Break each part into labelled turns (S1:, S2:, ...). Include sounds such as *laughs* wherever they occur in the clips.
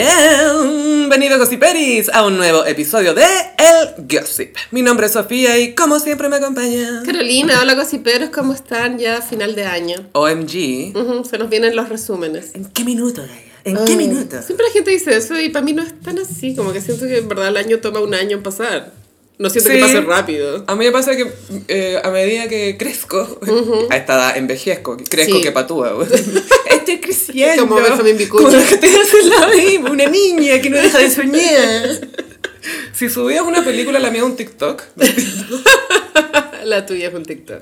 S1: Bienvenidos Gossiperis a un nuevo episodio de El Gossip. Mi nombre es Sofía y como siempre me acompaña.
S2: Carolina, hola gossiperos, ¿cómo están? Ya a final de año.
S1: OMG.
S2: Ujú, se nos vienen los resúmenes.
S1: ¿En qué minuto, Gaya? ¿En qué
S2: Ay,
S1: minuto?
S2: Siempre la gente dice eso y para mí no es tan así, como que siento que en verdad el año toma un año en pasar. No siento
S1: Sí.
S2: que pase rápido.
S1: A mí me pasa que eh, a medida que crezco, *laughs* a esta edad envejezco, que crezco
S2: Sí.
S1: que patúa.
S2: *laughs*
S1: güey. Estoy creciendo.
S2: Como Benjamín Vicuña.
S1: Como que te hace la misma, una niña que no deja de
S2: *laughs*
S1: soñar. Si subías una película, la mía es un TikTok.
S2: La tuya es un TikTok.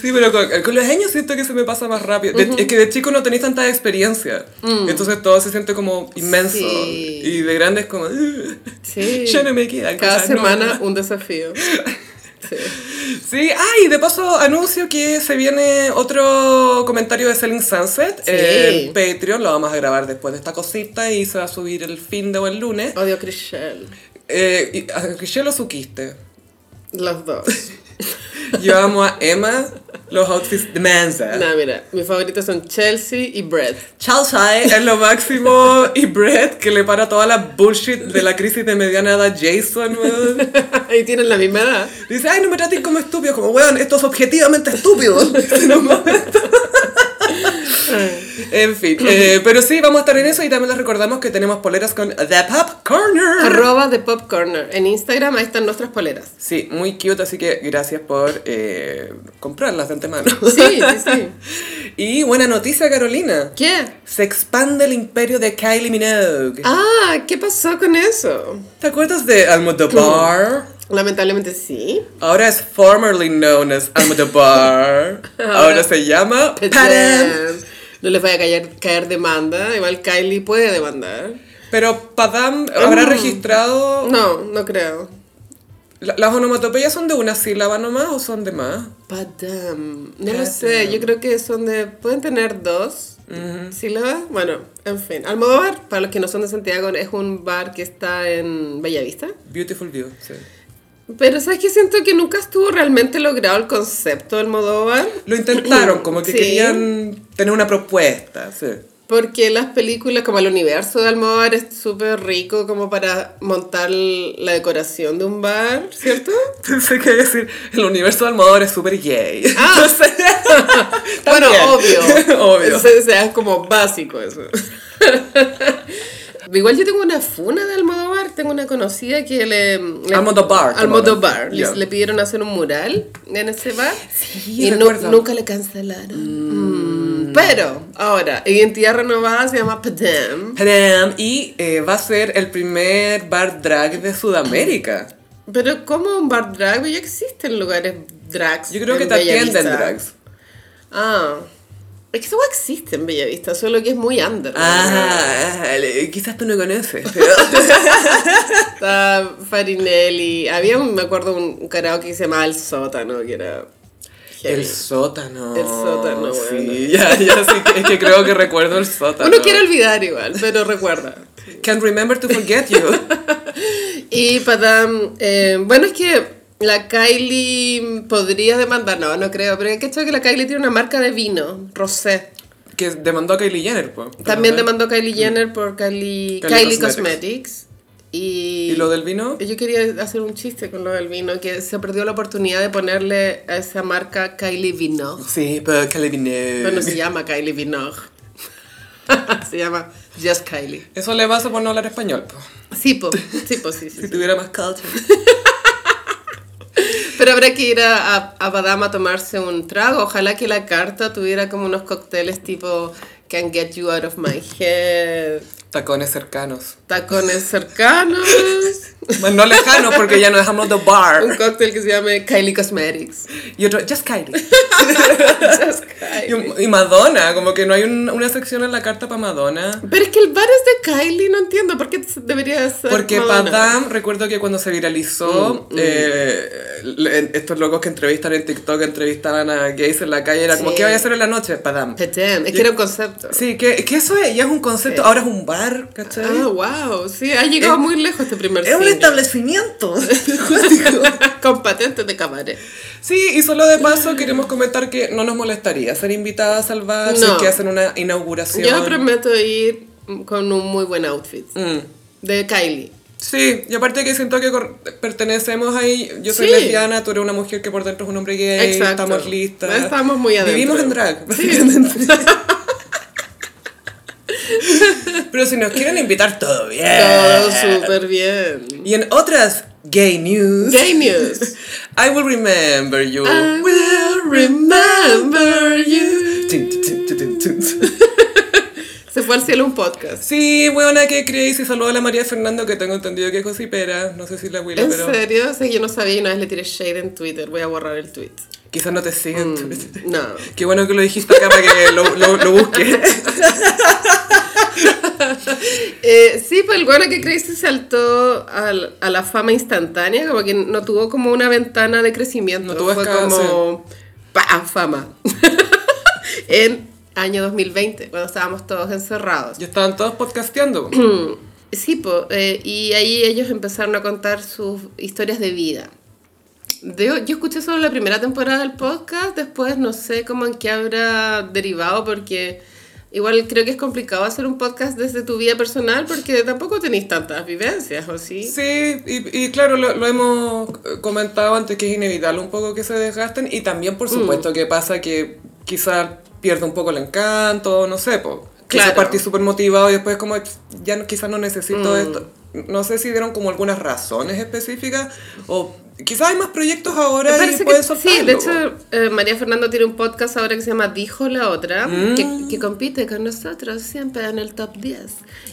S1: Sí, pero con, con los años siento que se me pasa más rápido. De- Es que de chico no tenés tanta experiencia. Entonces todo se siente como inmenso.
S2: Mm. Sí.
S1: Y de grande es como... "Ugh,
S2: Sí.
S1: Ya no me quedan
S2: Cada
S1: cosas nuevas".
S2: semana un desafío. Sí.
S1: Sí, ay, de paso anuncio que se viene otro comentario de Selling Sunset
S2: Sí.
S1: en Patreon, lo vamos a grabar después de esta cosita y se va a subir el fin de o el lunes.
S2: Odio a Chrishell.
S1: Eh, y a Cristian lo suquiste.
S2: Los dos.
S1: *laughs* Yo amo a Emma, los outfits de Mansa.
S2: Nada, mira, mis favoritos son Chelsea y Brett. *laughs*
S1: Chalchai es lo máximo y Brett que le para toda la bullshit de la crisis de mediana edad Jason, weón.
S2: y tienen la misma edad.
S1: Dice, ay, no me trates como estúpido, como, weón, esto es objetivamente estúpido. *laughs* En fin, eh, pero sí, vamos a estar en eso y también les recordamos que tenemos poleras con The Pop Corner.
S2: Arroba The Pop Corner. En Instagram ahí están nuestras poleras.
S1: Sí, muy cute, así que gracias por eh, comprarlas de antemano.
S2: Sí, sí,
S1: *laughs*
S2: sí.
S1: Y buena noticia, Carolina.
S2: ¿Qué?
S1: Se expande el imperio de Kylie Minogue.
S2: Ah, ¿qué pasó con eso?
S1: ¿Te acuerdas de Almodovar?
S2: Lamentablemente sí.
S1: Ahora es formerly known as
S2: *laughs*
S1: Almodovar. Ahora se llama Padam.
S2: No les vaya a caer, caer demanda. Igual Kylie puede demandar.
S1: Pero Padam habrá
S2: Mm.
S1: registrado.
S2: No, no creo.
S1: la- ¿Las onomatopeyas son de una sílaba nomás o son de más?
S2: Padam. No lo sé. Yo creo que son de. Pueden tener dos sílabas. Bueno, en fin. Almodóvar, para los que no son de Santiago, es un bar que está en Bellavista.
S1: Beautiful View, sí.
S2: Pero sabes que siento que nunca estuvo realmente logrado el concepto del Almodóvar.
S1: Lo intentaron, como que
S2: Sí.
S1: querían tener una propuesta, sí. *laughs*
S2: Porque las películas, como el universo de Almodóvar, es súper rico como para montar l- la decoración de un bar,
S1: *laughs*
S2: ¿cierto?
S1: Pensé que iba a decir, el universo de Almodóvar es súper gay.
S2: *laughs* Ah, bueno, obvio.
S1: *laughs* Obvio.
S2: O sea, o sea, es como básico eso. *laughs* Igual yo tengo una funa de Almodóvar, tengo una conocida que le... le-
S1: Almodóvar, como
S2: Almodóvar.
S1: ahora.
S2: Le,
S1: Ya.
S2: le pidieron hacer un mural en ese bar.
S1: Sí,
S2: y nu-
S1: recuerdo.
S2: nunca le cancelaron. Mm, Pero, ahora, Identidad Renovada se llama Padam.
S1: Padam, Y eh, va a ser el primer bar drag de Sudamérica.
S2: Pero como un bar drag, ya existen lugares drags.
S1: Yo creo que
S2: en
S1: te atienden
S2: Bellavista.
S1: drags.
S2: Ah. Es que eso existe en Bellavista, solo que es muy under.
S1: Ah, le- quizás tú no conoces, pero...
S2: *laughs* Está Farinelli. Había, un, me acuerdo, un karaoke que se llamaba El Sótano, que era...
S1: *laughs*
S2: heavy.
S1: El sótano.
S2: El sótano,
S1: sí.
S2: bueno.
S1: *laughs* Ya, ya, sí, que- es que creo que recuerdo el sótano.
S2: Uno quiere olvidar igual, pero recuerda.
S1: Can't remember to forget you. *laughs*
S2: Y Padam, eh, bueno, es que la Kylie podría demandar, no, no creo, pero hay que echar que la Kylie tiene una marca de vino, Rosé.
S1: que demandó a Kylie Jenner, po.
S2: También demandó Kylie Jenner por
S1: Kylie
S2: Kylie, Kylie,
S1: Cosmetics.
S2: Cosmetics. Y,
S1: ¿Y lo del vino?
S2: Yo quería hacer un chiste con lo del vino, que se perdió la oportunidad de ponerle a esa marca Kylie Vino.
S1: Sí, pero Kylie Jenner.
S2: Pero no se llama Kylie Minogue. *laughs* se llama Just Kylie.
S1: Eso le pasa por no hablar español, po.
S2: Sí, po. Sí, po, sí, sí,
S1: Si
S2: sí.
S1: tuviera más culture.
S2: Pero habrá que ir a, a, a Badam a tomarse un trago. Ojalá que la carta tuviera como unos cócteles tipo Can Get You Out of My Head,
S1: Tacones cercanos.
S2: tacones cercanos,
S1: Bueno, no lejanos, porque ya no dejamos The *laughs*
S2: un
S1: Bar.
S2: cóctel que se llame
S1: *laughs*
S2: Kylie Cosmetics.
S1: Y otro, Just Kylie.
S2: Just
S1: Y,
S2: Kylie.
S1: y Madonna, como que no hay un- una sección en la carta para Madonna.
S2: Pero es que el bar es de Kylie, no entiendo por qué debería ser.
S1: Porque
S2: Madonna? Mm,
S1: Padam, recuerdo que cuando se viralizó, eh, le- estos locos que entrevistan en TikTok, entrevistaban a gays en la calle, era como,
S2: Sí.
S1: ¿qué vaya a hacer en la noche? Padam.
S2: Petem, es que era un concepto.
S1: Sí, que, que eso es, ya es un concepto, ahora es un bar, ¿cachai?
S2: Ah, wow, sí, ha llegado muy lejos este primer
S1: es un
S2: siglo. *laughs*
S1: establecimiento.
S2: Con patentes de cabaret.
S1: sí, y solo de paso queremos comentar que no nos molestaría ser invitadas al bar, si
S2: No.
S1: es que hacen una inauguración.
S2: Yo prometo ir con un muy buen outfit.
S1: Mm.
S2: De Kylie.
S1: Sí, y aparte que siento que cor- pertenecemos ahí. Yo soy
S2: Sí.
S1: lesbiana, tú eres una mujer que por dentro es un hombre gay.
S2: Exacto.
S1: Estamos listas.
S2: Estamos muy adentro.
S1: Vivimos en drag. *laughs* Pero si nos quieren invitar, todo bien.
S2: *laughs* Todo súper bien.
S1: Y en otras gay news.
S2: Gay news.
S1: *laughs* I will remember you.
S2: I will remember you.
S1: Tin, tin, tin, tin, tin, tin.
S2: Se fue al cielo un podcast.
S1: Sí, buena que creéis y saludo a la María Fernando que tengo entendido que es cosipera, no sé si la Willa,
S2: ¿En
S1: pero
S2: serio? Sí, yo no sabía y una vez le tiré shade en Twitter. Voy a borrar
S1: *laughs*
S2: el tweet.
S1: quizás no te
S2: Mm.
S1: siguen. Twitter.
S2: No.
S1: Qué bueno que lo dijiste acá para que lo, lo, lo
S2: *laughs*
S1: busques.
S2: Eh, sí, pues el bueno que Crazy saltó al- a la fama instantánea, como que no tuvo como una ventana de crecimiento.
S1: No tuvo
S2: Fue
S1: escala,
S2: como. ¡Pam! Fama. *laughs* en año 2020, cuando estábamos todos encerrados.
S1: Ya estaban todos podcasteando.
S2: Sí, po, eh, y ahí ellos empezaron a contar sus historias de vida. De- yo escuché solo la primera temporada del podcast, después no sé cómo en qué habrá derivado, porque igual creo que es complicado hacer un podcast desde tu vida personal, porque tampoco tenéis tantas vivencias, ¿o sí?
S1: Sí, y, y claro, lo, lo hemos eh, comentado antes que es inevitable un poco que se desgasten y también por supuesto que pasa que quizás pierde un poco el encanto, no sé, po. Claro.
S2: Claro.
S1: partí súper motivado y después como ya no- quizás no necesito esto. No sé si dieron como algunas razones específicas o quizás hay más proyectos ahora
S2: Me
S1: y
S2: parece
S1: pueden
S2: que-
S1: soltarlo.
S2: sí, de
S1: po.
S2: hecho, eh, María Fernando tiene un podcast ahora que se llama Dijo la Otra,
S1: Mm.
S2: que, que compite con nosotros siempre en el top 10.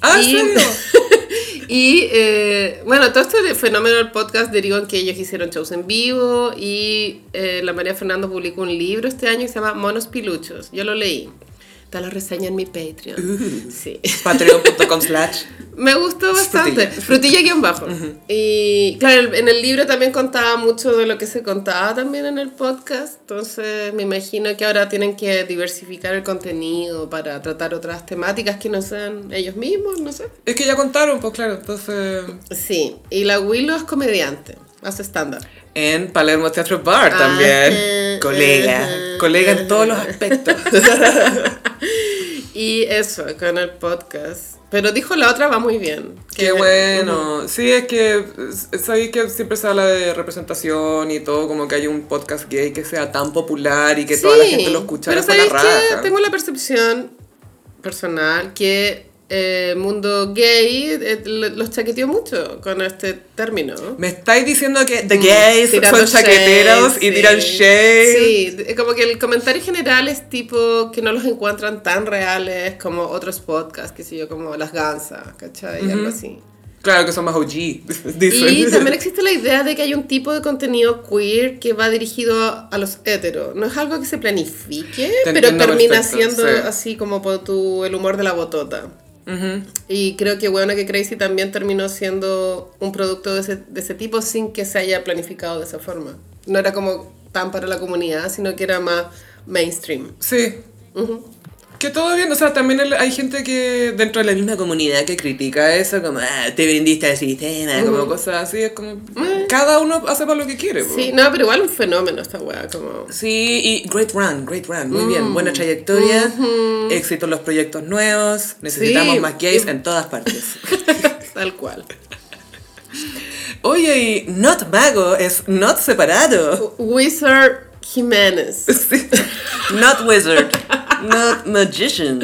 S1: Ah, ¿en
S2: y,
S1: serio?
S2: *laughs* y, eh, bueno, todo este fenómeno del podcast derivó en que ellos hicieron shows en vivo y eh, la María Fernando publicó un libro este año que se llama Monos Piluchos. Yo lo leí. Te lo reseño en mi Patreon.
S1: Uh.
S2: Sí.
S1: Patreon.com slash.
S2: Me gustó bastante.
S1: frutilla.
S2: Frutilla guión bajo. Y claro, en el libro también contaba mucho de lo que se contaba también en el podcast. Entonces me imagino que ahora tienen que diversificar el contenido para tratar otras temáticas que no sean ellos mismos, no sé.
S1: Es que ya contaron, pues claro, entonces...
S2: Sí. Y la Willow es comediante. Hace estándar.
S1: *laughs* En Palermo Teatro Bar
S2: Ah,
S1: también.
S2: eh,
S1: colega.
S2: eh,
S1: colega
S2: eh.
S1: en todos los
S2: *laughs*
S1: aspectos.
S2: *laughs* Y eso, con el podcast. Pero dijo la otra va muy bien.
S1: Qué
S2: Que-
S1: bueno. Sí, es que eh, sabéis que siempre se habla de representación y todo, como que hay un podcast gay que sea tan popular y que toda la
S2: Sí,
S1: gente lo escuchara
S2: Pero
S1: con la
S2: ¿sabéis qué?
S1: raja.
S2: Tengo la percepción personal que eh, el mundo gay eh, lo- los chaqueteó mucho con este término.
S1: Me estáis diciendo que the gays
S2: Mm, Tirando
S1: son
S2: shade,
S1: chaqueteros y
S2: sí.
S1: tiran shade.
S2: Sí, de- como que el comentario general es tipo que no los encuentran tan reales como otros podcasts, que sé yo, como Las Gansas, ¿cachai? Algo así.
S1: Claro que son más OG.
S2: Y
S1: *laughs* dicen.
S2: también existe la idea de que hay un tipo de contenido queer que va dirigido a, a los heteros. No es algo que se planifique,
S1: Te
S2: pero
S1: entiendo
S2: termina
S1: perfecto,
S2: siendo
S1: sí.
S2: así como por tu, el humor de la botota.
S1: Ujú.
S2: Y creo que bueno que Crazy también terminó siendo un producto de ese, de ese tipo sin que se haya planificado de esa forma. No era como tan para la comunidad, sino que era más mainstream.
S1: Sí. Que todo bien, o sea, también el- hay gente que dentro de la misma comunidad que critica eso, como, ah, te vendiste al sistema, como cosas así, es como, cada uno hace para lo que quiere. po.
S2: Mm. Sí, no, pero igual un fenómeno esta weá, como... *laughs*
S1: Sí, y great run, great run, muy
S2: Mm.
S1: bien, buena trayectoria, éxito en los proyectos nuevos, necesitamos
S2: Sí.
S1: más gays en todas partes. *laughs*
S2: Tal cual.
S1: Oye, y not mago es not separado. *laughs*
S2: Wizard Jiménez.
S1: Sí. Not wizard, not magician.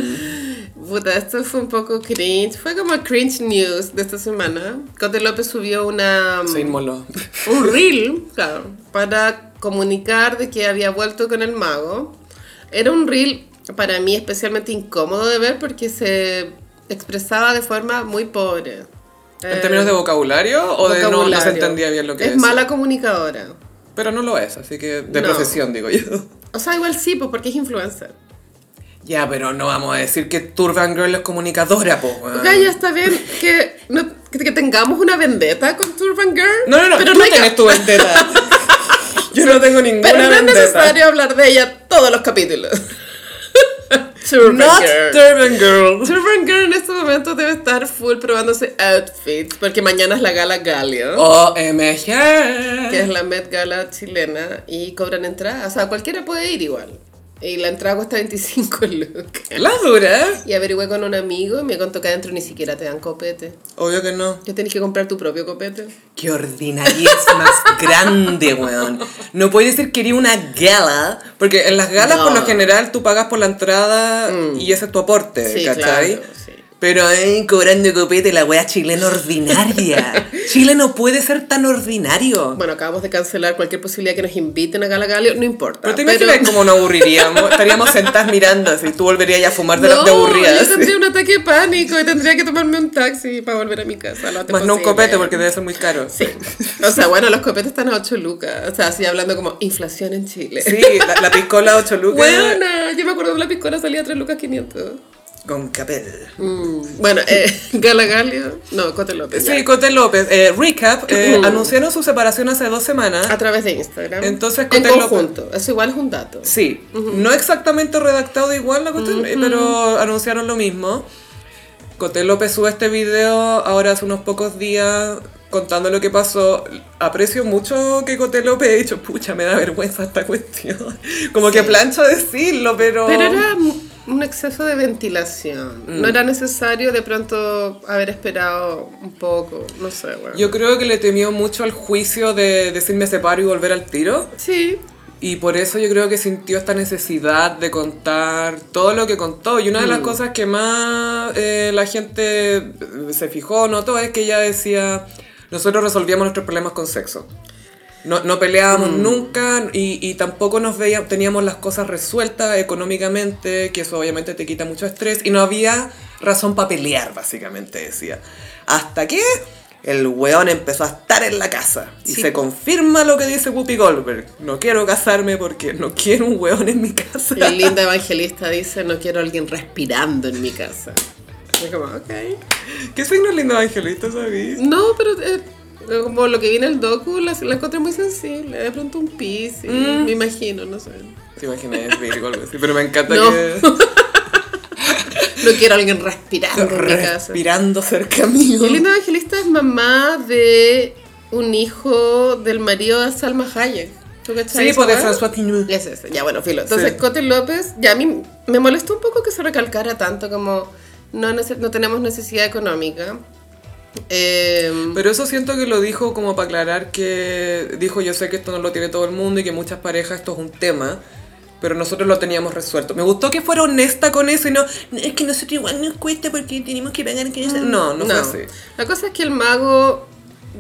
S2: Puta, esto fue un poco cringe. Fue como cringe news de esta semana. Cote López subió una,
S1: Se inmoló.
S2: un reel, claro, para comunicar de que había vuelto con el mago. Era un reel para mí especialmente incómodo de ver porque se expresaba de forma muy pobre. Eh,
S1: ¿En términos de vocabulario o de no- no, se entendía bien lo que
S2: es. Es
S1: decía?
S2: mala comunicadora.
S1: Pero no lo es, así que de
S2: No.
S1: profesión, digo yo. *laughs*
S2: O sea, igual sí, pues porque es influencer.
S1: Ya, pero no vamos a decir que Turban Girl es comunicadora, po. weón.
S2: Ok, ya está bien que, no- que, que tengamos una vendetta con Turban Girl.
S1: No, no, no, tú no
S2: hay que-
S1: tienes tu vendetta.
S2: *laughs*
S1: Yo no tengo ninguna
S2: Pero no es
S1: vendetta.
S2: necesario hablar de ella todos los
S1: *laughs*
S2: capítulos. Turban
S1: Not
S2: Girl.
S1: Turban Girl.
S2: Turban Girl *laughs* en este momento debe estar full probándose outfits porque mañana es la gala Galio, que es
S1: OMG. Oh.
S2: la Met Gala chilena y cobran entradas. O sea, cualquiera puede ir igual. Y la entrada cuesta 25 *laughs* lucas.
S1: La dura.
S2: Y averigüé con un amigo y me contó que adentro ni siquiera te dan copete.
S1: Obvio que no.
S2: Ya tenés que comprar tu propio copete.
S1: Qué ordinariez
S2: *laughs*
S1: más grande, weón. No puede decir que iría una gala, porque en las galas
S2: No.
S1: por lo general tú pagas por la entrada
S2: Mm.
S1: y ese es tu aporte,
S2: Sí,
S1: Eh, ¿cachai?
S2: claro, sí.
S1: Pero eh, cobrando copete la wea chilena ordinaria.
S2: *laughs*
S1: Chile no puede ser tan ordinario.
S2: Bueno, acabamos de cancelar cualquier posibilidad que nos inviten acá a la Galio, no importa.
S1: pero te imaginas cómo nos aburriríamos. *laughs* Estaríamos sentadas mirando así. Tú volverías ya a fumar de las
S2: No,
S1: de aburridas. *laughs*
S2: Yo tendría un ataque de pánico y tendría que tomarme un taxi para volver a mi casa. lo antes
S1: Más no un
S2: posible.
S1: copete porque debe ser muy caro.
S2: Sí. O sea, bueno, los copetes están a 8 lucas. O sea, así hablando como inflación en Chile. *laughs*
S1: Sí, la, la piscola 8 lucas
S2: Buena, yo me acuerdo que la piscola salía a 3 lucas 500.
S1: con capel.
S2: Mm, Bueno, eh, *laughs* Galagalio, no, Cote López.
S1: Sí, Cote López. eh, recap, eh, anunciaron su separación hace dos semanas.
S2: A través de Instagram.
S1: Entonces,
S2: en
S1: Cote López-
S2: conjunto. Eso igual es un dato.
S1: Sí, no exactamente redactado igual la cuestión, eh, pero anunciaron lo mismo. Coté López sube este video ahora hace unos pocos días contando lo que pasó. Aprecio mucho que Coté López ha dicho, pucha, me da vergüenza esta cuestión. *laughs* Como que plancho decirlo, pero...
S2: Pero era un- un exceso de ventilación. No
S1: Mm.
S2: era necesario de pronto haber esperado un poco. No sé, bueno.
S1: Yo creo que le temió mucho al juicio de decirme separo y volver al tiro.
S2: Sí,
S1: Y por eso yo creo que sintió esta necesidad de contar todo lo que contó. Y una de las cosas que más eh, la gente eh, se fijó, notó, es que ella decía, nosotros resolvíamos nuestros problemas con sexo. No, no peleábamos nunca y, y tampoco nos veía, teníamos las cosas resueltas económicamente, que eso obviamente te quita mucho estrés, y no había razón para pelear, básicamente decía. Hasta que el weón empezó a estar en la casa y
S2: Sí.
S1: se confirma lo que dice Whoopi Goldberg. No quiero casarme porque no quiero un weón en mi casa.
S2: La linda evangelista dice, no quiero a alguien respirando en mi casa. Y como, ok.
S1: *laughs* ¿Qué signo lindo evangelista sabí?
S2: No, pero eh, como lo que viene el docu, la, la encontré muy sensible. De pronto un pis,
S1: Mm.
S2: me imagino, no sé.
S1: Te imaginé es Virgo algo así, pero me encanta
S2: No. *laughs*
S1: que
S2: No quiero a alguien respirando en mi casa.
S1: respirando cerca mío.
S2: Y linda evangelista es mamá de un hijo del marido de Salma Hayek. ¿Tú cachai
S1: Sí,
S2: esa
S1: pues de
S2: weá?
S1: François Pinault.
S2: Ya sé, este, ya bueno, filo. Entonces,
S1: Sí.
S2: Cote López, ya a mí me molestó un poco que se recalcara tanto como no, nece- no tenemos necesidad económica. Em,
S1: Pero eso siento que lo dijo como para aclarar que dijo yo sé que esto no lo tiene todo el mundo y que muchas parejas esto es un tema, pero nosotros lo teníamos resuelto. Me gustó que fuera honesta con eso y no, "No, es que nosotros igual nos cuesta porque tenemos que pagar que
S2: Mm,
S1: No, no, fue así.
S2: La cosa es que el mago,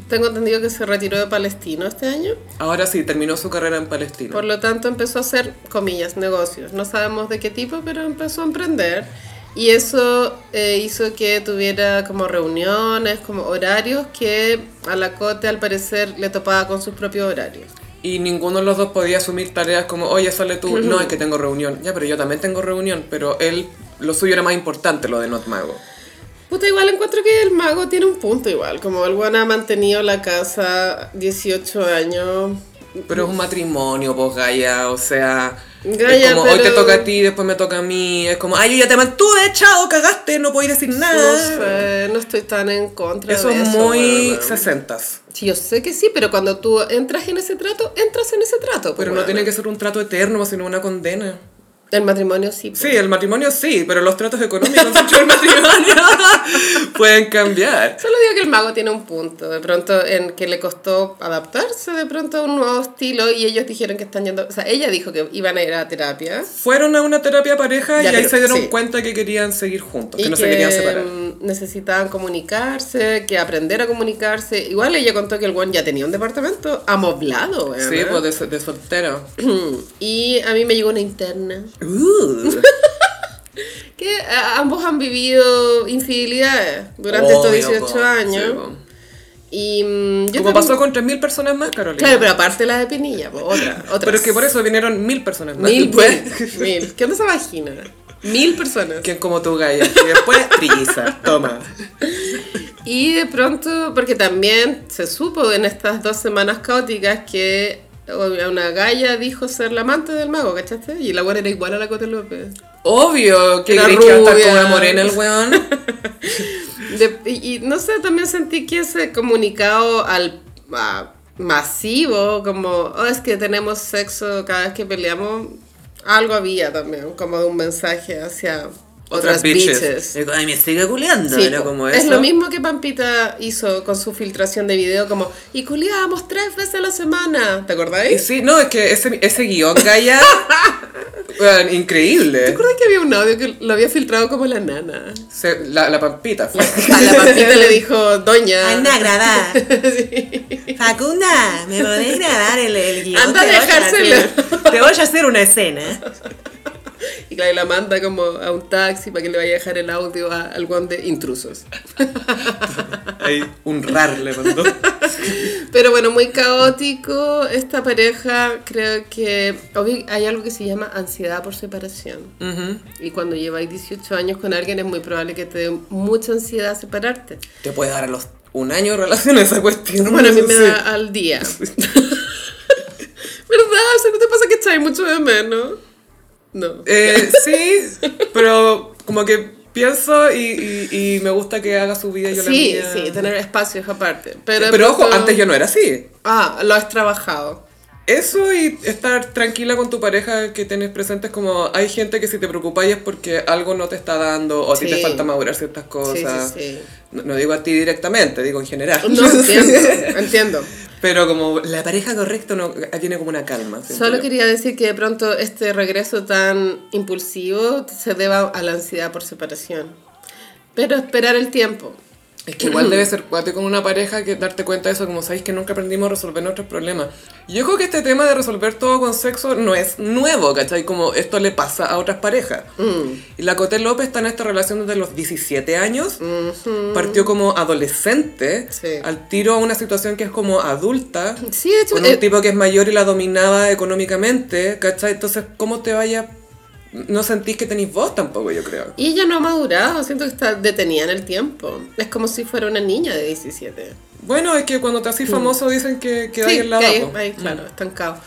S2: tengo entendido que se retiró de Palestino este año,
S1: Ahora sí, terminó su carrera en Palestina.
S2: por lo tanto empezó a hacer, comillas, negocios. No sabemos de qué tipo, pero empezó a emprender. Y eso eh, hizo que tuviera como reuniones, como horarios, que a la Cote al parecer le topaba con sus propios horarios.
S1: Y ninguno de los dos podía asumir tareas como, oye, sale tú, no, es que tengo reunión. Ya, pero yo también tengo reunión, pero él, lo suyo era más importante, lo de Not Mago.
S2: Puta, igual encuentro que el mago tiene un punto igual, como el weón ha mantenido la casa 18 años.
S1: Pero es un matrimonio, pues Gaia, o sea,
S2: Gaia,
S1: es como hoy te
S2: pero-
S1: toca a ti, después me toca a mí, es como, ay, yo ya te mantuve, chao, cagaste, no podéis decir
S2: No
S1: nada.
S2: sé, no estoy tan en contra
S1: eso
S2: de
S1: es
S2: eso.
S1: muy
S2: weona.
S1: sesentas,
S2: Sí, yo sé que sí, pero cuando tú entras en ese trato, entras en ese trato. pues,
S1: pero no tiene que ser un trato eterno, pues, sino una condena.
S2: El matrimonio sí. pues.
S1: Sí, el matrimonio sí, pero los tratos económicos *laughs* dentro del
S2: *laughs*
S1: matrimonio pueden cambiar.
S2: Solo digo que el mago tiene un punto, de pronto en que le costó adaptarse de pronto a un nuevo estilo y ellos dijeron que están yendo, o sea, ella dijo que iban a ir a terapia.
S1: Fueron a una terapia pareja
S2: Ya,
S1: y ahí
S2: pero-
S1: se dieron
S2: sí.
S1: cuenta que querían seguir juntos,
S2: Y
S1: que no se querían separar.
S2: mm, necesitaban comunicarse, que aprender a comunicarse. Igual ella contó que el one ya tenía un departamento amoblado, weón,
S1: Sí,
S2: ¿eh?
S1: pues de, de soltero.
S2: Y a mí me llegó una interna.
S1: *laughs* Uh.
S2: Que eh, ambos han vivido infidelidades durante
S1: Obvio,
S2: estos 18
S1: po.
S2: años.
S1: Sí, po.
S2: Y mm, yo
S1: Como
S2: también-
S1: pasó con 3.000 personas más, Carolina.
S2: Claro, pero aparte la de Pinilla, po, otra,
S1: *laughs*
S2: otras.
S1: Pero es que por eso vinieron mil personas más. *laughs*
S2: Mil,
S1: Después,
S2: pues. Mil. ¿Qué onda esa vagina? Mil
S1: *laughs*
S2: personas.
S1: ¿Quién como tú, Gaia? Y después, trilliza. Toma.
S2: Y de pronto, porque también se supo en estas dos semanas caóticas que una galla dijo ser la amante del mago, ¿cachaste? Y la buena era igual a la Cote López.
S1: Obvio que
S2: Era
S1: creí que iba a estar con
S2: rubia.
S1: una morena el *laughs* weón.
S2: De- y, y no sé, también sentí que ese comunicado al a- masivo, como, "Oh, es que tenemos sexo cada vez que peleamos, Algo había también, como de un mensaje hacia otras,
S1: biches.
S2: bitches.
S1: Ay, me sigue culeando.
S2: Sí,
S1: era como
S2: es
S1: eso.
S2: lo mismo que Pampita hizo con su filtración de video, como, y culiábamos tres veces a la semana, ¿te
S1: Y
S2: acordáis?
S1: sí, no, es que ese, ese guión, Gaia.
S2: *laughs*
S1: weón,
S2: ¿Te
S1: increíble.
S2: acuerdas que había un audio que lo había filtrado como la nana?
S1: Se- la, la pampita fue.
S2: A la Pampita le dijo, *laughs* doña,
S3: Anda a grabar.
S2: Sí.
S3: Facunda, ¿me podés grabar el, el guión?
S2: Anda a
S3: Te voy
S2: dejárselo.
S3: hacer- Te voy a hacer una escena.
S2: y claro, y la manda como a un taxi para que le vaya a dejar el audio a- al guan de intrusos.
S1: *laughs* Ahí, un rar le mandó.
S2: Pero bueno, muy caótico. Esta pareja creo que obvi- hay algo que se llama ansiedad por separación. Y cuando lleváis 18 años con alguien es muy probable que te dé mucha ansiedad separarte.
S1: Te puede dar a los un año de relación esa cuestión.
S2: Bueno, a mí me
S1: Sí.
S2: da al día. *laughs* ¿Verdad? O sea, ¿no te pasa que echáis mucho de menos? No.
S1: Eh, sí, pero como que pienso y, y- y me gusta que haga su vida y yo
S2: Sí,
S1: la mía.
S2: sí, tener espacios aparte. Pero,
S1: Pero,
S2: de
S1: ojo,
S2: pronto-
S1: antes yo no era así.
S2: Ah, lo has trabajado.
S1: Eso y estar tranquila con tu pareja que tenés presente es como hay gente que si te preocupas es porque algo no te está dando o a ti
S2: Sí.
S1: te falta madurar ciertas cosas.
S2: Sí, sí, sí.
S1: No, no digo a ti directamente, digo en *laughs* general.
S2: No, entiendo, entiendo.
S1: Pero como la pareja correcta no, tiene como una calma. siento
S2: Solo
S1: yo.
S2: quería decir que de pronto este regreso tan impulsivo se deba a la ansiedad por separación. Pero esperar el tiempo.
S1: Es que
S2: *clears throat*
S1: igual debe ser cuate con una pareja que darte cuenta de eso, como sabéis que nunca aprendimos a resolver nuestros problemas. Y yo creo que este tema de resolver todo con sexo no es nuevo, ¿cachai? Como esto le pasa a otras parejas.
S2: Mm.
S1: Y la Coté López está en esta relación desde los 17 años. Partió como adolescente
S2: Sí.
S1: al tiro a una situación que es como
S2: *laughs*
S1: adulta.
S2: Sí, de hecho,
S1: Con
S2: eh,
S1: un tipo que es mayor y la dominaba económicamente, ¿cachai? Entonces, ¿cómo te vaya? No sentís que tenéis vos tampoco, yo creo.
S2: y ella no ha madurado, siento que está detenida en el tiempo. Es como si fuera una niña de 17.
S1: Bueno, es que cuando te haces famoso dicen que quedas
S2: sí,
S1: en la Mm.
S2: que ahí- ahí, claro, estancado.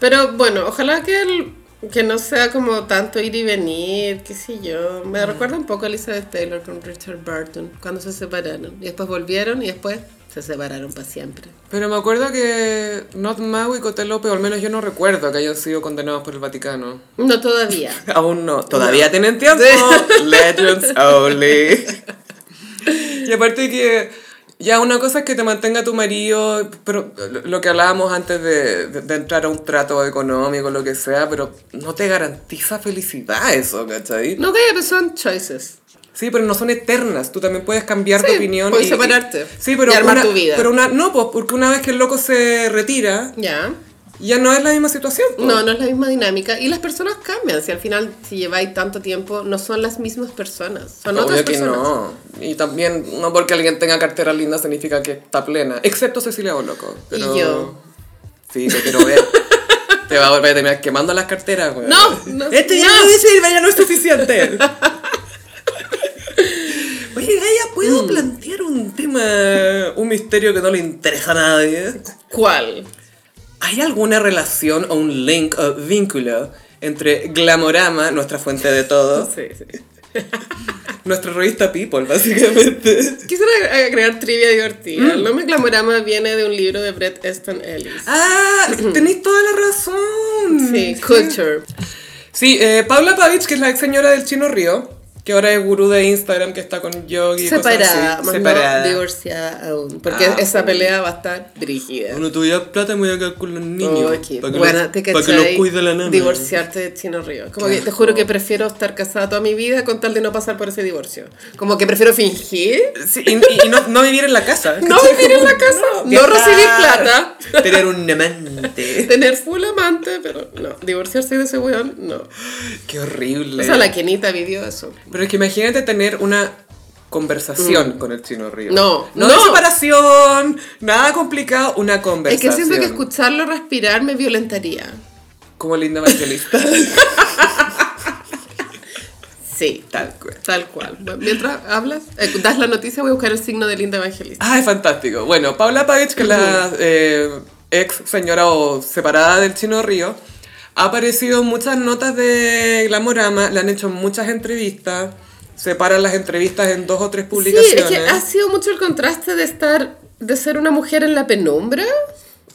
S2: Pero bueno, ojalá que, el- que no sea como tanto ir y venir, qué sé yo.
S1: Mm.
S2: Me recuerda un poco a Elizabeth Taylor con Richard Burton, cuando se separaron. Y después volvieron y después se separaron para siempre.
S1: Pero me acuerdo que Not Mau y Coté López, o al menos yo no recuerdo que hayan sido condenados por el Vaticano. *laughs*
S2: No todavía.
S1: Aún no, todavía tienen tiempo.
S2: *laughs*
S1: Legends only. *laughs* Y aparte que ya una cosa es que te mantenga tu marido, pero lo lo que hablábamos antes de, de- de entrar a un trato económico, lo que sea, pero no te garantiza felicidad eso, ¿cachai?
S2: No, que pero son choices.
S1: Sí, pero no son eternas. Tú también puedes cambiar
S2: Sí,
S1: de opinión.
S2: puedes separarte
S1: sí, pero
S2: y armar
S1: una-
S2: tu vida.
S1: Pero una, no, pues porque una vez que el loco se retira,
S2: Ya.
S1: ya no es la misma situación. pues.
S2: No, no es la misma dinámica. Y las personas cambian. Si al final, si lleváis tanto tiempo, no son las mismas personas. Son
S1: Obvio
S2: otras
S1: que
S2: personas.
S1: no. Y también, no porque alguien tenga cartera linda significa que está plena. Excepto Cecilia Boloco. Pero...
S2: Y yo.
S1: Sí, te quiero
S2: *laughs*
S1: ver. te va a volver a terminar quemando las carteras, Este güey.
S2: No, no.
S3: Esto ya
S2: no.
S3: lo hice y ya no es
S2: *laughs*
S1: Suficiente.
S3: Oye, Gaia,
S2: Mm.
S1: ¿Puedo plantear un tema, un misterio que no le interesa a nadie?
S2: ¿Cuál?
S1: ¿Hay alguna relación o un link o vínculo entre Glamorama, nuestra fuente de todo,
S2: Sí, sí.
S1: nuestra revista People, básicamente?
S2: Quisiera ag- agregar trivia divertida. El nombre Glamorama viene de un libro de Bret Easton Ellis.
S1: Mm. ¡Ah! Tenéis toda la razón.
S2: Sí, Culture.
S1: Sí, eh, Paula Pavich, que es la ex señora del Chino Río, que ahora es gurú de Instagram, que está con Yogi y cosas
S2: Separada,
S1: así,
S2: más
S1: separada.
S2: no divorciada aún. Porque
S1: Ah,
S2: esa
S1: uy.
S2: pelea va a estar brígida.
S1: Bueno, tuviera plata me voy a quedar con los niños.
S2: Oh, qué
S1: para que
S2: buena,
S1: los-
S2: ¿te
S1: para que los
S2: cachai?
S1: cuide la nana.
S2: Divorciarte de Chino Río. Como que te juro que prefiero estar casada toda mi vida con tal de no pasar por ese divorcio. Como que prefiero fingir,
S1: Sí, y, y- y no, no vivir en la casa.
S2: *laughs* no vivir en la casa, no,
S1: viajar,
S2: recibir plata,
S1: Tener un amante.
S2: tener full amante, pero no, divorciarse de ese weón, no.
S1: Qué horrible.
S2: O sea, la Kenita vivió eso.
S1: Pero es que imagínate tener una conversación con el chino río.
S2: Mm. No,
S1: no,
S2: no.
S1: de separación, nada complicado, una
S2: Es que
S1: conversación.
S2: siento que escucharlo respirar me violentaría.
S1: Como linda evangelista.
S2: *laughs* Sí,
S1: Tal cual.
S2: tal cual. Bueno, Mientras hablas, eh, das la noticia, voy a buscar el signo de Linda Evangelista.
S1: Ah, es fantástico. Bueno, Paula Pavich, que es la eh, ex señora o separada del Chino Río, ha aparecido en muchas notas de Glamorama, le han hecho muchas entrevistas, separan las entrevistas en dos o tres
S2: Sí,
S1: publicaciones.
S2: es que ha sido mucho el contraste de estar, de ser una mujer en la penumbra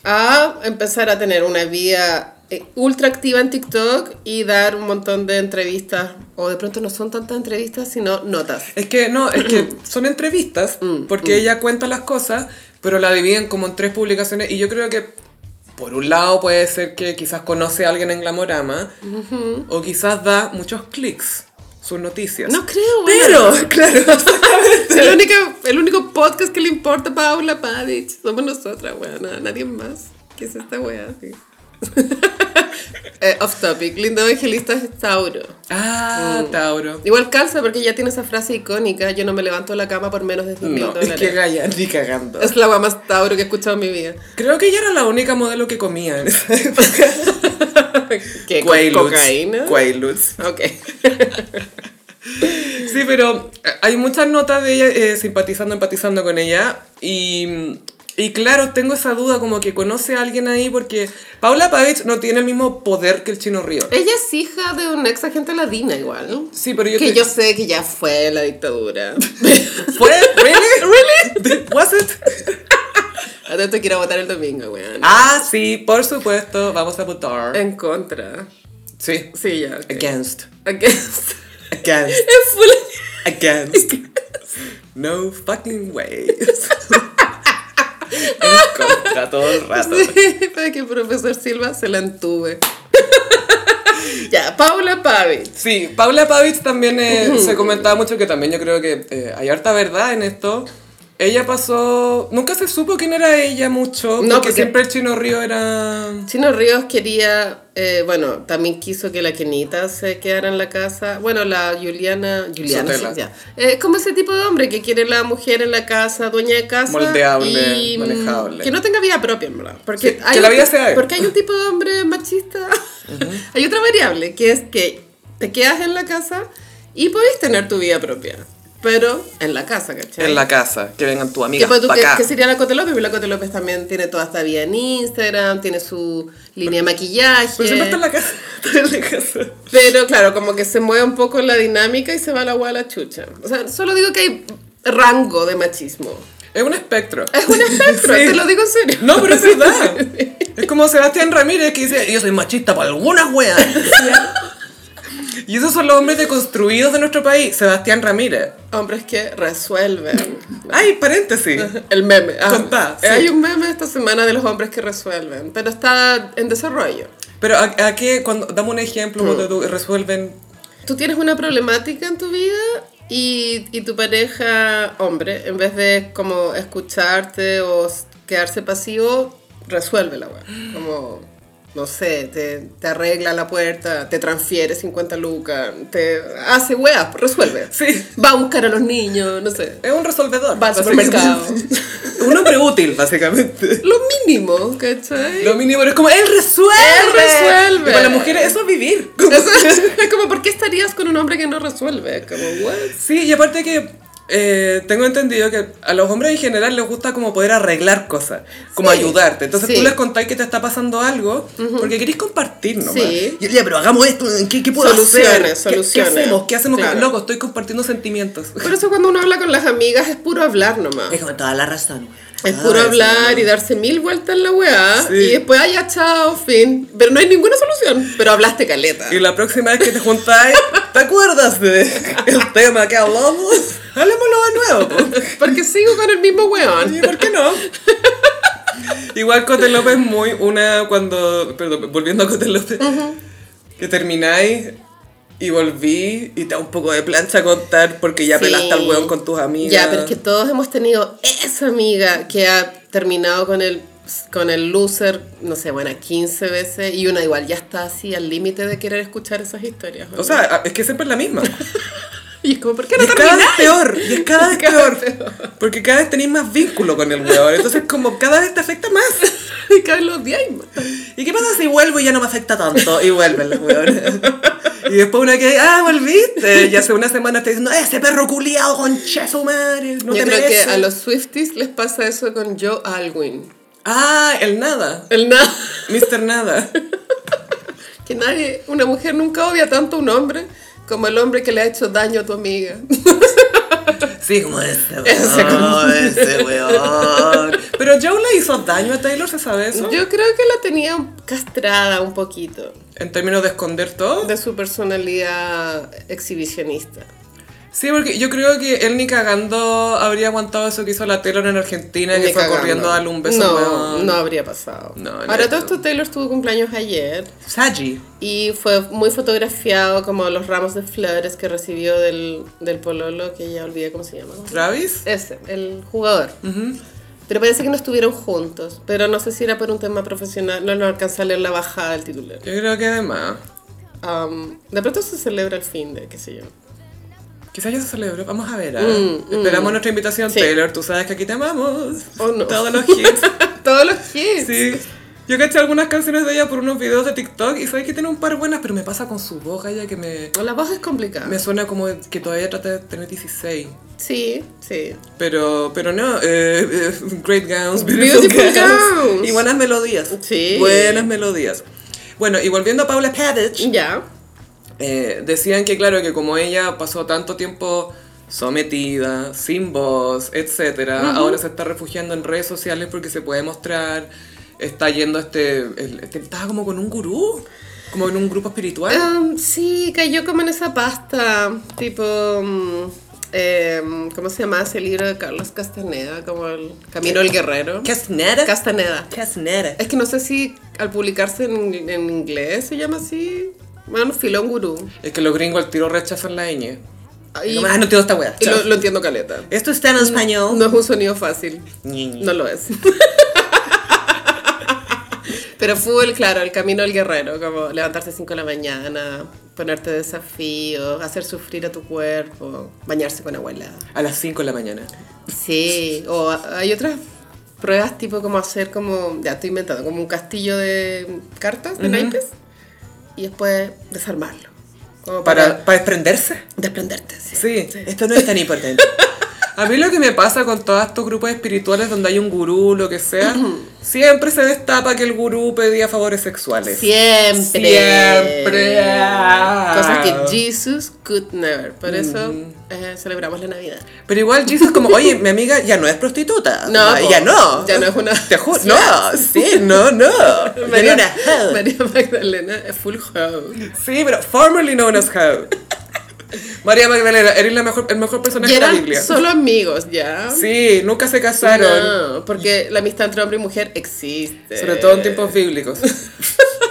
S2: a empezar a tener una vida eh, ultra activa en TikTok y dar un montón de entrevistas. O de pronto no son tantas entrevistas, sino notas.
S1: Es que no, es *clears throat* que son entrevistas, porque ella cuenta las cosas, pero la dividen como en tres publicaciones. Y yo creo que, por un lado, puede ser que quizás conoce a alguien en Glamorama, o quizás da muchos clics sus noticias.
S2: No creo, bueno.
S1: pero, *laughs*
S2: *laughs*
S1: claro,
S2: El único, el único podcast que le importa a Paula Padich. Somos nosotras, weón. Nadie más. ¿Qué es esta weá? Sí. *laughs* Eh, off topic. Lindo evangelista es Tauro.
S1: Ah, Tauro.
S2: Igual calza porque ya tiene esa frase icónica. Yo no me levanto de la cama por menos de 100 mil
S1: No, es
S2: dólares.
S1: que Gaya, ni cagando.
S2: Es la weá más Tauro que he escuchado en mi vida.
S1: Creo que ella era la única modelo que comía en esa época.
S2: ¿Qué? ¿Con
S1: Quaaludes,
S2: ¿Cocaína?
S1: Quaaludes.
S2: Ok.
S1: Sí, pero eh, hay muchas notas de ella eh, simpatizando, empatizando con ella. Y, y claro, tengo esa duda como que conoce a alguien ahí porque Paula Pavich no tiene el mismo poder que el chino Río.
S2: Ella es hija de un ex agente ladina igual.
S1: Sí, pero yo...
S2: Que
S1: te-
S2: yo sé que ya fue la dictadura.
S1: *laughs* ¿Fue? ¿Really? *laughs* ¿Really? ¿Was it?
S2: A todo esto quiero votar el domingo, weón.
S1: Ah, sí, por supuesto, vamos a votar.
S2: En contra.
S1: Sí.
S2: Sí, ya. ok. *laughs*
S1: Against.
S2: Eh, Against.
S1: Against.
S2: Es full.
S1: Against. No fucking way. *laughs* En contra todo el rato.
S2: Sí, para que el profesor Silva se la entuve. *laughs* ya, Paula Pavich.
S1: Sí, Paula Pavich también eh, se comentaba mucho que también yo creo que eh, hay harta verdad en esto. Ella pasó. Nunca se supo quién era ella mucho. porque,
S2: No, porque-
S1: siempre el chino río era.
S2: Chino Ríos quería, eh, bueno, también quiso que la Kenita se quedara en la casa. Bueno, la Juliana, Juliana,
S1: Sotela.
S2: sí, ya. Eh, como ese tipo de hombre que quiere la mujer en la casa, dueña de casa.
S1: Moldeable,
S2: y, mm,
S1: manejable.
S2: Que no tenga vida propia, en verdad. Porque
S1: Sí, que la
S2: un
S1: vida
S2: ti-
S1: sea él.
S2: Porque hay un tipo de hombre machista. *laughs* hay otra variable, que es que te quedas en la casa y podés tener tu vida propia. Pero en la casa, ¿cachai?
S1: En la casa, que vengan tu
S2: Que,
S1: amiga.
S2: pues, tú,
S1: pa'
S2: que-
S1: acá.
S2: que sería la Cote López, pero la Cote López también tiene toda esta vida en Instagram, tiene su línea de maquillaje.
S1: Pero siempre está en la casa. *laughs* Está en la casa.
S2: Pero, claro, como que se mueve un poco la dinámica y se va la agua a la chucha. O sea, solo digo que hay rango de machismo. *laughs*
S1: Es un espectro.
S2: Es un
S1: *laughs*
S2: espectro,
S1: Sí.
S2: te lo digo en serio.
S1: No, pero es verdad.
S2: *laughs*
S1: Es como Sebastián Ramírez que dice: Yo soy machista para algunas
S2: *laughs*
S1: weas. Y esos son los hombres deconstruidos de nuestro país. Sebastián Ramírez.
S2: Hombres que resuelven.
S1: Ay, paréntesis.
S2: El meme. Ah,
S1: Contá, sí.
S2: Hay un meme esta semana de los hombres que resuelven, pero está en desarrollo.
S1: Pero a, a qué, cuando, dame un ejemplo, cuando
S2: Mm.
S1: tú resuelven,
S2: tú tienes una problemática en tu vida y, y tu pareja, hombre, en vez de como escucharte o s- quedarse pasivo, resuelve la weá. Como, no sé, te, te arregla la puerta, te transfiere 50 lucas, te hace weá, resuelve.
S1: Sí.
S2: Va a buscar a los niños, no sé.
S1: es un resolvedor.
S2: Va al supermercado.
S1: *laughs* un hombre útil, básicamente.
S2: Lo mínimo, ¿cachai?
S1: Lo mínimo pero es como, él resuelve.
S2: Él resuelve.
S1: Y para las mujeres eso es vivir.
S2: *laughs* Es como, ¿por qué estarías con un hombre que no resuelve? Como, what?
S1: Sí, y aparte que eh, tengo entendido que a los hombres en general les gusta como poder arreglar cosas, como
S2: Sí.
S1: ayudarte. Entonces
S2: Sí.
S1: tú les contás que te está pasando algo porque querés compartir nomás.
S2: Sí.
S1: Y, ya, pero hagamos esto, ¿qué, qué puedo
S2: Soluciones,
S1: hacer? ¿Qué- ¿Qué,
S2: soluciones.
S1: hacemos? ¿Qué hacemos?
S2: Claro.
S1: Loco, estoy compartiendo sentimientos.
S2: Por eso cuando uno habla con las amigas es puro hablar nomás.
S3: Es con toda la razón, weón.
S2: Es
S3: Toda
S2: puro
S3: la
S2: hablar
S3: razón.
S2: y darse mil vueltas en la weá.
S1: Ah, Sí.
S2: Y después, ay, ya, chao, fin. Pero no hay ninguna solución. Pero hablaste caleta.
S1: Y la próxima vez que te juntáis, ¿te acuerdas de el tema que hablamos? Hablemoslo de nuevo. po.
S2: Porque sigo con el mismo
S1: ¿Y
S2: weón.
S1: por qué no? Igual Cote López muy una cuando, perdón, volviendo a Cote López, que termináis y volví y te da un poco de plancha a contar porque ya
S2: Sí.
S1: pelaste al weón con tus amigas.
S2: Ya, pero es que todos hemos tenido esa amiga que ha terminado con el, con el loser, no sé, bueno, 15 veces. Y una igual ya está así al límite de querer escuchar esas historias. ¿no?
S1: O sea, a- es que siempre es la
S2: *laughs*
S1: misma.
S2: y es como, ¿por qué
S1: Y
S2: no
S1: es cada vez
S2: termináis?
S1: peor, y es cada vez
S2: Cada
S1: peor. Porque cada vez tenéis más vínculo con el weón. Entonces como cada vez te afecta más.
S2: *laughs* Y caen los días.
S1: ¿Y qué pasa si vuelvo y ya no me afecta tanto? Y vuelven los weones. Y después una que, ah, volviste. Y hace una semana te diciendo, ese perro culiado, concha su madre. No
S2: Yo
S1: te
S2: creo
S1: mereces.
S2: que a los Swifties les pasa eso con Joe Alwyn.
S1: Ah, el nada.
S2: El nada.
S1: Mr. Nada.
S2: Que nadie, una mujer nunca odia tanto a un hombre como el hombre que le ha hecho daño a tu amiga.
S1: Sí, como este
S2: *laughs* Ese como-
S1: weón, ese weón. Pero Joe le hizo daño a Taylor, ¿se sabe eso?
S2: Yo creo que la tenía castrada un poquito
S1: En términos de esconder todo.
S2: de su personalidad exhibicionista.
S1: Sí, porque yo creo que él ni cagando habría aguantado eso que hizo la Taylor en Argentina, que
S2: Ni
S1: fue
S2: cagando.
S1: corriendo a darle un beso.
S2: No,
S1: weón.
S2: no habría pasado.
S1: No, no
S2: Ahora, todo
S1: creo.
S2: esto Taylor tuvo cumpleaños ayer
S1: Saji.
S2: y fue muy fotografiado como los ramos de flores que recibió del, del pololo, que ya olvidé cómo se llama.
S1: Travis.
S2: Ese, el jugador. Pero parece que no estuvieron juntos, pero no sé si era por un tema profesional, no lo alcanza a leer la bajada del titular.
S1: Yo creo que además.
S2: Am, de pronto se celebra el fin de, qué sé yo.
S1: Quizás ya se celebró. Vamos a ver. ah.
S2: Mm,
S1: Esperamos nuestra invitación,
S2: Sí.
S1: Taylor. Tú sabes que aquí te amamos.
S2: Oh, no.
S1: Todos los
S2: *laughs*
S1: hits.
S2: Todos los hits.
S1: Sí. Yo caché algunas canciones de ella por unos videos de TikTok y sabes que tiene un par buenas, pero me pasa con su voz, ella que me,
S2: La voz es complicada.
S1: me suena como que todavía trata de tener 16.
S2: Sí, sí.
S1: Pero, pero no, eh, eh, Great Gowns, Beautiful,
S2: Beautiful
S1: gowns.
S2: gowns.
S1: Y buenas melodías.
S2: Sí.
S1: Buenas melodías. Bueno, y volviendo a Paula Pavich,
S2: Ya.
S1: eh, decían que claro, que como ella pasó tanto tiempo sometida, sin voz, etcétera, ahora se está refugiando en redes sociales porque se puede mostrar, está yendo a este, el- este- estaba como con un gurú, como en un grupo espiritual.
S2: Am, sí, cayó como en esa pasta, tipo, mm, em, ¿cómo se llama ese libro de Carlos Castaneda? Como el Camino del Guerrero.
S3: Casnera.
S2: Castaneda.
S3: Casnera.
S2: Es que no sé si al publicarse en, en inglés se llama así. Bueno, filón gurú.
S1: Es que los gringos al tiro rechazan la ñ.
S2: Y,
S3: Ah, no entiendo esta wea.
S2: y
S3: Chao.
S2: lo, lo entiendo caleta.
S3: Esto está en español.
S2: No es un sonido fácil.
S3: Ñe, ñe.
S2: No lo es. *laughs* Pero fue el, claro, el camino del guerrero, como levantarse 5 de la mañana, ponerte desafíos, hacer sufrir a tu cuerpo, bañarse con agua helada.
S1: A las 5 de la mañana.
S2: Sí, o a- hay otras pruebas tipo como hacer como, ya estoy inventando, como un castillo de cartas, de naipes, y después desarmarlo. Como para,
S1: Para, para desprenderse.
S2: desprenderte. sí.
S1: Sí.
S3: Esto no es tan importante.
S1: A mí lo que me pasa con todos estos grupos espirituales donde hay un gurú, lo que sea, siempre se destapa que el gurú pedía favores sexuales.
S2: Siempre.
S1: Siempre. Ah.
S2: Cosas que Jesus could never. Por eso eh, celebramos la Navidad.
S1: Pero igual Jesus como, oye, mi amiga ya no es prostituta.
S2: *laughs* No,
S1: Ya-
S2: po.
S1: ya Ah, no.
S2: Ya no es una-
S1: *laughs* Te juro.
S2: Sí.
S1: No, sí, no,
S2: *laughs*
S1: no. Ya no
S2: María,
S1: era hoe.
S2: María Magdalena es full hoe.
S1: Sí, pero formerly known as hoe. María Magdalena, eres la mejor, el mejor personaje
S2: Y
S1: de la
S2: eran
S1: Biblia.
S2: solo amigos, ¿ya?
S1: Sí, nunca se casaron.
S2: No, porque la amistad entre hombre y mujer existe.
S1: Sobre todo en tiempos
S2: *laughs*
S1: bíblicos,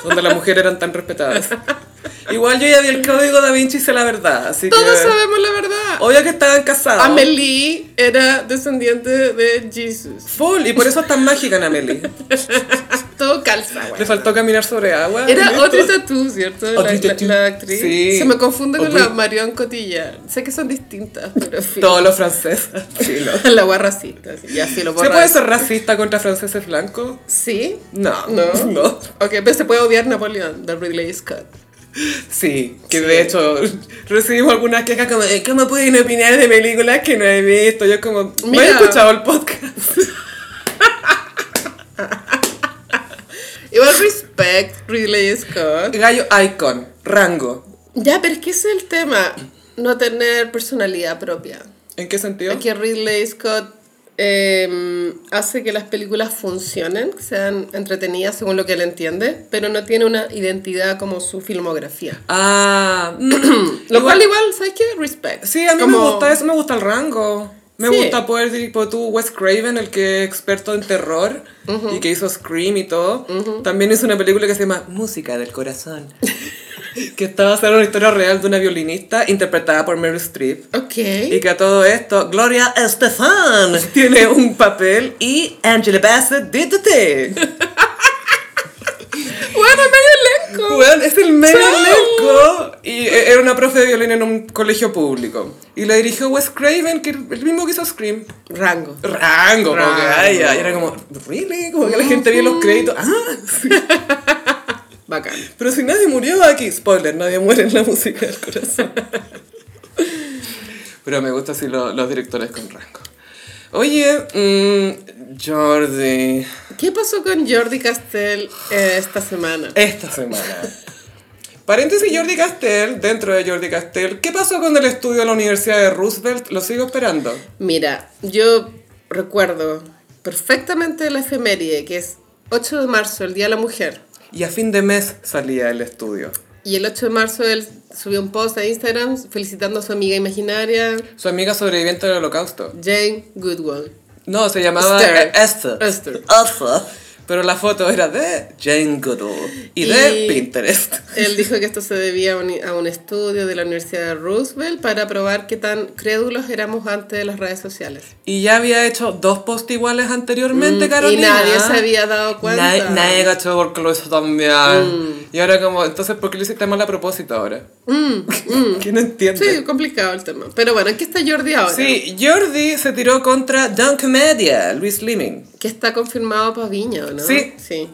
S1: donde las mujeres eran tan respetadas. Igual yo ya vi el código da Vinci y sé la verdad, así que...
S2: Todos sabemos la verdad.
S1: Obvio que estaban casados.
S2: Amelie era descendiente de Jesus. *laughs*
S1: Full, y por eso es tan mágica en Amelie.
S2: Todo calza, güey.
S1: Le faltó caminar sobre agua.
S2: Era
S1: Listo.
S2: Audrey Tatu, ¿cierto? La,
S1: Audrey
S2: la-
S1: Tautou.
S2: la actriz.
S1: Sí.
S2: Se me confunde con
S1: Audrey.
S2: la Marion Cotillard. Sé que son distintas,
S1: *laughs*
S2: pero en fin.
S1: Todos los franceses. *laughs* Sí, lo-
S2: *laughs* La guarra racista. así, Ya sí lo
S1: ¿Se
S2: borra.
S1: puede ser racista contra franceses blancos?
S2: Sí.
S1: No.
S2: No.
S1: *laughs* No.
S2: Ok, pero se puede odiar Napoleón de Ridley Scott.
S1: Sí, que de hecho recibimos algunas quejas como, eh, ¿cómo pueden opinar de películas que no he visto? Yo como, no he
S2: Mira.
S1: escuchado el podcast.
S2: Igual respect Ridley Scott.
S1: Gallo Icon, Rango.
S2: Ya, pero es que ese es el tema. No tener personalidad propia.
S1: ¿En qué sentido?
S2: Es que Ridley Scott eh, hace que las películas funcionen, que sean entretenidas según lo que él entiende, pero no tiene una identidad como su filmografía.
S1: Ah, *clears throat*
S2: Lo cual igual, ¿sabes qué? Respect.
S1: Sí, a mí me
S2: Como-
S1: gusta eso, me gusta el rango. Me
S2: Sí.
S1: gusta poder tipo tú, Wes Craven, el que es experto en terror y que hizo Scream y todo. También hizo una película que se llama Música del Corazón, *laughs* que está basada en una historia real de una violinista interpretada por Meryl Streep.
S2: Ok.
S1: Y que a todo esto, Gloria
S3: Estefan.
S1: *laughs* tiene un papel
S3: Y Angela Bassett did the thing.
S2: Bueno, medio elenco.
S1: Weón, es el medio
S2: Chao.
S1: elenco. Y e- era una profe de violín en un colegio público. Y la dirigió Wes Craven, que el mismo que hizo Scream.
S2: Rango.
S1: Rango, como que, ay, ay, era como, ¿really? Como que la gente vio los créditos. Ah, sí.
S2: Bacán.
S1: Pero si nadie murió aquí, spoiler, nadie muere en la música del corazón. *laughs* Pero me gustan así lo- los directores con rango. Oye, mm, Jordi,
S2: ¿Qué pasó con Jordi Castell eh, esta semana?
S1: esta semana. *laughs* Paréntesis Jordi Castell, dentro de Jordi Castell, ¿qué pasó con el estudio de la Universidad de Roosevelt? Lo sigo esperando.
S2: Mira, yo recuerdo perfectamente la efeméride, que es 8 de marzo, el Día de la Mujer.
S1: Y a fin de mes salía el estudio.
S2: Y el 8 de marzo él subió un post a Instagram felicitando a su amiga imaginaria,
S1: Su amiga sobreviviente del holocausto.
S2: Jane Goodwall.
S1: No, se llamaba
S2: Esther.
S1: eh, Esther.
S2: Esther.
S3: Ojo.
S1: Pero la foto era de Jane Goodall y de
S2: Y-
S1: Pinterest.
S2: Él dijo que esto se debía a un, a un estudio de la Universidad de Roosevelt para probar qué tan crédulos éramos antes de las redes sociales. Mm,
S1: Y ya había hecho dos posts iguales anteriormente, Carolina.
S2: Y nadie se había dado cuenta. Mm.
S1: Nadie, nadie cachó porque lo hizo también. Y ahora como, entonces, ¿por qué lo hiciste mal a propósito ahora? ¿Quién entiende?
S2: mm. Sí, complicado el tema. Pero bueno, aquí está Jordi ahora.
S1: Sí, Jordi se tiró contra Dunk Media, Luis Liming.
S2: Que está confirmado para Viña, ¿o ¿no?
S1: Sí.
S2: Sí.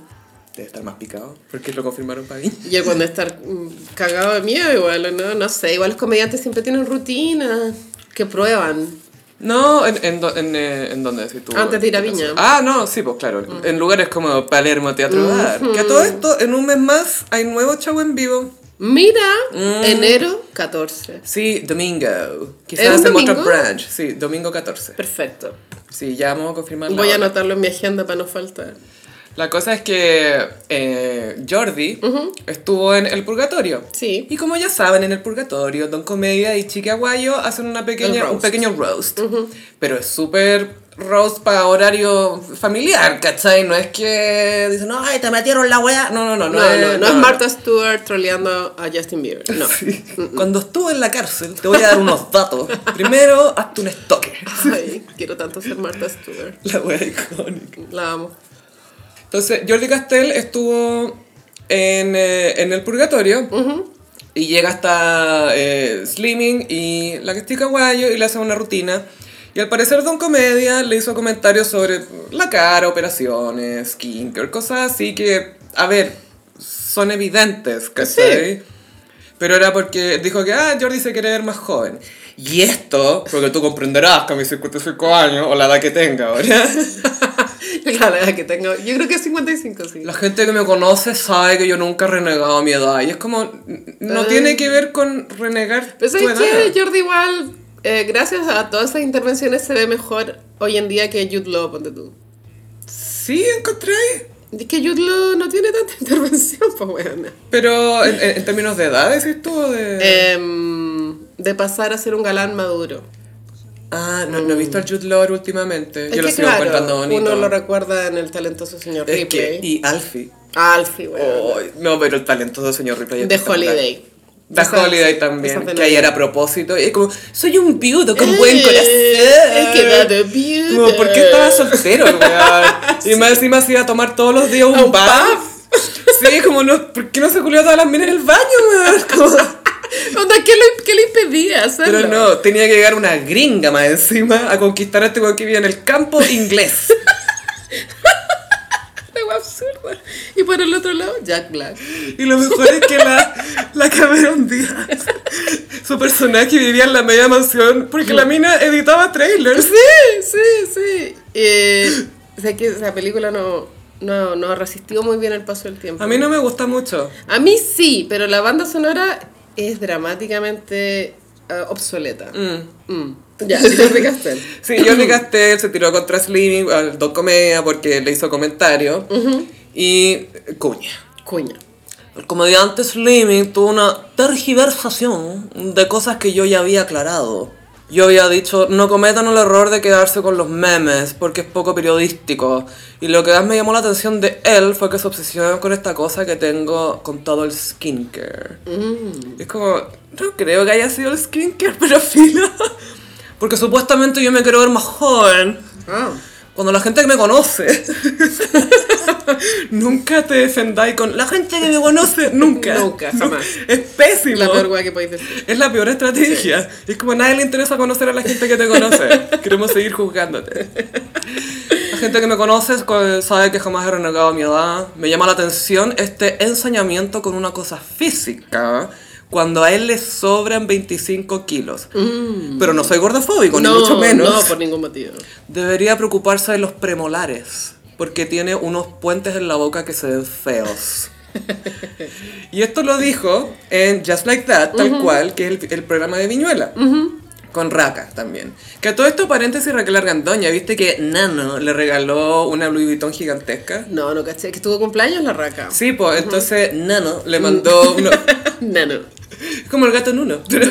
S1: Debe estar más picado, porque lo confirmaron para mí.
S2: Y él cuando estar mm, cagado de miedo igual, ¿o ¿no? No sé, igual los comediantes siempre tienen rutinas que prueban.
S1: No, ¿en, en, do- en, eh, ¿en dónde decís tú?
S2: Antes de ir a Viña. Mm.
S1: Ah, no, sí, pues claro, en lugares como Palermo, Teatro Bar. Que a todo esto, en un mes más, hay nuevo show en vivo.
S2: Mira, Mm. enero 14.
S1: Sí, domingo.
S2: ¿Es
S1: Quizás
S2: un
S1: en otro
S2: domingo?
S1: branch. Sí, domingo 14.
S2: Perfecto.
S1: Sí, ya vamos a confirmar la
S2: Voy a
S1: hora.
S2: anotarlo en mi agenda para no faltar.
S1: La cosa es que eh, Jordi estuvo en El Purgatorio.
S2: Sí.
S1: Y como ya saben, en El Purgatorio, Don Comedia y Chiqui Aguayo hacen una
S2: El
S1: pequeña,
S2: roast.
S1: un pequeño roast. Pero es súper roast para horario familiar, ¿cachai? No es que dicen, no, ay, te metieron la wea. No, no, no.
S2: No, no, no, es Martha Stewart troleando a Justin Bieber. *laughs* No.
S1: Sí. Cuando estuve en la cárcel, te voy a dar unos datos. Primero, hazte un estoque.
S2: Ay, quiero tanto ser Martha Stewart.
S1: La wea icónica.
S2: La *laughs* amo.
S1: Entonces, Jordi Castell estuvo en, eh, en el purgatorio y llega hasta eh, Slimming y la que estica guayo y le hace una rutina. Y al parecer Don Comedia le hizo comentarios sobre la cara, operaciones, skincare, cosas así que, a ver, son evidentes, ¿cachai? Pero era porque dijo que, ah, Jordi se quiere ver más joven. Y esto, porque tú comprenderás que a mis 55 años, o la edad que tenga ahora,
S2: La verdad que tengo. Yo creo que es 55, sí.
S1: La gente que me conoce sabe que yo nunca he renegado mi edad. Y es como, n- no
S2: Ah.
S1: tiene que ver con renegar
S2: Pero
S1: tu edad.
S2: ¿sabes qué? Pues Jordi igual, eh, gracias a todas esas intervenciones, se ve mejor hoy en día que Jude Law, ponte tú.
S1: Sí, encontré.
S2: Es que Jude Law no tiene tanta *laughs* intervención, pues weona.
S1: Pero en, en- en términos de edad, decís tú. o De...
S2: Eh, Em, de pasar a ser un galán maduro.
S1: Ah, no, no he visto al Jude Law últimamente.
S2: Es
S1: yo lo
S2: que
S1: sigo encontrando
S2: claro,
S1: bonito.
S2: uno lo recuerda en el talentoso señor
S1: Es que-
S2: Ripley.
S1: y Oh, Alfie.
S2: Alfie, weón.
S1: Ay, no, pero el talentoso señor Ripley. es
S2: de
S1: espectacular.
S2: Holiday.
S1: The
S2: Esa-
S1: pues, Holiday
S2: sí,
S1: también,
S2: esa
S1: que ayer a propósito, y es como, soy un viudo con
S2: Eh,
S1: buen corazón.
S2: es que era de viudo.
S1: Como, ¿por qué estaba soltero, weón? *laughs* Y más encima se iba a tomar todos los días un,
S2: A un
S1: bath.
S2: pub.
S1: Sí, como, no, ¿por qué no se culió a todas las minas en el baño, weón? *laughs* Como-
S2: Onda, ¿qué le, qué le impedía hacerlo?
S1: pero no, tenía que llegar una gringa más encima a conquistar a este weón que vivía en el campo inglés.
S2: Algo absurdo. Y por el otro lado, Jack Black.
S1: *laughs* Y lo mejor es que la, la Cameron Díaz, *laughs* su personaje vivía en la media mansión porque la mina editaba trailers.
S2: Sí, sí, sí. Eh, sé que esa película no, no, no resistió muy bien el paso del tiempo.
S1: A mí no me gusta mucho.
S2: A mí sí, pero la banda sonora es dramáticamente eh, obsoleta. Mm. *laughs* Ya, Jordi Castell.
S1: Sí, Johnny Castell se tiró contra Slimming, al Don Comedia, porque le hizo comentario. Y eh, cuña.
S2: Cuña.
S3: El comediante Slimming tuvo una tergiversación de cosas que yo ya había aclarado.
S1: Yo había dicho, no cometan el error de quedarse con los memes, porque es poco periodístico. Y lo que más me llamó la atención de él fue que se obsesionó con esta cosa que tengo con todo el skincare. Es como, no creo que haya sido el skincare, *laughs* pero filo. Porque supuestamente yo me quiero ver más joven.
S2: Ah.
S1: Cuando la gente que me conoce, *laughs* nunca te defendáis con la gente que me conoce, nunca.
S2: Nunca, jamás.
S1: Es pésimo.
S2: La peor weá que podéis decir.
S1: es la peor estrategia. Es como a nadie le interesa conocer a la gente que te
S2: *laughs*
S1: conoce. Queremos seguir juzgándote. La gente que me conoce co- sabe que jamás he renegado a mi edad. Me llama la atención este ensañamiento con una cosa física. Cuando a él le sobran 25 kilos. Pero no soy gordofóbico,
S2: Mm. no,
S1: ni mucho menos.
S2: no, por ningún motivo.
S1: Debería *laughs* preocuparse de los premolares, porque tiene unos puentes en la boca que se ven feos. Y esto lo dijo en Just Like That, tal cual, que es el, el programa de Viñuela. Con Raka también. Que a todo esto, paréntesis, Raquel Argandoña, ¿viste que Nano le regaló una Louis Vuitton gigantesca?
S2: No, no caché. Que tuvo cumpleaños la raca.
S1: Sí, pues entonces Nano le mandó uno,
S2: *laughs*
S1: *laughs*
S2: No, no.
S1: como el gato en uno, pero-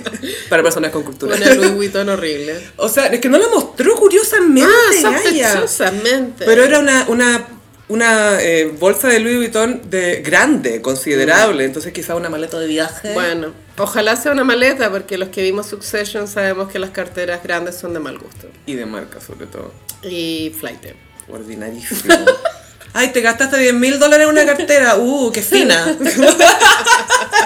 S1: *laughs* para personas con cultura.
S2: *laughs* Una Louis Vuitton horrible.
S1: *laughs* O sea, es que no la mostró curiosamente.
S2: Ah,
S1: Gaia.
S2: sospechosamente.
S1: Pero era una, una, una eh, bolsa de Louis Vuitton de grande, considerable. Entonces quizá una maleta de viaje.
S2: Mm. Bueno, ojalá sea una maleta, porque los que vimos Succession sabemos que las carteras grandes son de mal gusto.
S1: Y de marca sobre todo.
S2: Y flight.
S1: Ordinarísimo. *laughs* Ay, te gastaste 10 mil dólares en una cartera. Uh, qué fina.
S2: *laughs*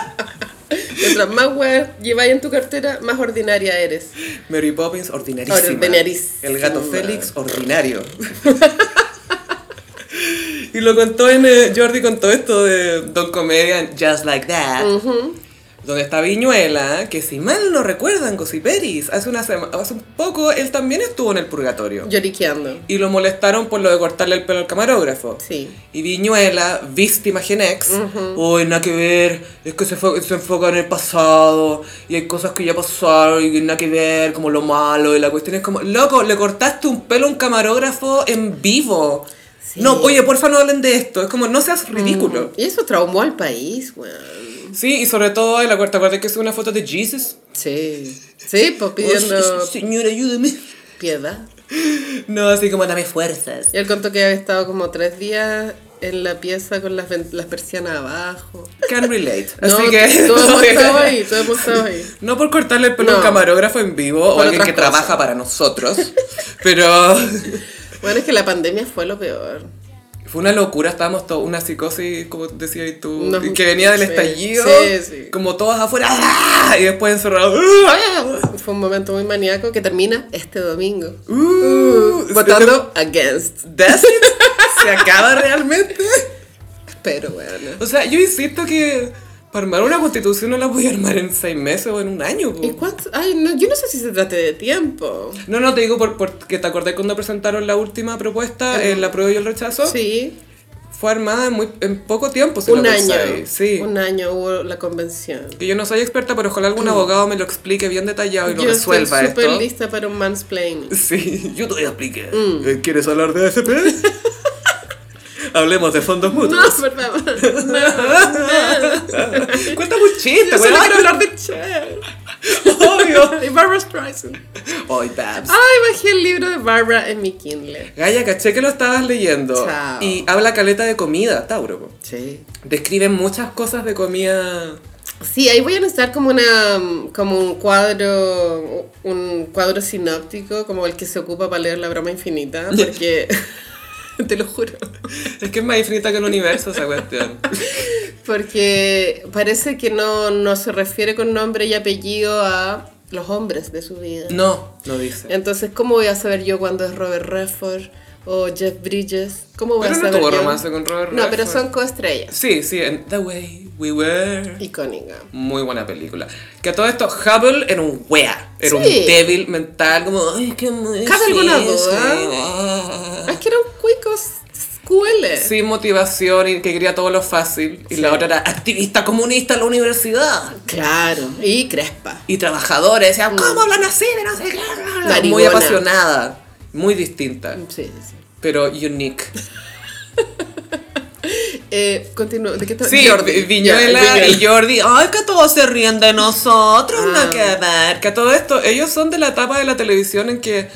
S2: Mientras más web lleváis en tu cartera, más ordinaria eres.
S1: Mary Poppins, ordinarísima.
S2: Ordinarísima.
S1: El gato Félix, ordinario. *laughs* y lo contó en eh, Jordi contó esto de Don Comedia en Just Like That. Donde está Viñuela, que si mal no recuerdan, Gossiperis, hace, una sema- hace un poco él también estuvo en el purgatorio.
S2: Lloriqueando.
S1: Y lo molestaron por lo de cortarle el pelo al camarógrafo.
S2: Sí.
S1: Y Viñuela, víctima Gen X, uy, nada que ver, es que se, fo- se enfoca en el pasado y hay cosas que ya pasaron y nada que ver, como lo malo. Y la cuestión es como, loco, le cortaste un pelo a un camarógrafo en vivo.
S2: Sí.
S1: No, oye, porfa, no hablen de esto. Es como, no seas ridículo.
S2: Y eso traumó al país, weón.
S1: Sí, y sobre todo, ay, la cuarta parte que es una foto de Jesus.
S2: Sí. Sí, pues pidiendo
S3: Oh, se-
S2: *laughs*
S3: señor, ayúdeme.
S2: piedad.
S1: No, así como también.
S3: Dame fuerzas.
S2: Y él contó que había estado como tres días en la pieza con las, ven- las persianas abajo.
S1: Can relate.
S2: *laughs* No,
S1: Así que. *laughs*
S2: Todo hemos estado ahí, todo hemos estado ahí.
S1: No por cortarle el pelo a un
S2: No.
S1: camarógrafo en vivo o
S2: Por
S1: alguien que
S2: otras cosas.
S1: trabaja para nosotros,
S2: *laughs*
S1: pero *laughs*
S2: Bueno, es que la pandemia fue lo peor.
S1: fue una locura, estábamos todos, una psicosis, como decías y tú,
S2: Nos-
S1: y que venía del
S2: sí,
S1: estallido,
S2: sí, sí.
S1: como todos afuera, ¡ah! y después encerrados, ¡ah!
S2: Fue un momento muy maníaco que termina este domingo.
S1: ¡uh!
S2: Votando against.
S1: That's it. ¿Se acaba realmente?
S2: Pero bueno.
S1: O sea, yo insisto que para armar una constitución no la voy a armar en seis meses o en un año. po.
S2: ¿Y cuánto? Ay, no, yo no sé si se trate de tiempo.
S1: No, no, te digo por, porque te acordé cuando presentaron la última propuesta,
S2: Ajá.
S1: el apruebo y el rechazo.
S2: Sí,
S1: Fue armada en, muy, en poco tiempo, si
S2: un
S1: lo
S2: año.
S1: pensáis. Sí.
S2: Un año hubo la convención.
S1: Que yo no soy experta, pero ojalá algún abogado me lo explique bien detallado y lo
S2: Yo estoy
S1: resuelva
S2: súper
S1: esto.
S2: lista Mm. para un mansplaining.
S1: Sí, yo te voy a explicar. Eh, ¿Quieres hablar de
S2: *laughs*
S1: AFP? Hablemos de fondos
S2: No,
S1: mutuos. *laughs*
S2: por favor. No.
S1: Cuéntame un chiste,
S2: Yo solo quiero
S1: weón.
S2: hablar de Cher.
S1: *laughs* Obvio.
S2: Y Barbara Streisand.
S1: Hoy, Babs.
S2: Ay, bajé el libro de Barbara en mi Kindle.
S1: Gaya, caché que lo estabas leyendo.
S2: Chao.
S1: Y habla caleta de comida, Tauro. po.
S2: Sí.
S1: Describe muchas cosas de comida.
S2: Sí, ahí voy a necesitar como una mm, como un cuadro un cuadro sinóptico como el que se ocupa para leer la broma infinita, porque *laughs* te lo juro,
S1: Es que es más infinita que el universo esa cuestión.
S2: porque parece que no, no se refiere con nombre y apellido a los hombres de su vida.
S1: No, no dice.
S2: Entonces, ¿cómo voy a saber yo cuándo es Robert Redford o Jeff Bridges? ¿Cómo voy
S1: Pero
S2: a
S1: no
S2: saber
S1: tuvo
S2: yo?
S1: romance con Robert
S2: No, pero
S1: Redford.
S2: son coestrellas.
S1: Sí, sí, en The Way We Were.
S2: Icónica.
S1: Muy buena película. Que a todo esto, Hubble era un wea. Era un
S2: Sí.
S1: débil mental, como, ay, qué
S2: Cabe alguna duda.
S1: duda?
S2: Ah, Es que eran cuicos QL.
S1: Sin motivación y que quería todo lo fácil. Y la otra era activista comunista en la universidad.
S2: Claro. Y Crespa.
S1: Y trabajadores
S2: Mm.
S1: decían, ¿cómo hablan así? De no sé qué?" Muy
S2: Narigona.
S1: apasionada. Muy distinta.
S2: Sí, sí.
S1: Pero unique.
S2: Eh, continúo. ¿De qué estaba-
S1: Sí,
S2: Jordi.
S1: Vi- Viñuela
S2: Ya, Viñuela.
S1: y Jordi. Ay, que todos se ríen de nosotros,
S2: Ah.
S1: no que ver. Que a todo esto, ellos son de la etapa de la televisión en que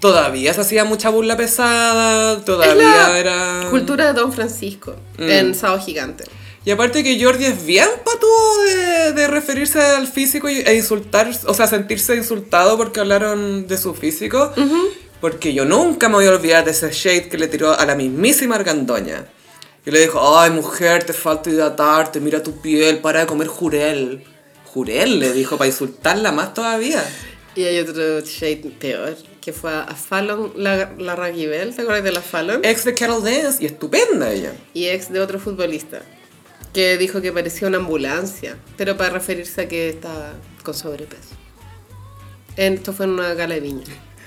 S1: todavía se hacía mucha burla pesada,
S2: Es
S1: todavía
S2: la
S1: era... Mm.
S2: cultura de Don Francisco en Sao Gigante.
S1: Y aparte que Jordi es bien patudo de, de referirse al físico y- e insultar, o sea, sentirse insultado porque hablaron de su físico. Porque yo nunca me voy a olvidar de ese shade que le tiró a la mismísima Argandoña. Y le dijo, ay mujer, te falta hidratarte, mira tu piel, para de comer jurel. Jurel, le dijo, para insultarla más todavía.
S2: Y hay otro shade peor, que fue a Fallon, la, la Raguibel, ¿te acuerdas de la Fallon?
S1: Ex de Carol Dance, y estupenda ella.
S2: Y ex de otro futbolista, que dijo que parecía una ambulancia, pero para referirse a que estaba con sobrepeso. Esto fue en una gala de viña.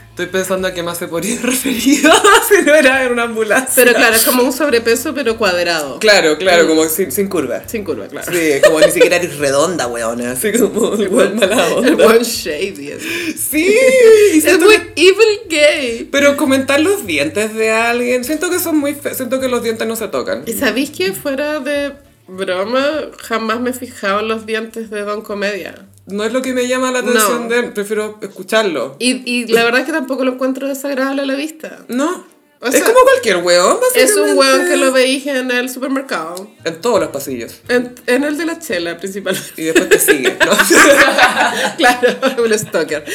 S1: Estoy pensando a qué más se podría *laughs* referir si no era en una ambulancia.
S2: Pero
S1: *laughs*
S2: claro, es como un sobrepeso, pero cuadrado.
S1: Claro, claro, como sin, sin curva.
S2: Sin curva, claro.
S3: Sí, como ni siquiera eres redonda, weona.
S1: Así como el buen mala *laughs*
S2: El
S1: onda.
S2: buen shady. así.
S1: Sí, y
S2: Es
S1: siento
S2: muy
S1: que-
S2: evil gay.
S1: pero comentar los dientes de alguien, siento que son muy fe- siento que los dientes no se tocan.
S2: ¿Y sabéis que fuera de broma jamás me fijaba en los dientes de Don Comedia?
S1: No es lo que me llama la
S2: No.
S1: atención de él, prefiero escucharlo.
S2: Y, y la verdad es que tampoco lo encuentro desagradable a la vista.
S1: No,
S2: O
S1: es
S2: sea,
S1: como cualquier weón,
S2: Es un hueón que lo
S1: ve
S2: veis en el supermercado.
S1: en todos los pasillos.
S2: En, en el de la chela, principalmente. *laughs*
S1: Y después te sigue, ¿no?
S2: claro, un stalker.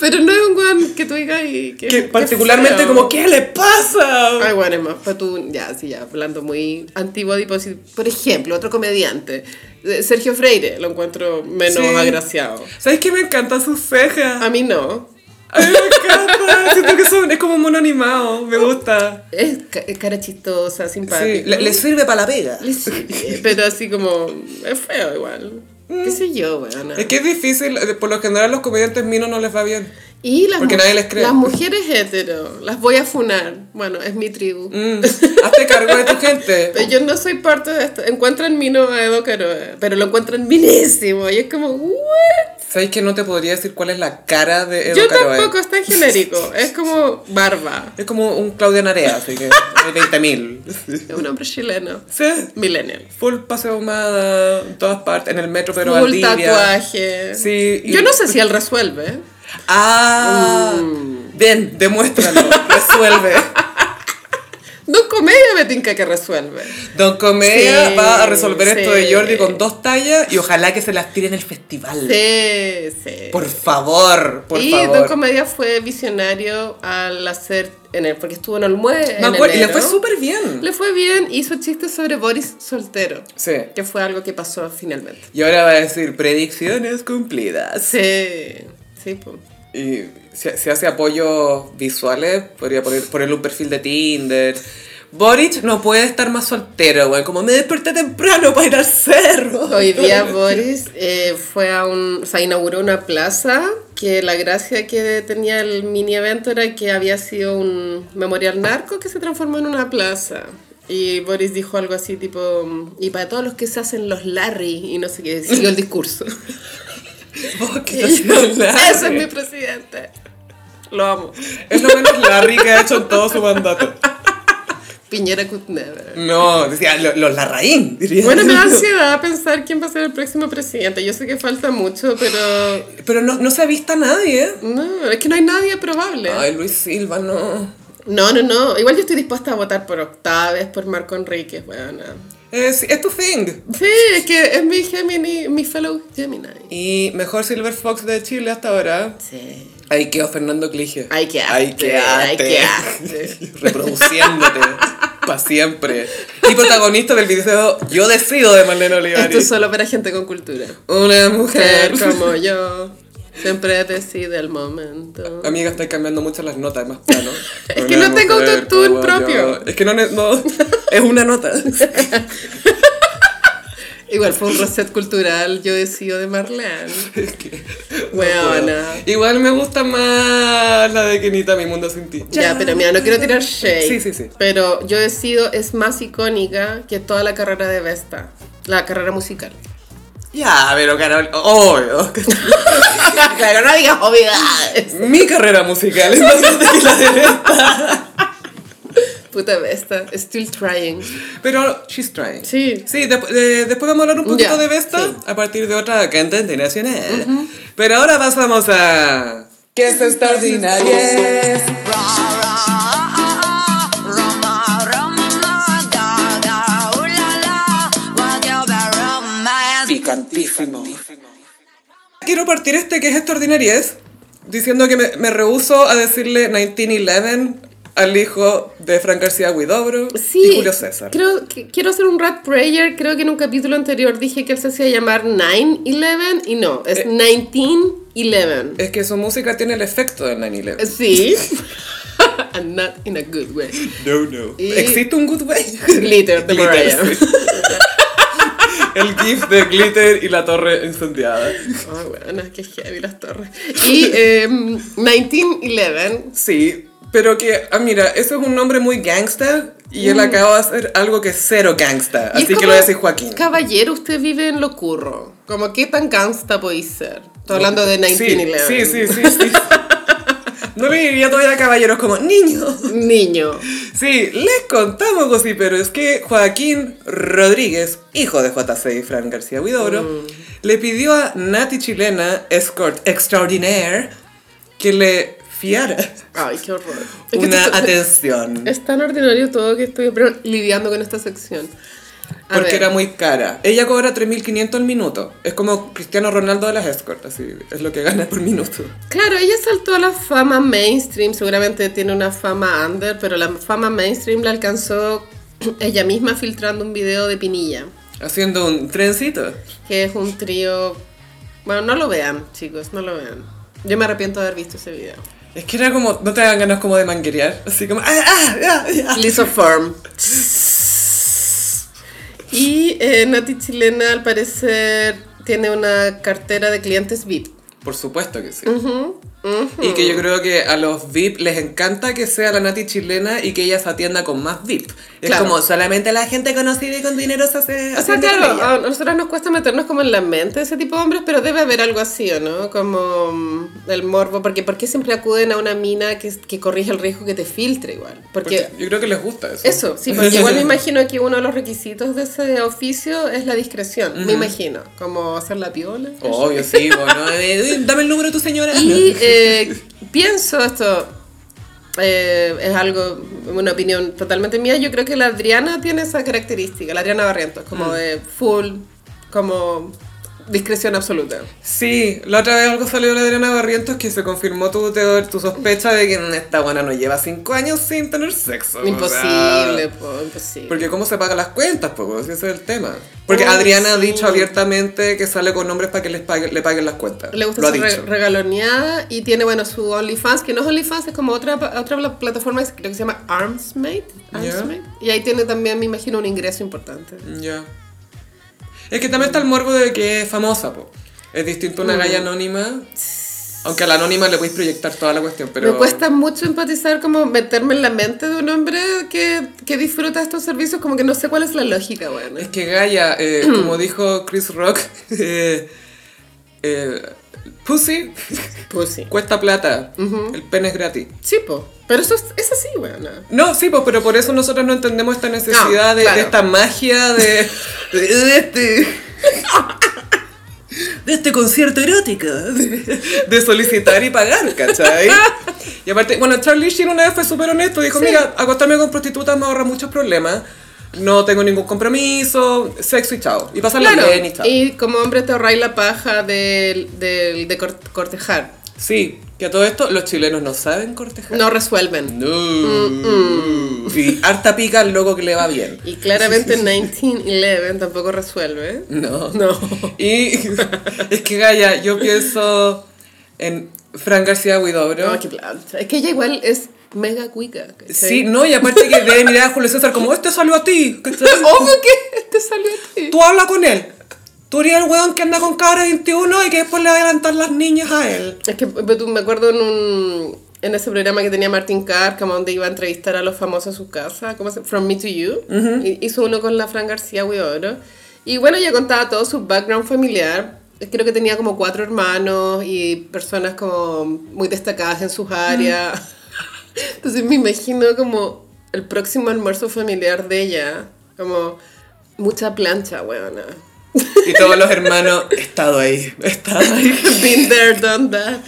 S2: Pero no es un weón que tú digas y que,
S1: Que
S2: que
S1: particularmente
S2: feo.
S1: como, ¿qué le pasa?
S2: Ay, bueno, es más, fue tú, ya, sí, ya, hablando muy antibody positive. Por ejemplo, otro comediante, eh, Sergio Freire, lo encuentro menos
S1: Sí.
S2: agraciado.
S1: ¿Sabes que me encantan sus cejas?
S2: A mí no.
S1: A mí me encanta. Siento que son, es como un mono animado. Me gusta.
S2: Es ca- es cara chistosa,
S1: Sí,
S2: simpática.
S3: Le, le sirve para la pega.
S1: *laughs*
S2: Le sirve, pero así como, es feo igual. Mm. ¿Qué sé yo, weón?
S1: Es que es difícil. eh, Por lo general, los comediantes minos no les va bien.
S2: Y las,
S1: Porque
S2: mu-
S1: nadie les cree.
S2: las mujeres hetero, las voy a funar. Bueno, es mi tribu.
S1: Mm, hazte cargo de tu gente.
S2: Pero yo no soy parte de esto. Encuentran mino a Edo Caroe, pero lo encuentran minísimo. Y es como, ¿what?
S1: ¿Sabes que no te podría decir cuál es la cara de Edo
S2: Yo
S1: Caroe?
S2: tampoco, es
S1: *laughs*
S2: tan genérico. Es como barba.
S1: Es como un Claudia Narea, así que hay 20.000.
S2: Es un hombre chileno.
S1: Sí.
S2: Millennial.
S1: Full paseo ahumada en todas partes, en el metro, pero
S2: Full
S1: Valdivia.
S2: tatuaje.
S1: Sí, y-
S2: Yo no sé si él resuelve.
S3: Ah,
S2: Mm.
S1: Bien, demuéstralo,
S2: *laughs*
S1: resuelve.
S2: No comedia me tinca que resuelve.
S1: Don Comedia
S2: Sí,
S1: va a resolver esto
S2: sí.
S1: de Jordi con dos tallas y
S3: y ojalá que se las tire en el festival.
S2: Sí, sí.
S3: Por favor, por
S2: y
S3: favor.
S2: Don Comedia fue visionario al hacer en el, porque estuvo en Olmué. en
S1: Me acuerdo, y le
S2: enero.
S1: fue súper bien.
S2: Le fue bien, hizo chistes sobre Boris soltero,
S1: Sí.
S2: que fue algo que pasó finalmente.
S1: Y ahora va a decir predicciones cumplidas.
S2: Sí, sí, po.
S1: Y si, si hace apoyos visuales, podría poner, ponerle un perfil de Tinder. Boric no puede estar más soltero, güey. Como me desperté temprano para ir al cerro. *laughs*
S2: Hoy día Boris eh, fue a un, o sea, inauguró una plaza que la gracia que tenía el mini evento era que había sido un memorial narco que se transformó en una plaza. Y Boris dijo algo así tipo, y para todos los que se hacen los Larry, y no sé qué, siguió el *laughs* discurso.
S1: Vos que
S2: Y
S1: estás
S2: yo,
S1: haciendo Larry.
S2: Ese es mi presidente. Lo amo.
S1: Es lo menos Larry que ha hecho en todo su mandato.
S2: Piñera could *laughs* never.
S1: No, decía, lo- los Larraín, diría.
S2: Bueno, me da ansiedad pensar quién va a ser el próximo presidente. Yo sé que falta mucho, pero
S1: Pero no, no se avista nadie, ¿eh?
S2: no, es que no hay nadie probable.
S1: Ay, Luis Silva, no.
S2: No, no, no. Igual yo estoy dispuesta a votar por Octaves, por Marco Enríquez, bueno.
S1: Es, es tu thing.
S2: Sí, es que es mi Gemini, mi fellow Gemini.
S1: Y mejor Silver Fox de Chile hasta ahora.
S2: Sí.
S1: Ahí quedó Fernando Clige.
S2: Ay, qué arte,
S1: Ahí quedaste.
S2: ay, *laughs* qué arte. *laughs*
S1: Reproduciéndote. para siempre. Y protagonista del video Yo Decido de Marlene Olivari.
S2: Esto es solo para gente con cultura.
S1: Una
S2: Ser
S1: mujer.
S2: como yo, siempre decide el momento.
S1: Amiga, estás cambiando mucho las notas, más plano.
S2: *laughs* Es que no tengo
S1: mujer
S2: autotune
S1: como
S2: propio.
S1: yo. Es que no, ne- no. Es una
S2: *laughs*
S1: nota.
S2: Igual fue un reset cultural, yo decido de Marlene.
S1: Es que-
S2: Weona.
S1: Igual me gusta más la de Kenita, Mi Mundo Sin Ti.
S2: Ya, pero mira, no quiero tirar shade.
S1: Sí, sí, sí.
S2: Pero yo decido es más icónica que toda la carrera de Vesta, la carrera musical.
S3: Ya, pero Carol, *laughs* obvio.
S2: claro, no digas obviedades.
S1: Mi carrera musical *laughs* es más grande que la de
S2: Puta Vesta, still trying.
S1: Pero she's trying.
S2: Sí.
S1: Sí, de- de- después vamos a hablar un poquito
S2: Ya,
S1: de Vesta
S2: sí.
S1: a partir de otra cantante internacional. Pero ahora pasamos a. ¿Qué es extraordinaria?
S3: Picantísimo.
S1: Quiero partir este que es extraordinaria diciendo que me, me rehuso a decirle 1911 al hijo de Frank García Huidobro
S2: Sí,
S1: y Julio César.
S2: Creo, que- quiero hacer un rat prayer. Creo que en un capítulo anterior dije que él se hacía llamar 9-11 y no,
S1: Eh,
S2: es 19-11.
S1: Es que su música tiene el efecto del 911. *laughs*
S2: Sí. And not in a good way.
S1: No, no.
S2: Y-
S1: ¿Existe un good way?
S2: *laughs* Glitter, de Mariah.
S1: sí. el GIF de Glitter y la torre incendiada.
S2: Ay, bueno, es que heavy las torres. Y eh, 1911.
S1: Sí, pero que, ah, mira, eso es un nombre muy gangsta y él acaba de hacer algo que es cero gangsta.
S2: Mm. Y es
S1: Así que
S2: como,
S1: lo voy a decir Joaquín.
S2: Caballero, usted vive en lo curro. Como, ¿qué tan gangsta podéis ser? Estoy hablando de 1911.
S1: Sí, sí, sí, sí. sí. *laughs* No le diría todavía a caballeros como niños.
S2: Niño.
S1: Sí, les contamos, pues gossiperos, que Joaquín Rodríguez, hijo de JC y Fran García Huidobro,
S2: Mm.
S1: le pidió a Nati Chilena, escort extraordinaire, que le fiara
S2: Ay, qué horror. Es
S1: *laughs*
S2: que
S1: una
S2: esto-
S1: atención.
S2: Es tan ordinario todo que estoy pero, lidiando con esta sección. A
S1: Porque
S2: ver.
S1: era muy cara. Ella cobra 3.500 al minuto. Es como Cristiano Ronaldo de las escort, así es lo que gana por minuto.
S2: Claro, ella saltó a la fama mainstream, seguramente tiene una fama under, pero la fama mainstream la alcanzó *clears throat* ella misma filtrando un video de Pinilla,
S1: Haciendo un trencito.
S2: que es un trío... Bueno, no lo vean, chicos, no lo vean. Yo me arrepiento de haber visto ese
S1: *laughs*
S2: video.
S1: Es que era como, no te dan ganas como de manguerear. Así como, ah, ah, ah, ah.
S2: Lisoform. Y eh, Nati Chilena, al parecer, tiene una cartera de clientes VIP.
S1: Por supuesto que sí.
S2: Ujú, ujú.
S1: Y que yo creo que a los VIP les encanta que sea la Nati chilena y que ella se atienda con más VIP. Es
S2: Claro.
S1: como solamente la gente conocida y con dinero se hace.
S2: O sea,
S1: atiende con
S2: claro, ah,
S1: ella.
S2: a nosotros nos cuesta meternos como en la mente de ese tipo de hombres, pero debe haber algo así, ¿o no? Como mm, el morbo, porque ¿por qué siempre acuden a una mina que, que corrige el riesgo que te filtre igual? Porque,
S1: Porque yo creo que les gusta eso.
S2: eso, sí,
S1: *laughs*
S2: porque igual me imagino que uno de los requisitos de ese oficio es la discreción, me imagino, como hacer la piola.
S1: Obvio, sí, bueno. eh, Dame el número de tu señora.
S2: Y eh, *laughs* pienso esto. eh, es algo, una opinión totalmente mía. Yo creo que la Adriana tiene esa característica, la Adriana Barrientos, como
S1: Mm.
S2: de full, como discreción absoluta.
S1: Sí, la otra vez algo salió de la Adriana Barrientos que se confirmó tu, teor- tu sospecha de que mm, esta buena no lleva cinco años sin tener sexo. Pues, o sea.
S2: Imposible, po, imposible.
S1: Porque cómo se pagan las cuentas, pues ese es el tema. Porque
S2: Uy,
S1: Adriana ha
S2: Oh, sí.
S1: dicho abiertamente que sale con hombres para que les pague- le paguen las cuentas.
S2: Le gusta
S1: Lo ha
S2: ser re-
S1: dicho.
S2: regaloneada y tiene, bueno, su OnlyFans, que no es OnlyFans, es como otra, pa- otra pla- plataforma que creo que se llama Armsmate. Armsmate. Y ahí tiene también, me imagino, un ingreso importante.
S1: Ya. Es que también está el morbo de que es famosa, po. Es distinto a
S2: Mm.
S1: una galla anónima. Aunque a la anónima le podéis proyectar toda la cuestión, pero.
S2: Me cuesta mucho empatizar, como meterme en la mente de un hombre que, que disfruta estos servicios, como que no sé cuál es la lógica, bueno.
S1: Es que Gaia,
S2: *clears throat*
S1: eh, como dijo Chris Rock, *laughs* eh, eh, pussy
S2: Pues sí.
S1: cuesta plata. El pene es gratis.
S2: Sí, po. Pero eso es, es así, bueno.
S1: No, sí, pues, pero por eso nosotros no entendemos esta necesidad
S2: No,
S1: de,
S2: claro.
S1: de esta magia de, de- de este,
S3: De este concierto erótico.
S1: de solicitar y pagar, ¿cachai? Y aparte, bueno, Charlie Sheen una vez fue súper honesto, dijo,
S2: Sí.
S1: mira, acostarme con prostitutas me ahorra muchos problemas, no tengo ningún compromiso, sexo y chao. Y pasarla
S2: Claro.
S1: bien y chao.
S2: Y como hombre te ahorráis la paja del del- de, cort- cortejar.
S1: Sí, que a todo esto los chilenos no saben cortejar.
S2: No resuelven.
S1: No. Y harta pica al loco que le va bien.
S2: Y claramente 1911 tampoco resuelve.
S1: *laughs* No.
S2: No.
S1: Y *laughs* es que Gaya, yo pienso en Fran García Huidobro.
S2: No, qué planta. Es que ella igual es mega cuica. ¿cachai?
S1: Sí, no, y aparte que debe mirar a Julio César como, este salió a ti. *laughs* ¿cachai?
S2: Obvio que te salió a ti.
S1: Tú habla con él. Tú eres el weón que anda con cabra 21 y que después le va a adelantar las niñas a él.
S2: Es que pues, tú, me acuerdo en un en ese programa que tenía Martin Carr, como donde iba a entrevistar a los famosos a su casa, ¿cómo se From Me to You, y- hizo uno con la Fran García Huidobro. Y bueno, ella contaba todo su background familiar. Creo que tenía como cuatro hermanos y personas como muy destacadas en sus áreas. *laughs* Entonces me imagino como el próximo almuerzo familiar de ella, como mucha plancha, weona.
S1: Y todos los hermanos, he estado ahí, he estado ahí.
S2: *laughs* Been there, done that.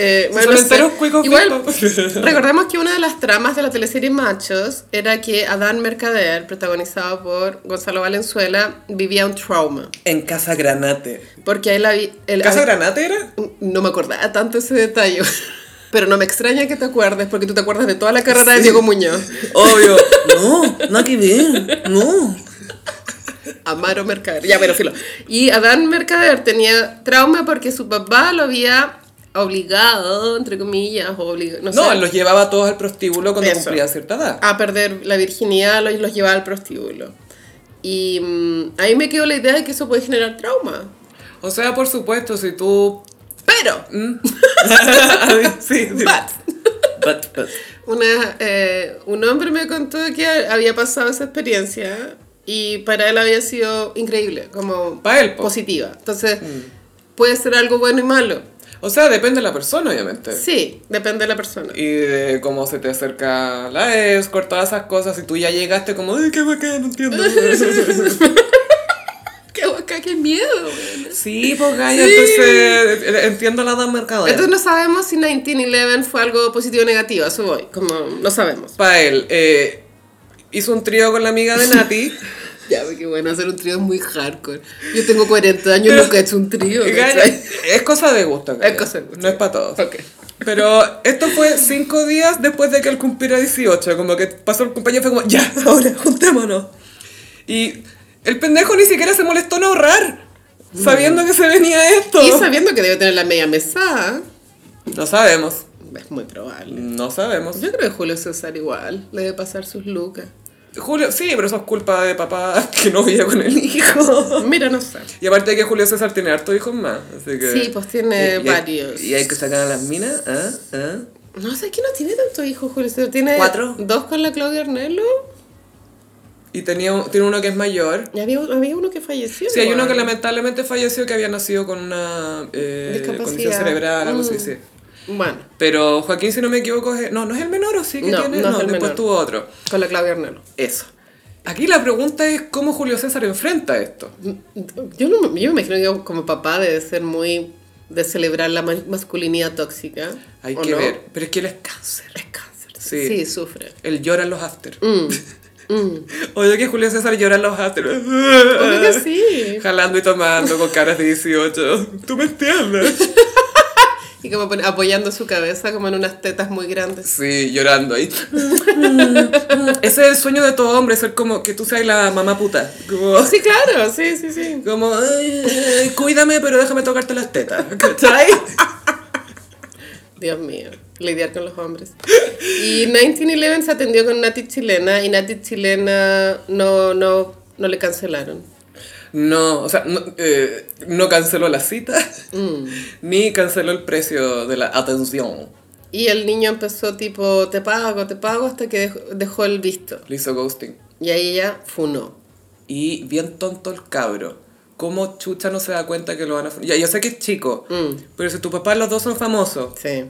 S2: Eh, bueno,
S1: son
S2: no sé.
S1: enteros cuicos
S2: Igual,
S1: *laughs* viejos.
S2: recordemos que una de las tramas de la teleserie Machos era que Adán Mercader, protagonizado por Gonzalo Valenzuela, vivía un trauma.
S1: En Casa Granate.
S2: Porque él había... él-
S1: ¿Casa Granate era?
S2: No me acordaba tanto ese detalle. *laughs* Pero no me extraña que te acuerdes, porque tú te acuerdas de toda la carrera de Diego Muñoz.
S1: *laughs* Obvio.
S3: No, nada que ver. No.
S2: Amaro Mercader. Ya, pero filo. Y Adán Mercader tenía trauma porque su papá lo había obligado, entre comillas, o obligado, no,
S1: No,
S2: sé.
S1: los llevaba a todos al prostíbulo cuando
S2: Eso.
S1: cumplía cierta edad.
S2: a perder la virginidad lo- y los llevaba al prostíbulo. Y mm, ahí me quedó la idea de que eso puede generar trauma.
S1: O sea, por supuesto, si tú...
S2: Pero,
S1: *laughs* sí, sí.
S2: but,
S3: But, but.
S2: una, eh, un hombre me contó que había pasado esa experiencia y para él había sido increíble, como
S1: Pa' él, po.
S2: positiva. Entonces, puede ser algo bueno y malo.
S1: O sea, depende de la persona, obviamente.
S2: Sí, depende de
S1: *laughs*
S2: la persona. *laughs*
S1: Y de cómo se te acerca la escort, todas esas cosas. Y tú ya llegaste como, ¡ay, qué bacán! No *laughs* entiendo.
S2: ¡Qué guaca, qué miedo! güey.
S1: sí, pues, Gaya, entonces eh, entiendo la edad mercadora.
S2: Entonces no sabemos si 1911 fue algo positivo o negativo, a eso voy, como no sabemos.
S1: Para él, eh, hizo un trío con la amiga de *laughs* Nati.
S2: Ya, porque bueno, hacer un trío es muy hardcore. Yo tengo 40 años, nunca he hecho un trío.
S1: Y Gaya,
S2: ¿cachai?
S1: es cosa de gusto, Gaya.
S2: cosa de gusto.
S1: No es para todos.
S2: Ok.
S1: Pero esto fue cinco días después de que él cumpliera 18. Como que pasó el cumpleaños y fue como, ya, *laughs* ahora, juntémonos. Y el pendejo ni siquiera se molestó en ahorrar, sabiendo que se venía esto.
S2: Mm. Y sabiendo que debe tener la media mesada,
S1: No sabemos.
S2: es muy probable.
S1: No sabemos.
S2: Yo creo que Julio César igual, le debe pasar sus lucas.
S1: *laughs* Julio, sí, pero eso es culpa de papá *laughs* que no vive con el
S2: *laughs*
S1: hijo.
S2: Mira, no sé.
S1: Y aparte de que Julio César tiene harto hijos más. Así que...
S2: Sí, pues tiene varios.
S3: ¿Y hay que sacar a las minas? ¿Ah? ¿Ah?
S2: No sé, es que no tiene tanto hijo Julio César. Tiene
S3: ¿Cuatro?
S2: dos con la Claudia Arnelo.
S1: Y tenía, un- tiene uno que es mayor.
S2: Y había, había uno que falleció.
S1: Sí, hay uno
S2: igual.
S1: que lamentablemente falleció que había nacido con una eh,
S2: Discapacidad.
S1: condición cerebral, algo así,
S2: Mm.
S1: sí.
S2: Bueno,
S1: Pero Joaquín, si no me equivoco, es... No, no es el menor, ¿o sí que
S2: No,
S1: tiene?
S2: no es el
S1: después
S2: menor.
S1: tuvo otro.
S2: con la Claudia Arnelo.
S1: Eso. Aquí la pregunta es cómo Julio César enfrenta esto.
S2: Yo, no, me- yo me imagino que como papá debe ser muy de celebrar la ma- masculinidad tóxica.
S1: Hay
S2: ¿o
S1: que
S2: no?
S1: ver. Pero es que él es cáncer.
S2: Es cáncer.
S1: Sí.
S2: Sí, sufre.
S1: Él llora en los after.
S2: Mm, mm.
S1: Oye, que Julio César llora en los after. *laughs*
S2: Obvio que sí.
S1: Jalando y tomando con caras de 18. ¿Tú me entiendes?
S2: *laughs* Y como pon- apoyando su cabeza como en unas tetas muy grandes.
S1: Sí, llorando ahí. *laughs* Ese es el sueño de todo hombre, ser como que tú seas la mamá puta. Como,
S2: Sí, claro, sí, sí, sí.
S1: como "Ay, ay, cuídame, pero déjame tocarte las tetas. ¿Cachai?
S2: Dios mío, lidiar con los hombres. Y 1911 se atendió con Nati Chilena y Nati Chilena no, no, no le cancelaron.
S1: No, o sea, no, eh, no canceló la cita,
S2: Mm.
S1: ni canceló el precio de la atención.
S2: Y el niño empezó tipo, te pago, te pago, hasta que dejó, dejó el visto.
S1: Le hizo ghosting.
S2: Y ahí ella funó.
S1: Y bien tonto el cabro. ¿Cómo chucha no se da cuenta que lo van a... Ya, yo sé que es chico,
S2: Mm.
S1: pero si tu papá los dos son famosos,
S2: Sí.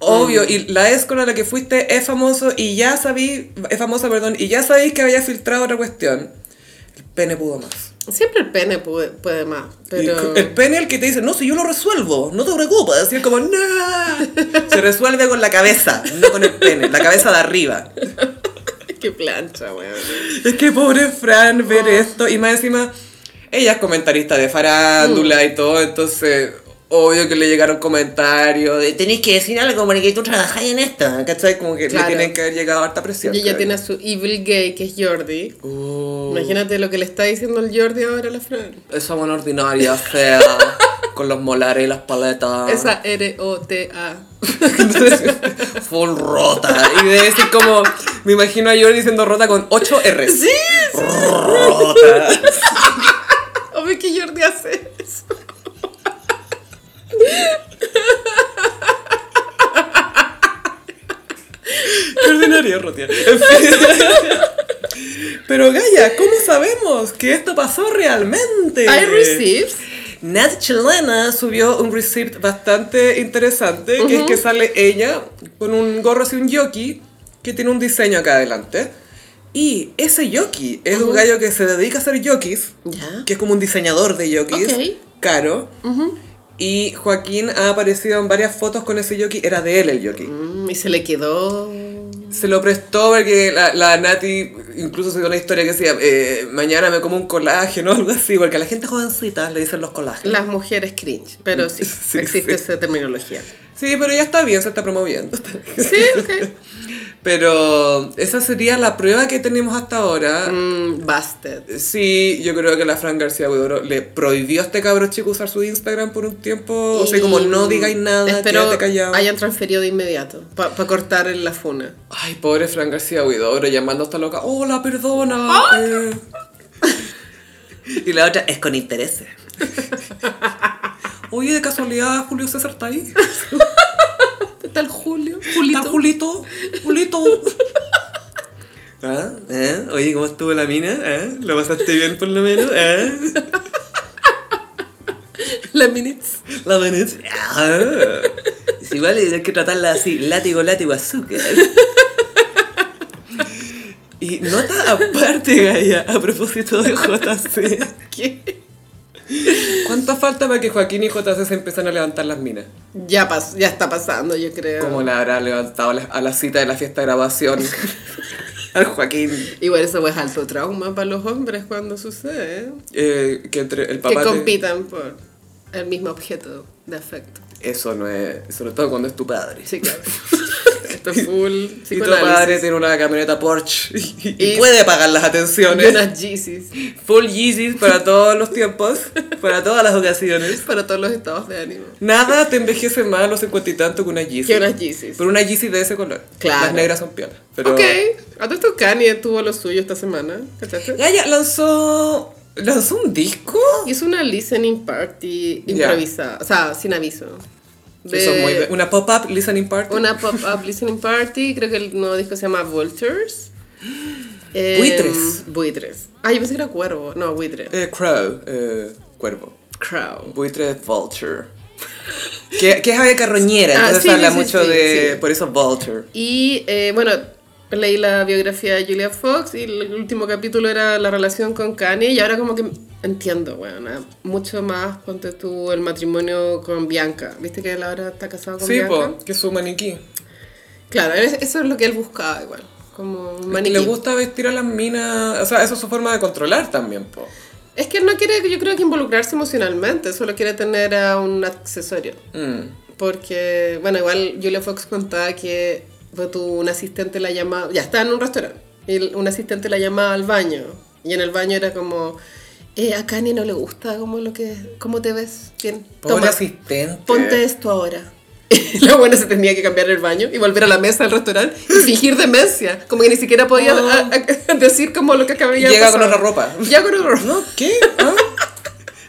S1: Obvio, y la ex con la que fuiste es famoso y ya sabí, es famosa, perdón, y ya sabéis que había filtrado otra cuestión. El pene pudo más.
S2: Siempre el pene puede, puede más, pero... *laughs*
S1: Y el pene el que te dice, no, si yo lo resuelvo, no te preocupes. Así es como, no. Se resuelve con la cabeza, no con el pene, la cabeza de arriba.
S2: ¡Qué plancha, weón!
S1: Es que pobre Fran ver esto, y más encima, ella es comentarista de farándula y todo, entonces, obvio que le llegaron comentarios de, tenéis que decir algo porque tú trabajas en esto, ¿cachai? Como que
S2: Claro.
S1: le tienen que haber llegado harta presión.
S2: Y
S1: creo
S2: ella tiene
S1: yo.
S2: a su evil gay, que es Jordi.
S1: Oh.
S2: Imagínate lo que le está diciendo el Jordi ahora a la Fran.
S3: Esa buena ordinaria,
S1: *laughs*
S3: fea, con los molares y las
S1: Ah.
S3: paletas.
S2: Esa R-O-T-A.
S3: Full rota.
S1: Y de decir como, me imagino a Jordi diciendo rota con 8 R's.
S2: *laughs* ¡Sí!
S3: Rota.
S1: Oh.
S2: Obvio que Jordi hace eso.
S1: Qué ordinario rotear. En fin. Pero Gaya, ¿cómo sabemos que esto pasó realmente?
S2: I received.
S1: Nat Chilena subió un receipt bastante interesante, que es que sale ella con un gorro así, un yoki, que tiene un diseño acá adelante. Y ese yoki es un gallo que se dedica a hacer yokis,
S2: Ya.
S1: que es como un diseñador de yokis,
S2: Ok.
S1: caro.
S2: Ujú.
S1: Y Joaquín ha aparecido en varias fotos con ese yoki, era de él el yoki.
S2: Mm, y se le quedó.
S1: Se lo prestó porque la, la Nati incluso se dio una historia que decía, eh, mañana me como un colágeno *laughs* o algo así, porque a la gente jovencita le dicen los colágenos.
S2: Las mujeres cringe, pero
S1: *laughs*
S2: sí,
S1: Sí,
S2: existe
S1: sí. *laughs*
S2: esa terminología.
S1: Sí, pero ya está bien, se está promoviendo.
S2: Sí, ok.
S1: *laughs* Pero esa sería la prueba que tenemos hasta ahora.
S2: Mm, busted.
S1: Sí, yo creo que la Fran García Huidoro le prohibió a este cabro chico usar su Instagram por un tiempo. Oh, O sea, como no digáis nada,
S2: Espero
S1: quédate callado.
S2: hayan transferido de inmediato para cortar en la funa.
S1: Ay, pobre Fran García Huidoro llamando a esta loca. Hola, perdona. eh.
S3: Y la otra es con intereses.
S1: Oye, de casualidad, Julio César está ahí.
S3: *laughs*
S2: ¿Qué tal Julio?
S1: ¿Está *laughs* Julito? Julito.
S3: *laughs* ¿Ah? ¿Eh? Oye, ¿cómo estuvo la mina? ¿Eh? ¿Lo pasaste bien por lo menos?
S1: *laughs*
S3: ¿Eh?
S2: La minutes.
S3: La Venecia. Ah. Es igual y hay que tratarla así, látigo, látigo, azúcar. Y nota aparte, Gaya, a propósito de JC.
S2: ¿Qué?
S1: ¿Cuánto falta para que Joaquín y JC se empiezan a levantar las minas?
S2: Ya, pas- ya está pasando, yo creo.
S1: Como la habrá levantado la- a la cita de la fiesta de
S3: *laughs*
S1: grabación al Joaquín?
S2: Igual eso es alto trauma para los hombres cuando sucede. ¿eh?
S1: Eh, que entre el
S2: Que
S1: papá. te-
S2: compitan por el mismo objeto de afecto.
S1: Eso no es. Sobre todo cuando es tu padre. *laughs*
S2: Sí, claro. Esto es full
S1: Si tu padre
S2: psicoanálisis.
S1: tiene una camioneta Porsche *laughs* y, y
S2: Y-
S1: puede pagar las
S2: Y
S1: atenciones.
S2: unas Yeezys
S1: Full Yeezys para todos los tiempos, para todas las ocasiones.
S2: para todos los estados de ánimo.
S1: Nada te envejece más a los cincuenta y tanto que una Yeezy.
S2: Que unas Yeezys.
S1: Pero una Yeezy de ese color.
S2: Claro.
S1: Las negras son piolas. Pero...
S2: Ok, a todo esto Kanye tuvo lo suyo esta semana, ¿cachaste?
S1: Gaya lanzó. ¿Lanzó un disco?
S2: Hizo una listening party
S1: Ya.
S2: improvisada, o sea, sin aviso. De
S1: Eso es muy be- Una pop-up listening party.
S2: Una pop-up listening party, creo que el nuevo disco se llama Vultures. Eh,
S1: *gasps* Buitres.
S2: Buitres. Ah, yo pensé que era cuervo, no, buitre.
S1: Eh, crow. eh, cuervo.
S2: Crow.
S1: Buitre vulture. que, que es ave carroñera,
S2: Ah,
S1: entonces
S2: sí,
S1: habla
S2: sí, sí,
S1: mucho
S2: sí,
S1: de.
S2: sí.
S1: Por eso vulture.
S2: Y eh, bueno, leí la biografía de Julia Fox y el último capítulo era la relación con Kanye y ahora como que entiendo, bueno, mucho más ponte tú el matrimonio con Bianca. ¿Viste que él ahora está casado con
S1: Sí,
S2: Bianca?
S1: po, que es su maniquí.
S2: Claro, es- eso es lo que él buscaba igual, como un
S1: Y
S2: maniquí.
S1: le gusta vestir a las minas. O sea, eso es su forma de controlar también, po.
S2: Es que él no quiere, yo creo que involucrarse emocionalmente, solo quiere tener a un accesorio.
S1: Mm.
S2: Porque, bueno, igual Julia Fox contaba que fue tu, un asistente la llama, ya estaba en un restaurante, y el- un asistente la llamaba al baño, y en el baño era como, eh, a Kanye no le gusta como lo que, cómo te ves, bien,
S1: Pobre
S2: toma,
S1: asistente.
S2: ponte esto ahora. *laughs* La buena se tenía que cambiar el baño y volver a la mesa del restaurante y fingir demencia, como que ni siquiera
S1: *laughs*
S2: podía
S1: Oh.
S2: a- a- decir como lo que acabía de
S1: Llega con
S2: pasar.
S1: otra
S2: *laughs*
S1: ropa.
S2: Llega con otra ropa.
S1: ¿No? ¿Qué? ¿Ah?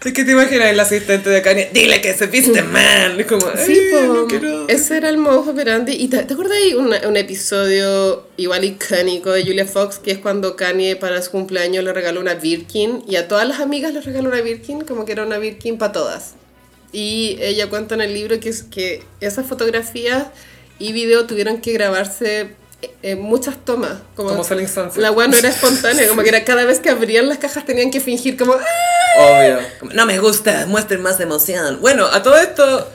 S1: Es que te imaginas el asistente de Kanye, dile que se
S2: *laughs*
S1: viste mal. Es como,
S2: Sí,
S1: "Ay,
S2: po. mm,
S1: no quiero.
S2: ese era el modus operandi. ¿Y te, ¿te acuerdas de un, un episodio igual icónico de Julia Fox? Que es cuando Kanye para su cumpleaños le regaló una Birkin y a todas las amigas les regaló una Birkin, como que era una Birkin para todas. Y ella cuenta en el libro que, es- que esas fotografías y video tuvieron que grabarse eh, en muchas tomas.
S1: Como Selling Sunset.
S2: La guay
S1: *laughs*
S2: no era espontánea, como que era cada vez que abrían las cajas tenían que fingir como... "Ah".
S1: Obvio.
S3: Como, No me gusta, muestren más emoción.
S1: Bueno, a todo esto,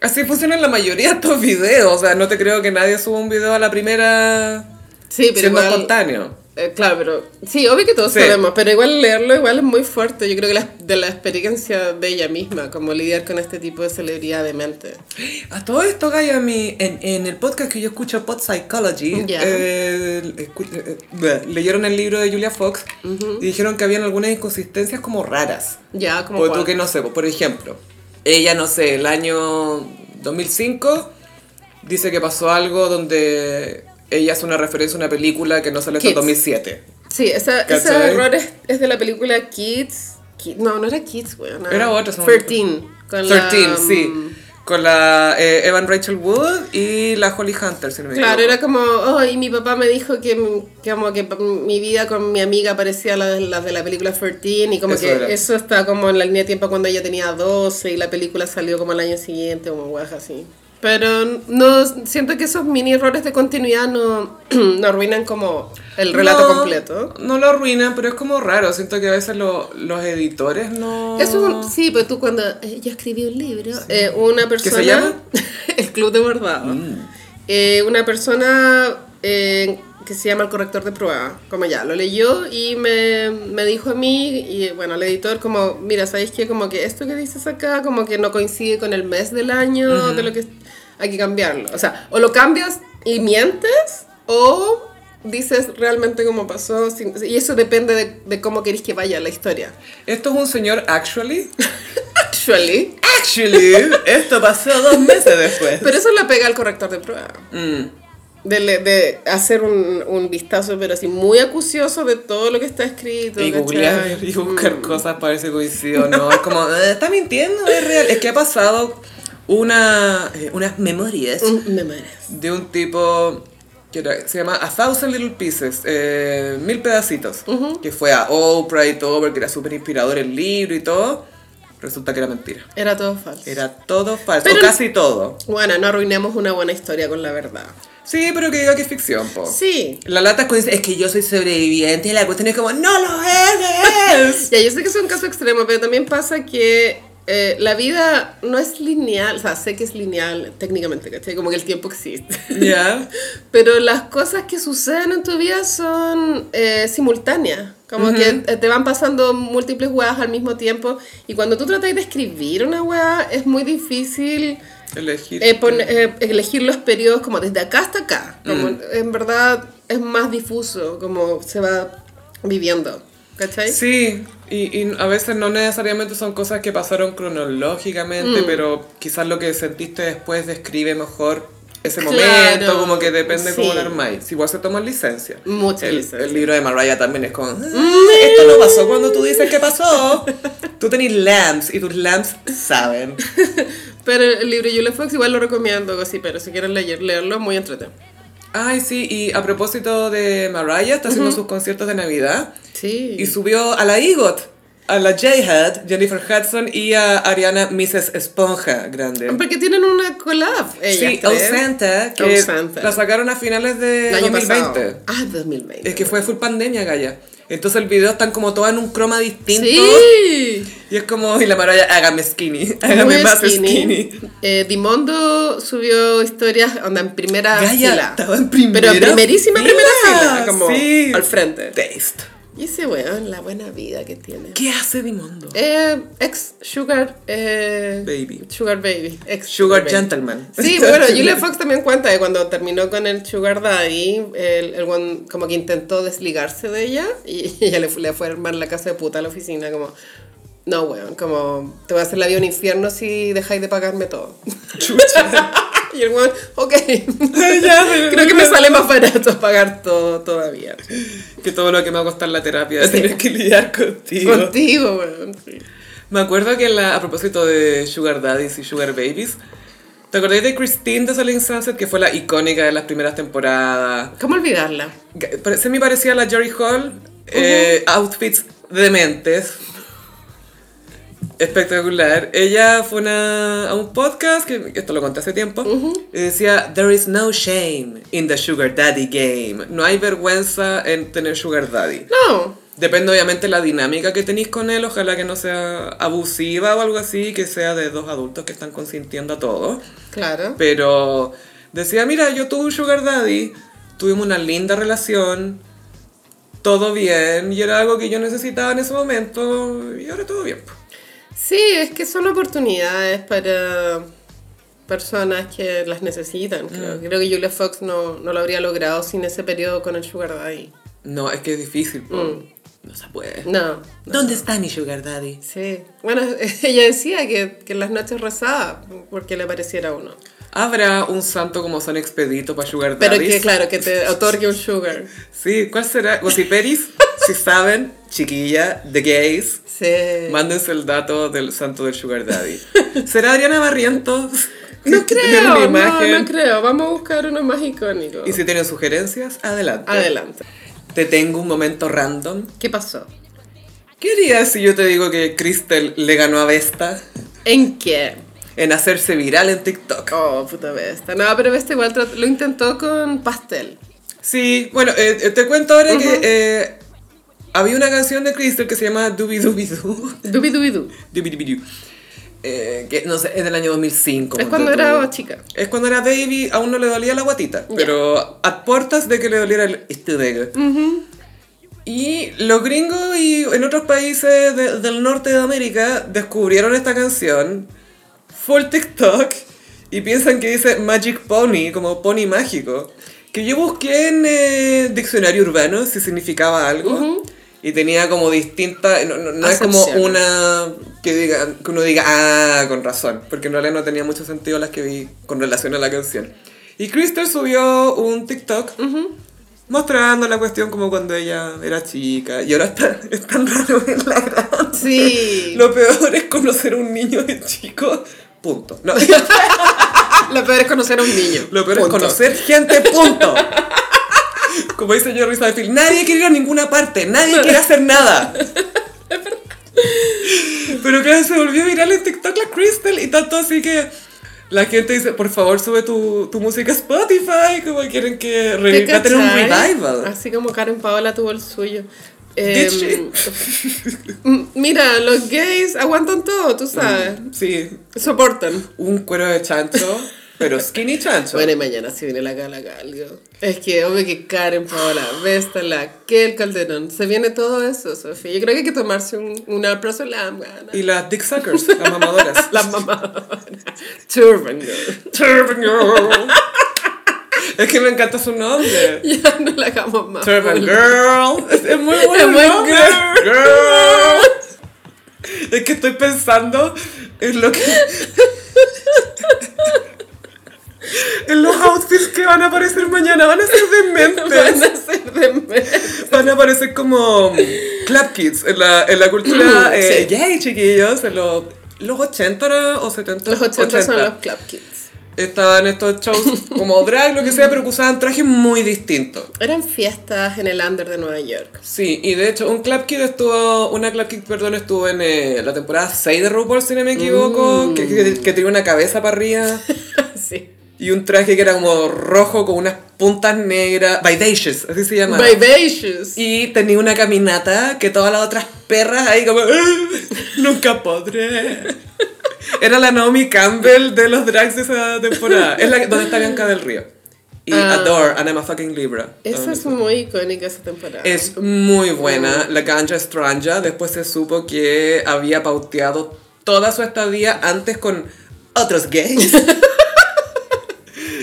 S1: así funcionan la mayoría de estos videos. O sea, no te creo que nadie suba un video a la primera
S2: Sí,
S1: siendo
S2: igual-
S1: espontáneo.
S2: Eh, claro, pero sí, obvio que todos
S1: Sí.
S2: sabemos, pero igual leerlo igual es muy fuerte. Yo creo que la- de la experiencia de ella misma, como lidiar con este tipo de celebridad de mente.
S1: A todo esto, Gaia, mi- en, en el podcast que yo escucho, Pod Psychology,
S2: Ya.
S1: eh, escu- eh, bleh, leyeron el libro de Julia Fox y dijeron que habían algunas inconsistencias como raras.
S2: Ya, como
S1: Por Pues tú
S2: cuál.
S1: que no sé, por ejemplo, ella no sé, el año 2005 dice que pasó algo donde ella hace una referencia a una película que no sale hasta
S2: Kids.
S1: 2007.
S2: Sí, esa, ese
S1: ¿Cachai?
S2: error es, es de la película Kids. Ki- no, no era Kids, weón.
S1: Era otra, se me
S2: 13.
S1: 13,
S2: Con la,
S1: sí.
S2: mm,
S1: Con la eh, Evan Rachel Wood y la Holly Hunter, si no me
S2: Claro,
S1: equivoco.
S2: era como, oh, y mi papá me dijo que, m- que como que p- mi vida con mi amiga parecía la, de- la de la película 13 y como
S1: Eso
S2: que
S1: era.
S2: eso está como en la línea de tiempo cuando ella tenía 12 y la película salió como al año siguiente, como guaja así. Pero no, siento que esos mini errores de continuidad no, *clears throat* no arruinan como el relato
S1: No,
S2: completo.
S1: No lo arruinan, pero es como raro. Siento que a veces lo- los editores no.
S2: Eso es un- sí, pues tú cuando eh, yo escribí un libro, eh, una persona
S1: llama?
S2: *laughs* El Club de Bordados. Eh, una persona eh, que se llama el corrector de prueba, como ya, lo leyó y me, me dijo a mí, y eh, bueno, al editor, como, mira, ¿sabéis qué? Como que esto que dices acá, como que no coincide con el mes del año, de lo que es- hay que cambiarlo. O sea, o lo cambias y mientes, O dices realmente cómo pasó. sin- y eso depende de, de cómo querés que vaya la historia.
S1: Esto es un señor actually.
S2: Actually.
S1: Actually, *laughs* esto pasó dos meses después.
S2: Pero eso la pega al corrector de prueba.
S1: Mm.
S2: De, le- de hacer un, un vistazo, pero así muy acucioso de todo lo que está escrito.
S1: Y
S2: ¿cachai? Mm.
S1: googlear y buscar cosas para ver si
S2: *laughs*
S1: coincido o no. Es como, eh, está mintiendo, es real. Es que ha pasado una, eh, unas memorias
S2: Mm, Me mareas.
S1: de un tipo que era- se llama A Thousand Little Pieces, eh, Mil Pedacitos, que fue a Oprah y todo, porque era súper inspirador el libro y todo. Resulta que era mentira.
S2: Era todo falso.
S1: Era todo falso,
S2: Pero-
S1: casi todo.
S2: Bueno, no arruinemos una buena historia con la verdad.
S1: Sí, pero que diga que es ficción, po.
S2: Sí.
S3: La lata es cuando dice, es que yo soy sobreviviente y la cuestión es como, no lo eres.
S2: Ya, yo sé que es un caso extremo, pero también pasa que eh, la vida no es lineal. O sea, sé que es lineal técnicamente, ¿cachai? Como que el tiempo existe.
S1: *laughs* Ya.
S2: Pero las cosas que suceden en tu vida son eh, simultáneas. Como que eh, te van pasando múltiples weas al mismo tiempo. Y cuando tú tratas de escribir una wea, es muy difícil
S1: Elegir.
S2: eh, pon- eh, elegir los periodos como desde acá hasta acá. Como
S1: Mm.
S2: En verdad es más difuso como se va viviendo. ¿Cachai?
S1: Sí, y, y a veces no necesariamente son cosas que pasaron cronológicamente, pero quizás lo que sentiste después describe mejor ese
S2: Claro,
S1: momento, como que depende cómo
S2: sí.
S1: lo armáis. Si vos se toman licencia.
S2: Mucha
S1: el,
S2: licencia.
S1: El libro de Mariah también es como, "Ah, esto no pasó cuando tú dices que *laughs* pasó. tú tenés lamps y tus lamps saben.
S2: Pero el libro Julia Fox igual lo recomiendo, sí, pero si quieren leer, leerlo, muy entretenido.
S1: Ay, sí, y a propósito de Mariah, está haciendo sus conciertos de Navidad.
S2: Sí.
S1: Y subió a la EGOT, a la J-Hat, Jennifer Hudson y a Ariana Mrs. Esponja, grande.
S2: Porque tienen una collab. ellas
S1: Sí,
S2: tres.
S1: Ausenta, que
S2: Oh, Santa.
S1: la sacaron a finales de
S2: El año
S1: 2020.
S2: pasado. Ah, 2020.
S1: Es que fue full pandemia, Gaya. Entonces el video están como todas en un croma distinto.
S2: Sí.
S1: Y es como, y la Mariah, hágame skinny, *laughs* hágame
S2: *laughs* Muy
S1: más skinny.
S2: Eh, Dimondo subió historias onda, en primera
S1: Gaya,
S2: fila.
S1: estaba en primera
S2: Pero en primerísima,
S1: fila.
S2: primera fila. Como
S1: Sí.
S2: al frente.
S1: Taste.
S2: Y ese weón, la buena vida que tiene.
S1: ¿Qué hace Dimondo?
S2: Eh, ex Sugar eh,
S1: Baby.
S2: Sugar Baby. Ex
S1: Sugar
S2: Baby.
S1: Gentleman. *laughs*
S2: Sí, bueno, Julia Fox también cuenta que cuando terminó con el Sugar Daddy, el, el weón como que intentó desligarse de ella y *laughs* ella le, fue- le fue a armar la casa de puta a la oficina, como, no, weón, como, te voy a hacer la vida un infierno si dejáis de pagarme todo. *laughs* y el weón, ok, creo que me sale más barato pagar todo todavía.
S1: Que todo lo que me va a costar la terapia es tener que lidiar contigo.
S2: Contigo, weón. sí.
S1: Me acuerdo que la, a propósito de Sugar Daddies y Sugar Babies, ¿te acordáis de Christine de Selling Sunset, que fue la icónica de las primeras temporadas?
S2: ¿Cómo olvidarla?
S1: Ga- pare- Se me parecía a la Jerry Hall, eh, outfits dementes. Espectacular. Ella fue una- a un podcast, que esto lo conté hace tiempo, y decía, There is no shame in the sugar daddy game. No hay vergüenza en tener sugar daddy.
S2: No.
S1: Depende obviamente la dinámica que tenéis con él, ojalá que no sea abusiva o algo así, que sea de dos adultos que están consintiendo a todos.
S2: Claro.
S1: Pero decía, mira, yo tuve un sugar daddy, tuvimos una linda relación, todo bien, y era algo que yo necesitaba en ese momento, y ahora todo bien. po.
S2: Sí, es que son oportunidades para personas que las necesitan. Creo,
S1: Mm.
S2: Creo que Julia Fox no, no lo habría logrado sin ese periodo con el Sugar Daddy.
S1: No, es que es difícil, po.
S2: Mm.
S1: no se puede.
S2: No.
S3: ¿Dónde está mi sugar daddy?
S2: Sí. Bueno, *laughs* ella decía que, que en las noches rezaba porque le pareciera uno.
S1: ¿Habrá un santo como San Expedito para sugar
S2: Pero
S1: daddies?
S2: que, claro,
S1: *laughs*
S2: que te otorgue un sugar.
S1: Sí, ¿cuál será? Gossiperis, si saben, chiquilla, the gays.
S2: Sí.
S1: Mándense el dato del santo del Sugar
S2: *laughs*
S1: Daddy. ¿Será Adriana Barrientos?
S2: No
S1: Tienen una
S2: creo, no,
S1: imagen.
S2: no creo. Vamos a buscar uno más icónico.
S1: Y si tienen sugerencias, adelante.
S2: Adelante.
S1: Te tengo un momento random.
S2: ¿Qué pasó?
S1: ¿Qué harías si yo te digo que Crystal le ganó a Vesta
S2: ¿En qué?
S1: en hacerse viral en TikTok?
S2: Oh, puta besta. No, pero besta igual trat- lo intentó con pastel.
S1: Sí, bueno, eh, eh, te cuento ahora que eh, había una canción de Crystal que se llama Dubi Dubi Doo.
S2: Dubi dubi du.
S1: Dubi Dubi Doo. Eh, que no sé, es del año 2005.
S2: Es cuando
S1: ponte tú.
S2: era chica.
S1: Es cuando era baby, aún no le dolía la guatita,
S2: Ya.
S1: pero a puertas de que le doliera el estómago. Y los gringos y en otros países de- del norte de América descubrieron esta canción, full TikTok, y piensan que dice Magic Pony, como pony mágico. Que yo busqué en eh, diccionario urbano si significaba algo. Y tenía como distintas. No, no- no es como
S2: Acepciones.
S1: una. Que, diga, que uno diga, ah, con razón. Porque en realidad no tenía mucho sentido las que vi con relación a la canción. Y Crystal subió un TikTok mostrando la cuestión como cuando ella era chica. Y ahora está, *laughs* es tan raro verla grande.
S2: Sí.
S1: Lo peor es conocer a un niño de chico. Punto. No, *laughs*
S2: Ah, Lo peor es conocer a un niño.
S1: lo peor
S2: Punto.
S1: es conocer gente, punto. Como dice Jerry Seinfeld, nadie quiere ir a ninguna parte, nadie quiere hacer nada. Pero claro, se volvió viral en TikTok la Crystal y tanto así que la gente dice, por favor sube tu, tu música a Spotify, como quieren que
S2: ¿Te
S1: reviva, tener un
S2: cachai? Ah,
S1: revival.
S2: Así como Karen Paola tuvo el suyo.
S1: Did
S2: Em, *laughs* m- mira, los gays aguantan todo, tú
S1: Mm.
S2: sabes.
S1: Sí,
S2: Soportan.
S1: un cuero de chancho, pero skinny chancho.
S2: Bueno, y mañana si viene la gala galgo. Es que, obvio que Karen Paola, Vestala, que el Calderón. Se viene todo eso, Sofía. Yo creo que hay que tomarse un, una prosolam, gana. *laughs*
S1: Y las dick suckers, las mamadoras.
S2: La mamá. Turban Girl.
S1: Turban Girl. es que me encanta su nombre.
S2: *laughs* Ya no la hagamos más.
S1: Turban Girl. Es, es muy bueno.
S2: Es muy
S1: ¿no?
S2: girl.
S1: Girl. Es que estoy pensando en lo que. En los outfits que van a aparecer mañana van a ser
S2: Van
S1: dementes.
S2: a ser de mes.
S1: Van a aparecer como clap kids en la, en la cultura eh,
S2: *clears throat* Sí.
S1: gay, chiquillos. En los, los 80 era o 70.
S2: Los 80, son los Club Kids.
S1: Estaban estos shows como drag, lo que sea, pero que usaban trajes muy distintos.
S2: Eran fiestas en el under de Nueva York. *laughs*
S1: Sí, y de hecho, un Club Kid estuvo, una Club Kid, perdón, estuvo en eh, la temporada 6 de RuPaul, si no me equivoco, que, que- que tenía una cabeza para arriba
S2: sí.
S1: y un traje que era como rojo con unas puntas negras, Vivacious, así se llama.
S2: Vivacious.
S1: y tenía una caminata que todas las otras perras ahí como, "Eh, nunca podré. Era la Naomi Campbell de los drags de esa temporada. Es la que- donde está Bianca del Río. Y
S2: Ah.
S1: Adore, and I'm a fucking Libra.
S2: Esa es muy icónica esa temporada.
S1: Es muy buena, la cancha Stranja. Después se supo que había pauteado toda su estadía antes con otros
S2: *laughs*
S1: gays.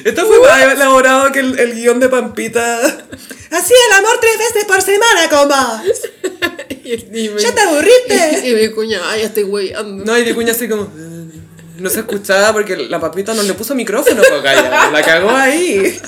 S1: Esto fue más elaborado que el, el guión de Pampita. Así el amor tres veces por semana, coma.
S2: *laughs* Y- y me-
S1: ¡Ya te aburriste!
S2: *laughs* Y, mi cuñada, ay, ya estoy weyando.
S1: No, y de cuña así como... "Eh". No se escuchaba porque la Pampita no le puso micrófono, po, calla. La cagó ahí.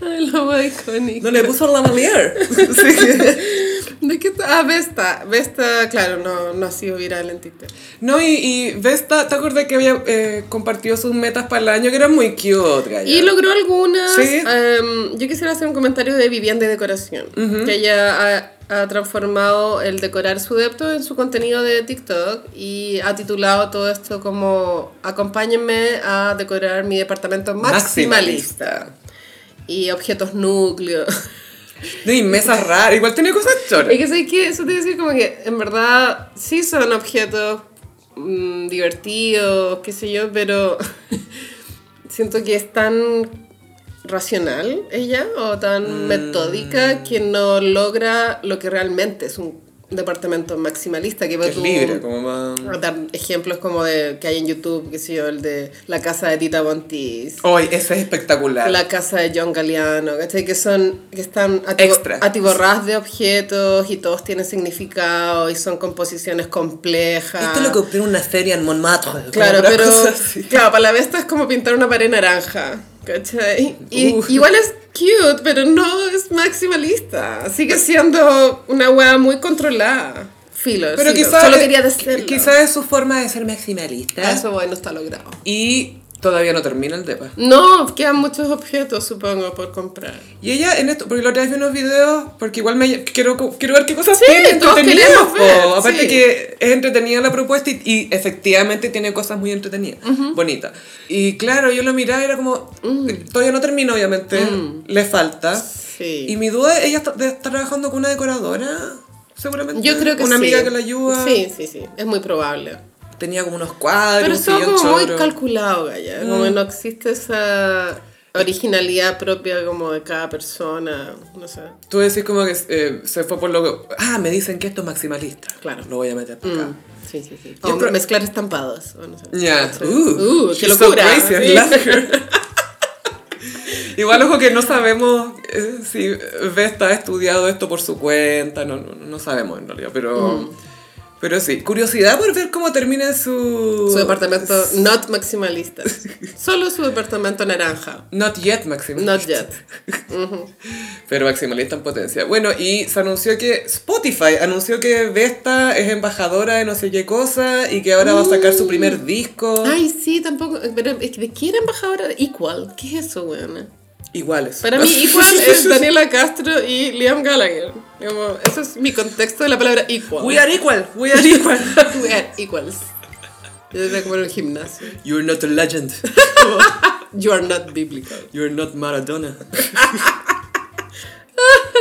S2: Ay, lo más icónico.
S1: No le puso *laughs* lavalier. Así que-
S2: ¿De qué ta- Ah, Vesta. Vesta, claro, no, no ha sido viral en TikTok.
S1: No, y, y Vesta, ¿te acuerdas que había eh, compartido sus metas para el año? Que eran muy cute, gaya.
S2: Y logró algunas.
S1: Sí.
S2: em, yo quisiera hacer un comentario de vivienda y decoración. Que ella ha, ha transformado el decorar su depto en su contenido de TikTok y ha titulado todo esto como Acompáñenme a decorar mi departamento maximalista. Y objetos núcleos.
S1: No, y mesas raras. Igual tenía cosas
S2: Es
S1: choras.
S2: que sé que eso te iba a decir como que en verdad sí son objetos mm, divertidos, qué sé yo, pero *laughs* siento que es tan racional ella o tan
S1: Mm.
S2: metódica que no logra lo que realmente es un departamento maximalista que va
S1: Que es
S2: tú-
S1: libre, como más...
S2: a dar ejemplos como de que hay en YouTube, qué sé yo, el de la casa de Tita Bontis.
S1: Hoy, ese es espectacular.
S2: La casa de John Galeano, ¿cachai? Que son, que están atibo-
S1: Extra.
S2: atiborradas de objetos y todos tienen significado y son composiciones complejas.
S3: Esto lo compré en una feria en Montmartre.
S2: Claro,
S1: Una
S2: pero,
S1: cosa así.
S2: claro, para la Vesta es como pintar una pared naranja, ¿cachai? Y,
S1: Uh.
S2: Igual es cute, pero no es maximalista. Sigue siendo una wea muy controlada. Filo,
S1: Pero
S2: filo.
S1: quizás...
S2: Solo quería decirlo.
S1: Quizás es su forma de ser maximalista.
S2: Ah, Eso, bueno, está logrado.
S1: Y todavía no termina el depa.
S2: No, quedan muchos objetos, supongo, por comprar.
S1: Y ella en esto, porque la otra vez vi unos videos, porque igual me quiero, quiero ver qué cosas
S2: Sí,
S1: tiene
S2: todos
S1: entretenidas,
S2: queremos
S1: po.
S2: ver,
S1: Aparte
S2: sí.
S1: que es entretenida la propuesta y, y efectivamente tiene cosas muy entretenidas, bonitas. Y claro, yo lo miraba y era como, todavía no termino, obviamente, le falta.
S2: Mm. Sí.
S1: Y mi duda, ella está, de- está trabajando con una decoradora, seguramente.
S2: Yo creo que
S1: Una
S2: sí.
S1: amiga que la ayuda.
S2: Sí, sí, sí. Es muy probable.
S1: Tenía como unos cuadros,
S2: Pero
S1: un
S2: eso
S1: sillón
S2: como muy
S1: choro. Mm.
S2: calculado, Gaya. Como no existe esa originalidad propia como de cada persona. No sé.
S1: Tú decís como que eh, se fue por lo que... Ah, me dicen que esto es maximalista.
S2: Claro. Mm.
S1: Lo voy a meter para acá.
S2: Sí, sí, sí.
S1: Mm. Yo
S2: O
S1: creo-
S2: mezclar estampados. O no sé.
S1: Ya.
S2: Uh, qué
S1: she's
S2: locura,
S1: So crazy, I
S2: sí.
S1: love her. Igual, ojo, que no sabemos eh, si Vesta ha estudiado esto por su cuenta, no, no, no sabemos en realidad, pero.
S2: Mm.
S1: Pero sí, curiosidad por ver cómo termina su.
S2: *laughs*
S1: *laughs*
S2: Su departamento not maximalista. Solo su departamento naranja.
S1: Not yet, Maximalista.
S2: Not yet. Ujú.
S1: Pero maximalista en potencia. Bueno, y se anunció que Spotify anunció que Vesta es embajadora de no sé qué cosa y que ahora va a sacar su primer disco.
S2: Mm. Ay, sí, tampoco. Pero, es que ¿De quién era embajadora? Equal. ¿Qué es eso, weona?
S1: Iguales.
S2: Para mí,
S1: *laughs*
S2: Equal es Daniela Castro y Liam Gallagher. Como, eso es mi contexto de la palabra
S1: *laughs*
S2: Equal.
S3: We are equal, we are equal.
S2: We are equals. Yo debería comer un gimnasio.
S3: You're not a legend.
S2: You are not biblical. *laughs*
S3: You're not Maradona.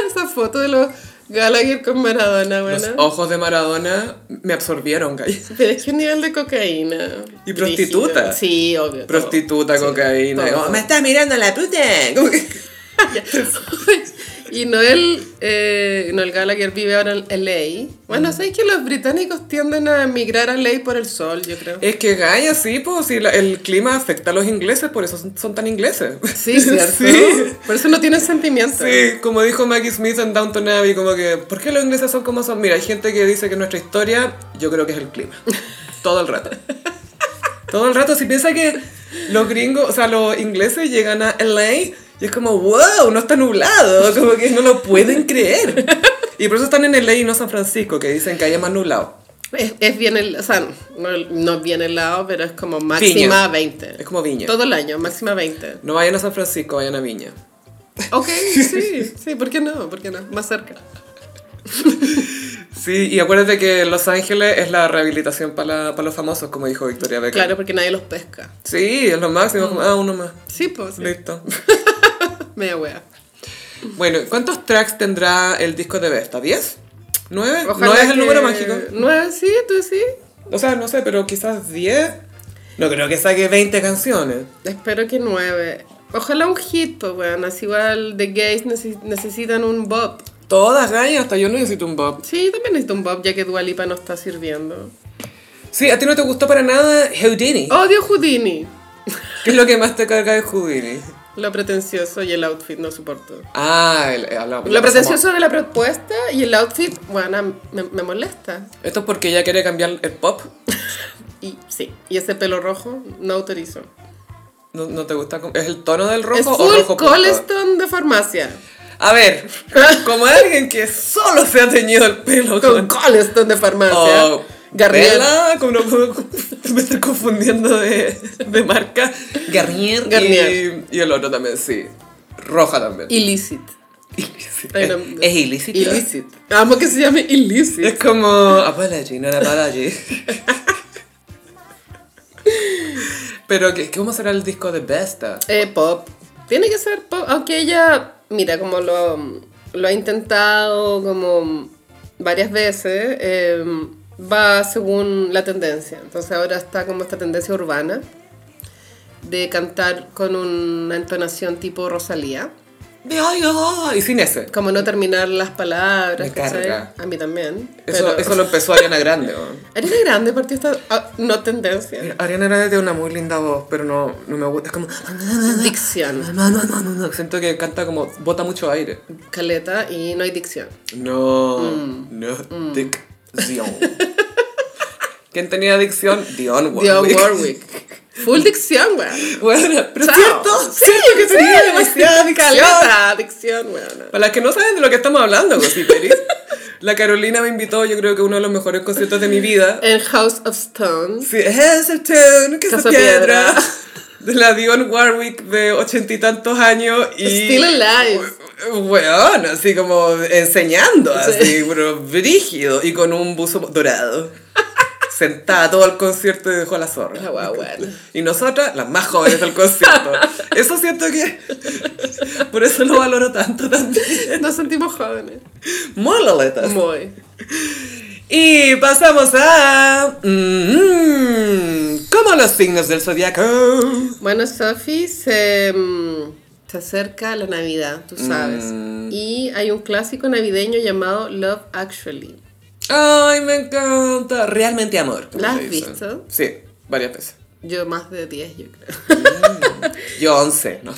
S2: Esa foto de los Gallagher con Maradona,
S1: Los
S2: bueno.
S1: ojos de Maradona me absorbieron, gallo.
S2: Pero es que un nivel de cocaína.
S1: Y prostituta.
S2: Brígido. Sí, obvio.
S1: Prostituta, cocaína.
S2: todo.
S1: Oh,
S3: Me
S1: me-
S3: estás mirando la puta. Como que-
S2: todo. *laughs* Y Noel, eh, Noel Gallagher vive ahora en LA.
S1: Mm.
S2: Bueno, ¿sabéis que los británicos tienden a emigrar a LA por el sol, yo creo?
S1: Es que Gaia, sí, pues sí, la- el clima afecta a los ingleses, por eso son, son tan ingleses. *laughs*
S2: Sí, cierto.
S1: Sí.
S2: Por eso no tienen sentimientos.
S1: Sí, como dijo Maggie Smith en Downton Abbey, como que, ¿por qué los ingleses son como son? Mira, hay gente que dice que nuestra historia, yo creo que es el clima. Todo el rato. Todo el rato, si piensa que los gringos, o sea, los ingleses llegan a LA y es como, wow, no está nublado, como que no lo pueden creer. Y por eso están en LA y no San Francisco, que dicen que haya más nublado.
S2: Es, es bien el, o sea, no, no es bien helado, pero es como
S1: Viña.
S2: máxima 20.
S1: Es como Viña.
S2: Todo el año, máxima 20.
S1: No vayan a San Francisco, vayan a Viña. *laughs*
S2: Ok, sí, sí, ¿por qué no? ¿Por qué no? Más cerca.
S1: Sí, y acuérdate que Los Ángeles es la rehabilitación para los famosos, como dijo Victoria Beckham.
S2: Claro, Mm. porque nadie los pesca.
S1: Sí, es lo máximo, como, ah, uno más.
S2: Sí, pues, sí. *laughs*
S1: Listo.
S2: media wea.
S1: Bueno, ¿cuántos tracks tendrá el disco de Vesta? ¿10? ¿9?
S2: Ojalá
S1: ¿No es el
S2: que-
S1: número mágico?
S2: Nueve, sí, tú sí.
S1: O sea, no sé, pero quizás 10. No creo que saque 20 canciones.
S2: Espero que nueve. Ojalá un hit, pues, weón. Así igual The Gays necesi- necesitan un bop.
S1: Todas, Ryan, hasta yo necesito un bop.
S2: Sí, yo también necesito un bop, ya que Dua Lipa no está sirviendo.
S1: Sí, a ti no te gustó para nada Houdini.
S2: Odio Houdini.
S1: ¿Qué es lo que más te carga de Houdini?
S2: Lo pretencioso y el outfit, no soporto.
S1: Ah, el, el- hablamos.
S2: Lo pretencioso de la propuesta y el outfit, bueno, me, me molesta.
S1: Esto es porque ella quiere cambiar el pop.
S2: Y sí, y ese pelo rojo no autorizo.
S1: ¿No, no te gusta? cómo- ¿Es el tono del rojo
S2: Es
S1: o rojo
S2: full
S1: punto?
S2: Coleston de farmacia.
S1: A ver, como alguien que solo se ha teñido el pelo
S2: Con
S1: con...
S2: Coleston de farmacia.
S1: o
S2: Garnier.
S1: Bella, como no puedo- *laughs* me estoy confundiendo de, de marca.
S3: *laughs* Garnier.
S1: Garnier. Y, y el otro también, sí. Roja también. *laughs*
S2: Illicit. Pero-
S3: Es ilícito.
S2: Illicit. Amo que se llame
S1: es
S2: Illicit.
S1: como... Apology, no apology. Pero, ¿qué, ¿cómo será el disco de Besta?
S2: Eh, pop. Tiene que ser pop. Aunque ella, mira, como lo, lo ha intentado como varias veces, eh, va según la tendencia. Entonces ahora está como esta tendencia urbana de cantar con una entonación tipo Rosalía.
S1: De ay, ay, y sin ese.
S2: Como no terminar las palabras.
S1: Me
S2: ¿cachai?
S1: carga.
S2: A mí también.
S1: Eso,
S2: pero-
S1: eso lo empezó Ariana Grande. ¿no?
S2: Ariana Grande partió esta ah, no tendencia.
S1: Eh, Ariana Grande tiene una muy linda voz, pero no, no me gusta. Es como.
S2: Dicción.
S1: No, no, no, no, no. Siento que canta como. Bota mucho aire.
S2: Caleta y no hay dicción.
S1: No. No. Dicción. Mm. *laughs* ¿Quién tenía adicción? Dion Warwick.
S2: Dionne Warwick. Full dicción, weón.
S1: Bueno, pero
S2: Chao.
S1: cierto.
S2: Sí,
S1: cierto que
S2: sí.
S1: tenía demasiada adicción.
S2: Caleta, dicción, weón.
S1: Para las que no saben de lo que estamos hablando, Gossiperis. La Carolina me invitó, yo creo que uno de los mejores conciertos de mi vida.
S2: En House of Stones.
S1: Sí, es el town, que es
S2: Casa
S1: piedra.
S2: Piedra.
S1: *laughs* De la Dion Warwick de ochenta y tantos años y...
S2: Still alive.
S1: Weón, así como enseñando,
S2: Sí.
S1: así, pero brígido y con un buzo
S2: *laughs*
S1: dorado. Sentada todo el concierto y dejó la zorra.
S2: La weá, weón.
S1: Y nosotras, las más jóvenes del concierto. Eso siento que... *laughs* Por eso lo valoro tanto también.
S2: Nos sentimos jóvenes.
S1: Moraletas.
S2: Muy.
S1: Y pasamos a... mm, como los signos del zodiaco.
S2: Bueno, Sophie se, mm, se acerca a la Navidad, tú sabes.
S1: Mm.
S2: Y hay un clásico navideño llamado Love Actually.
S1: Ay, me encanta. Realmente amor. como
S2: ¿La has
S1: le dicen.
S2: visto?
S1: Sí, varias veces.
S2: Yo más de 10, yo creo.
S1: Yo 11, ¿no?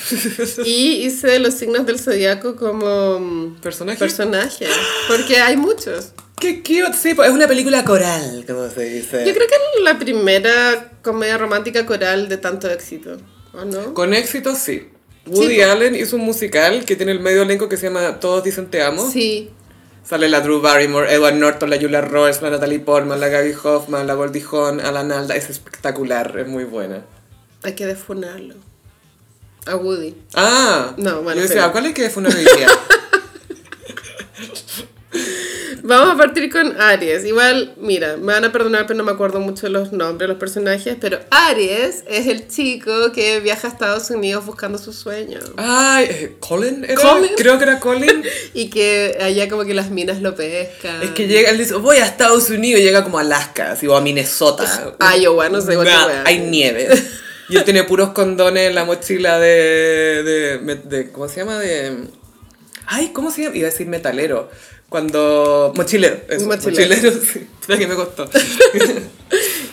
S2: Y hice los signos del zodiaco como mm,
S1: ¿Personaje?
S2: *laughs* personaje, porque hay muchos.
S1: Qué cute, sí, pues, es una película coral, como se dice.
S2: Yo creo que es la primera comedia romántica coral de tanto éxito, ¿o no?
S1: Con éxito, sí. Woody
S2: pues.
S1: Allen hizo un musical que tiene el medio elenco que se llama Todos dicen te amo.
S2: Sí,
S1: Sale la Drew Barrymore, Edward Norton, la Julia Roberts, la Natalie Portman, la Gaby Hoffman, la Goldie Hawn, Alan Alda. Es espectacular, es muy buena.
S2: hay que defunarlo. A Woody.
S1: Ah,
S2: No,
S1: Yo
S2: bueno,
S1: decía,
S2: pero-
S1: ¿cuál es que es una
S2: *laughs*
S1: idea?
S2: Vamos a partir con Aries. Igual, mira, me van a perdonar, pero no me acuerdo mucho los nombres, los personajes, pero Aries es el chico que viaja a Estados Unidos buscando sus sueños.
S1: Ay, eh, Colin era.
S2: Colin.
S1: Creo que era Colin.
S2: Y que allá como que las minas lo pescan.
S1: es que llega, él dice, voy a Estados Unidos, llega como a Alaska, así, o a Minnesota.
S2: Iowa, no sé, cualquier
S1: Nah,
S2: wea.
S1: Hay
S2: *laughs*
S1: nieve. Y él tiene puros condones en la mochila de, de, me- de- ¿Cómo se llama? De. Ay, ¿cómo se llama? Iba a decir metalero. Cuando. Mochilero. eso,
S2: Mochilero.
S1: mochilero. *laughs* sí. Espera que me costó.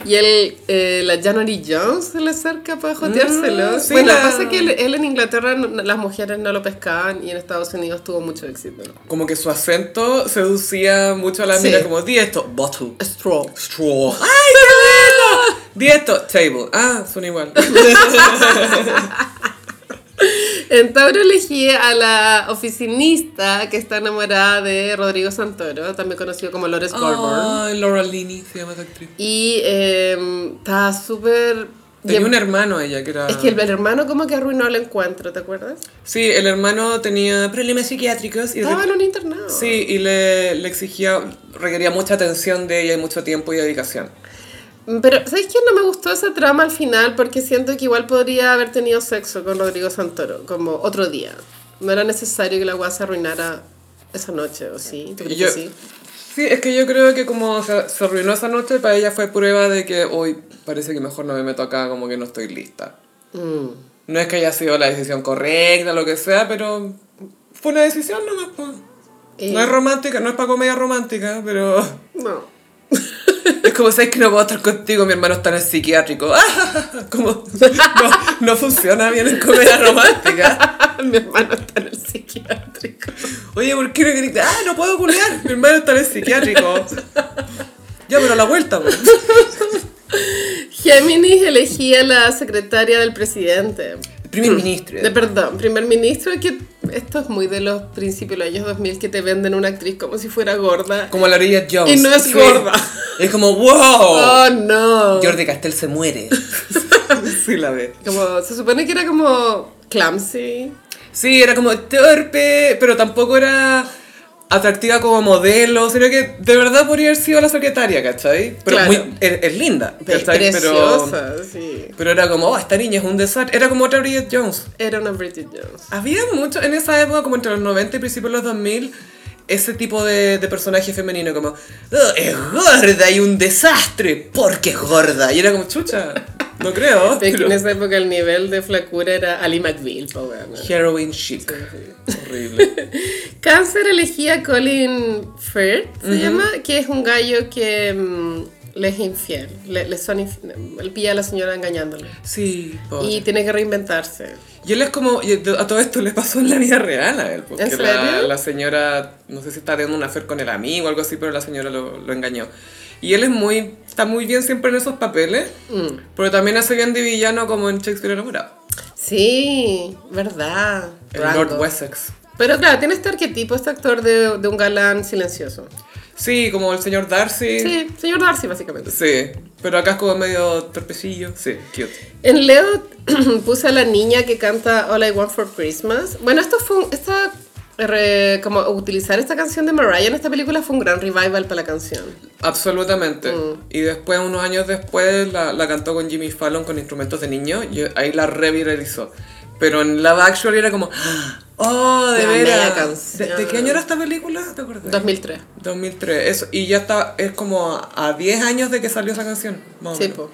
S2: Y él, eh, la January Jones se le acerca para joteárselo.
S1: Mm, sí,
S2: bueno,
S1: la-
S2: pasa que él, él en Inglaterra no- las mujeres no lo pescaban y en Estados Unidos tuvo mucho éxito.
S1: Como que su acento seducía mucho a la
S2: Sí.
S1: mina, como di esto, bottle.
S2: Straw. *laughs*
S1: Straw. ¡Ay, qué bueno! Di esto, table. Ah, son
S2: *laughs*
S1: igual.
S2: En Tauro elegí a la oficinista que está enamorada de Rodrigo Santoro, también conocido como Lores Gorborn.
S1: Ay, Laura Linney se llama esa actriz.
S2: Y eh, está súper...
S1: Tenía un hermano ella que era.
S2: Es que el, el hermano como que arruinó el encuentro, ¿te acuerdas?
S1: Sí, el hermano tenía problemas psiquiátricos y
S2: Estaba en un internado.
S1: Sí, y le, le exigía, requería mucha atención de ella y mucho tiempo y dedicación.
S2: Pero, ¿sabes qué? No me gustó esa trama al final porque siento que igual podría haber tenido sexo con Rodrigo Santoro, como otro día. No era necesario que la guasa se arruinara esa noche, ¿o sí? ¿Tú crees
S1: Yo-
S2: que sí?
S1: Sí, es que yo creo que como se, se arruinó esa noche, para ella fue prueba de que hoy parece que mejor no me meto acá, como que no estoy lista.
S2: Mm.
S1: No es que haya sido la decisión correcta, lo que sea, pero fue una decisión nomás. po.
S2: Eh.
S1: No es romántica, no es para comedia romántica, pero
S2: No. *laughs*
S1: es como, ¿sabes que no puedo estar contigo? Mi hermano está en el psiquiátrico. *laughs* Ah, Como, no, no funciona bien en comedia romántica.
S2: Mi hermano está en el psiquiátrico.
S1: Oye, ¿por qué no querés? Ah, no puedo culiar. Mi hermano está en el psiquiátrico. Ya, pero a la vuelta, pues.
S2: Géminis elegía la secretaria del presidente.
S1: Primer ministro.
S2: De perdón, primer ministro, que esto es muy de los principios de los años 2000 que te venden una actriz como si fuera gorda.
S1: Como la orilla Jones.
S2: Y no es gorda.
S1: Es como, wow.
S2: Oh, no.
S3: Jordi Castel
S2: *laughs*
S3: se muere.
S1: Sí, la ve.
S2: Como, se supone que era como clumsy.
S1: Sí, era como torpe, pero tampoco era atractiva como modelo, sino que de verdad podría haber sido la secretaria, ¿cachai? Pero
S2: Claro.
S1: muy, es, es linda,
S2: Es
S1: ¿cachai? Pero,
S2: preciosa, sí.
S1: pero era como, oh, esta niña es un desastre. Era como otra Bridget Jones.
S2: Era una Bridget Jones.
S1: Había mucho en esa época, como entre los 90 y principios de los 2000, ese tipo de, de personaje femenino, como, "Oh, es gorda y un desastre, porque es gorda. Y era como, chucha, no creo.
S2: *laughs* Es que
S1: Ah, pero-
S2: en esa época el nivel de flacura era Ali McBeal, po, weona.
S1: Heroin chic. Horrible.
S2: Cáncer elegía a Colin Firth, se llama, que es un gallo que mm, le es infiel. Le, le son inf- él pilla a la señora engañándole.
S1: Oh, Sí,
S2: Y
S1: pobre.
S2: tiene que reinventarse.
S1: Y él es como, y a todo esto le pasó en la vida real a él, porque
S2: ¿En
S1: La,
S2: serio?
S1: la señora, no sé si está teniendo una affair con el amigo o algo así, pero la señora lo, lo engañó. Y él es muy, está muy bien siempre en esos papeles,
S2: Mm.
S1: pero también hace bien de villano como en Shakespeare enamorado.
S2: Sí, verdad.
S1: El
S2: Rango.
S1: Lord Wessex.
S2: Pero claro, tiene este arquetipo, este actor de, de un galán silencioso.
S1: Sí, como el señor Darcy.
S2: Sí, señor Darcy, básicamente.
S1: Sí, pero acá es como medio torpecillo. Sí, cute.
S2: En Leo *clears throat* puse a la niña que canta All I Want for Christmas. Bueno, esto fue un- esta re- como utilizar esta canción de Mariah en esta película fue un gran revival para la canción.
S1: Absolutamente.
S2: Mm.
S1: Y después, unos años después, la, la cantó con Jimmy Fallon con instrumentos de niño y ahí la reviralizó. Pero en Love Actually era como, oh, de
S2: La media
S1: veras. ¿De,
S2: canción.
S1: de qué año era esta película? ¿Te acuerdas?
S2: 2003.
S1: 2003. Eso, y ya está, es como a 10 años de que salió esa canción. más o
S2: Sí,
S1: menos.
S2: po.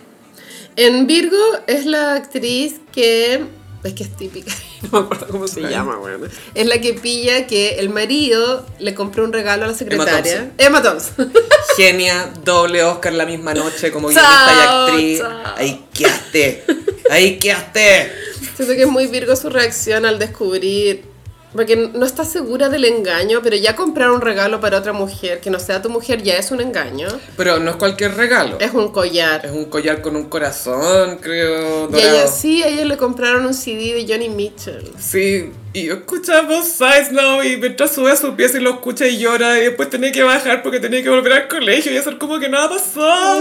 S2: En Virgo es la actriz que es que es típica, *laughs* no me acuerdo cómo se llama, bueno. Es la que pilla que el marido le compró un regalo a la secretaria. Emma Thompson.
S1: Genia, doble Oscar la misma noche como
S2: Chao,
S1: guionista y actriz.
S2: chao.
S1: Ay, qué haste.
S3: Ahí quedaste.
S2: Siento que es muy Virgo su reacción al descubrir. Porque no está segura del engaño, pero ya comprar un regalo para otra mujer que no sea tu mujer ya es un engaño.
S1: Pero no es cualquier regalo.
S2: Es un collar.
S1: Es un collar con un corazón, creo.
S2: Y a ella
S1: Dorado.
S2: sí, a ella le compraron un CD de Johnny Mitchell.
S1: Sí, y yo escuchaba Both Sides Now y mientras sube a su pieza y lo escucha y llora y después tenía que bajar porque tenía que volver al colegio y hacer como que nada pasó.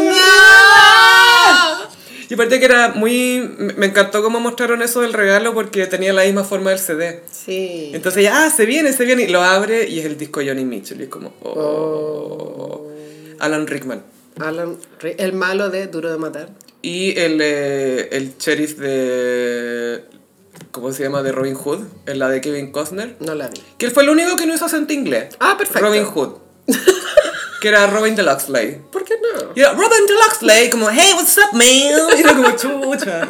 S1: Y aparte que era muy... me- Me encantó cómo mostraron eso del regalo porque tenía la misma forma del CD.
S2: Sí.
S1: Entonces ya, ah, se viene, se viene y lo abre y es el disco Johnny Mitchell y es como... oh. Alan Rickman.
S2: Alan, Ri- el malo de Duro de Matar.
S1: Y el, eh, el sheriff de... ¿Cómo se llama? De Robin Hood, en la de Kevin Costner.
S2: No la vi. *laughs*
S1: Que él fue el único que no hizo acento inglés.
S2: Ah, perfecto.
S1: Robin Hood. que era Robin de Luxley.
S2: ¿Por
S1: *laughs*
S2: qué no?
S1: Y era Robin de Luxley, como, hey, what's up, man? Y era como, chucha.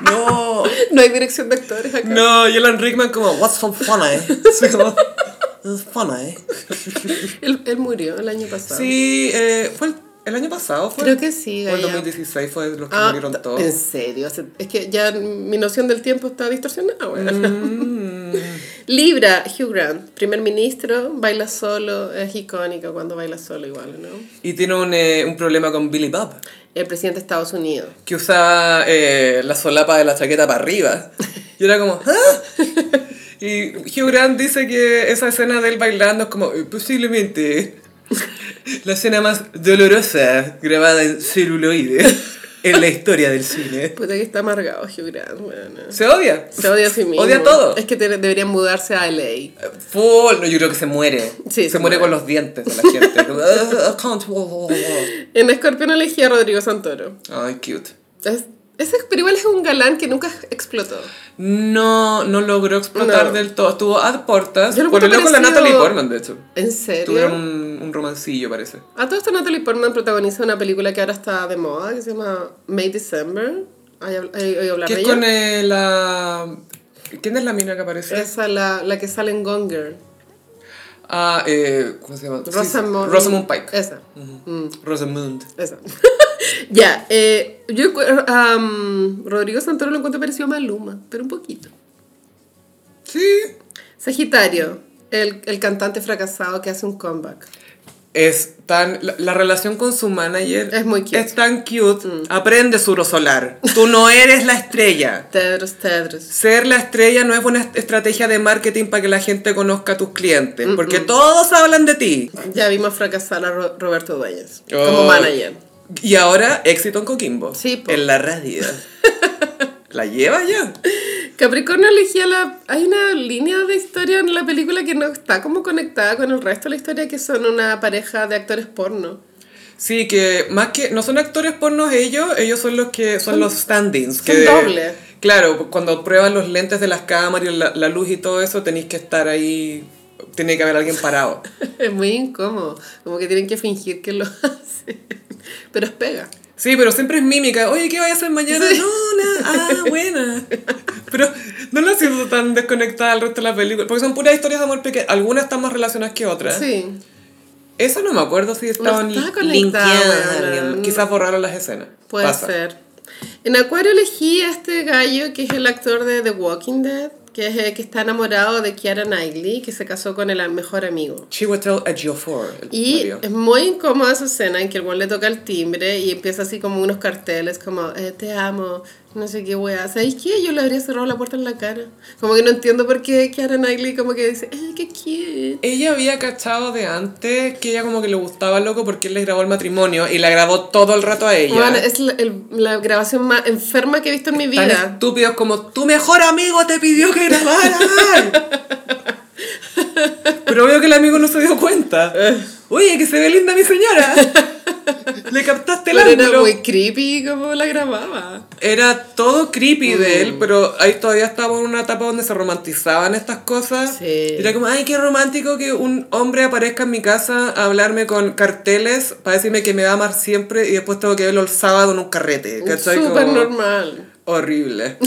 S1: No.
S2: No hay dirección de actores acá.
S1: No, y Alan Rickman como, what's so funny? Así como,
S3: Es funny.
S2: Él, él murió el año pasado.
S1: sí, eh, fue el, el año pasado, fue.
S2: Creo que sí,
S1: O el
S2: Gaya.
S1: 2016 fue los que
S2: Ah,
S1: murieron todos.
S2: en serio. hace- Es que ya mi noción del tiempo está distorsionada. weón.
S1: Mm.
S2: *laughs* Libra, Hugh Grant, primer ministro, baila solo, es icónico cuando baila solo igual, ¿no?
S1: Y tiene un, eh, un problema con Billy Bob.
S2: El presidente de Estados Unidos.
S1: que usaba eh, la solapa de la chaqueta para arriba. Y era como, ¿ah?
S2: *laughs*
S1: Y Hugh Grant dice que esa escena de él bailando es como, eh, posiblemente *laughs* la escena más dolorosa grabada en celuloide en la historia del cine.
S2: Puta que está amargado Hugh Grant, weón.
S1: Se odia.
S2: Se odia a sí mismo.
S1: Odia todo.
S2: Es que te- deberían mudarse a LA.
S1: Full. No, yo creo que se muere.
S2: Sí,
S1: se,
S2: se
S1: muere
S2: muere.
S1: con los dientes de la gente. Como, "Ah, I can't walk".
S2: En Escorpión elegí a Rodrigo Santoro.
S1: Ay, cute.
S2: Es, ese, pero igual es un galán que nunca explotó.
S1: No, no logró explotar
S2: No.
S1: del todo. Estuvo a puertas.
S2: Yo lo
S1: Por el con
S2: encuentro
S1: la
S2: parecido-
S1: Natalie Portman, de hecho.
S2: ¿En serio?
S1: Tuvieron un, un romancillo, parece.
S2: A todo esto Natalie Portman protagoniza una película que ahora está de moda, que se llama May December. ¿Hay, habl- hay- hay hablar
S1: ¿Qué
S2: de
S1: es
S2: ella?
S1: con eh, la... ¿Quién es la mina que aparece?
S2: Esa la, la que sale en Gone Girl.
S1: Ah, eh, ¿cómo se llama? Sí,
S2: Rosamund.
S1: sí, Rosamund Pike.
S2: Esa. Mm,
S1: Rosamund.
S2: esa. *laughs* ya, eh, yo encu- am, Rodrigo Santoro lo encuentro parecido a Maluma, pero un poquito.
S1: Sí.
S2: Sagitario, el, el cantante fracasado que hace un comeback.
S1: Es tan... La, la relación con su manager...
S2: Es muy cute. Mm.
S1: Es tan cute. Aprende, Suro Solar. Tú no eres la estrella.
S2: Tedros, Tedros.
S1: Ser la estrella no es buena est- estrategia de marketing para que la gente conozca a tus clientes.
S2: Mm,
S1: Porque todos hablan de ti.
S2: Ya vimos fracasar a Ro- Roberto Dueñas
S1: Oh.
S2: como manager.
S1: Y ahora, éxito en Coquimbo.
S2: Sí, po.
S1: En la
S2: *laughs*
S1: radio. la lleva ya.
S2: Capricornio elegía la... Hay una línea de historia en la película que no está como conectada con el resto de la historia, que son una pareja de actores porno. *laughs*
S1: Sí, que más que no son actores pornos ellos, ellos son los que son, los standings.
S2: son
S1: que,
S2: doble.
S1: Claro, cuando prueban los lentes de las cámaras y la, la luz y todo eso, tenéis que estar ahí, tiene que haber alguien parado.
S2: Es muy incómodo, como que tienen que fingir que lo *laughs* hacen. Pero es pega.
S1: Sí, pero siempre es mímica. Oye, ¿qué vaya a hacer mañana?
S2: Sí.
S1: No, nada. Ah,
S2: *laughs*
S1: buena. Pero no lo siento tan desconectada al resto de la película. Porque son puras historias de amor pequeñas. Algunas están más relacionadas que otras.
S2: Sí.
S1: Esa no me acuerdo si estaban
S2: está
S1: li-
S2: conectada,
S1: linkeadas a
S2: weona.
S1: alguien. Quizás borraron las escenas.
S2: Puede
S1: Pasa.
S2: ser. En Acuario elegí a este gallo que es el actor de The Walking Dead, que es el que está enamorado de Kiara Knightley, que se casó con el a- mejor amigo.
S1: Chiwetel Ejiofor, el
S2: Y em-
S1: marido.
S2: es muy incómoda esa escena en que el buen le toca el timbre y empieza así como unos carteles como eh, te amo, no sé qué weá. ¿Sabéis qué? Yo le habría cerrado la puerta en la cara. Como que no entiendo por qué Kiara Knightley como que dice, ¡ay, qué cute!
S1: Ella había cachado de antes que ella como que le gustaba al loco porque él le grabó el matrimonio y la grabó todo el rato a ella.
S2: Bueno, es la, el- la grabación más enferma que he visto en mi
S1: Tan
S2: vida.
S1: estúpidos como tu mejor amigo te pidió que
S2: *laughs*
S1: grabara. Pero veo que el amigo no se dio cuenta.
S2: Eh.
S1: Oye, que se ve linda mi
S2: *laughs*
S1: señora. Le captaste el
S2: Pero era
S1: ángulo.
S2: muy creepy como la grababa.
S1: Era todo creepy de
S2: Mm.
S1: él, pero ahí todavía estábamos en una etapa donde se romantizaban estas cosas.
S2: Sí.
S1: Y Era como, ay, qué romántico que un hombre aparezca en mi casa a hablarme con carteles para decirme que me va a amar siempre y después tengo que verlo el sábado en un carrete. ¿Cachai?
S2: Súper
S1: Como
S2: normal. *laughs*
S1: Horrible.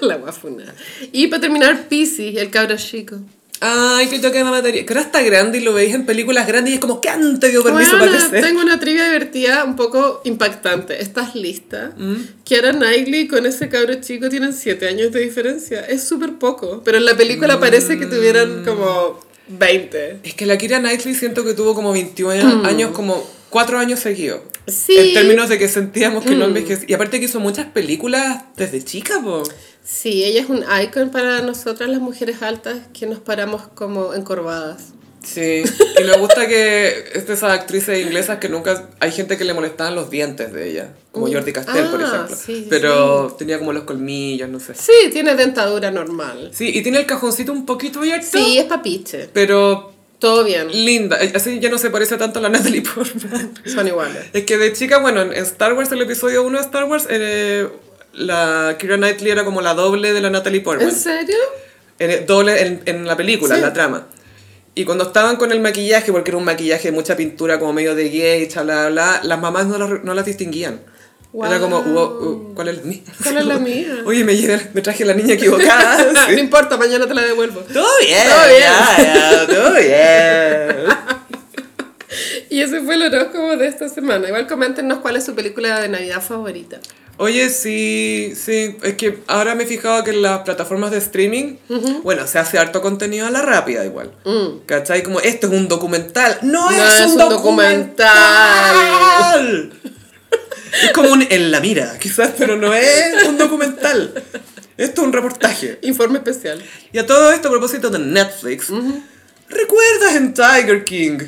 S2: la guafuna. Y para terminar, Pisces, el cabro chico.
S1: Ay, que yo que la materia. Que ahora está grande y lo veis en películas grandes y es como, ¿qué han te dio permiso
S2: Bueno,
S1: para crecer?
S2: tengo una trivia divertida un poco impactante. ¿Estás lista?
S1: Mm.
S2: Kiara Knightley con ese cabro chico tienen 7 años de diferencia. Es súper poco. Pero en la película parece que
S1: Mm.
S2: tuvieran como 20.
S1: Es que la Kira Knightley siento que tuvo como
S2: Mm.
S1: 21 años, como 4 años seguidos.
S2: Sí. Mm.
S1: En términos de que sentíamos que no envejecía. Y aparte que hizo muchas películas desde chica, po.
S2: Sí, ella es un icon para nosotras las mujeres altas que nos paramos como encorvadas.
S1: Sí. Y me gusta que es de esas actrices inglesas que nunca. Hay gente que le molestaban los dientes de ella. Como
S2: Mm.
S1: Jordi Castell, por
S2: Ah,
S1: ejemplo.
S2: sí, sí,
S1: Pero tenía como los colmillos, no sé.
S2: Sí, tiene dentadura normal.
S1: Sí, y tiene el cajoncito un poquito abierto.
S2: Sí, es papiche.
S1: Pero
S2: Todo bien.
S1: linda. Eh, Así ya no se parece tanto a la Natalie Portman. *laughs*
S2: Son iguales.
S1: Es que de chica, bueno, en en Star Wars, el episodio 1 de Star Wars, eh, la Kira Knightley era como la doble de la Natalie Portman.
S2: ¿En serio?
S1: En- doble en, en la película,
S2: Sí.
S1: en la trama. Y cuando estaban con el maquillaje, porque era un maquillaje de mucha pintura como medio de gay, bla, bla, bla, las mamás no las, no las distinguían. Era
S2: Guau.
S1: como, "Wow, uh, ¿cuál es la mía?
S2: *laughs* ¿Cuál es la mía?
S1: *laughs* Oye, me, llevé- me traje la niña equivocada.
S2: *laughs* No
S1: Sí.
S2: importa, mañana te la devuelvo.
S3: Todo bien,
S2: Todo bien.
S3: ya, ya, todo *laughs* bien.
S2: Y ese fue el horóscopo de esta semana. Igual coméntenos cuál es su película de Navidad favorita.
S1: Oye, sí, sí, es que ahora me he fijado que en las plataformas de streaming, bueno, se hace harto contenido a la rápida igual.
S2: Mm.
S1: ¿Cachai? Como esto es un documental. No, es, un documental. es como un en la mira, quizás, pero no es un documental. Esto es un reportaje.
S2: Informe especial.
S1: Y a todo esto, a propósito de Netflix, ¿recuerdas en Tiger King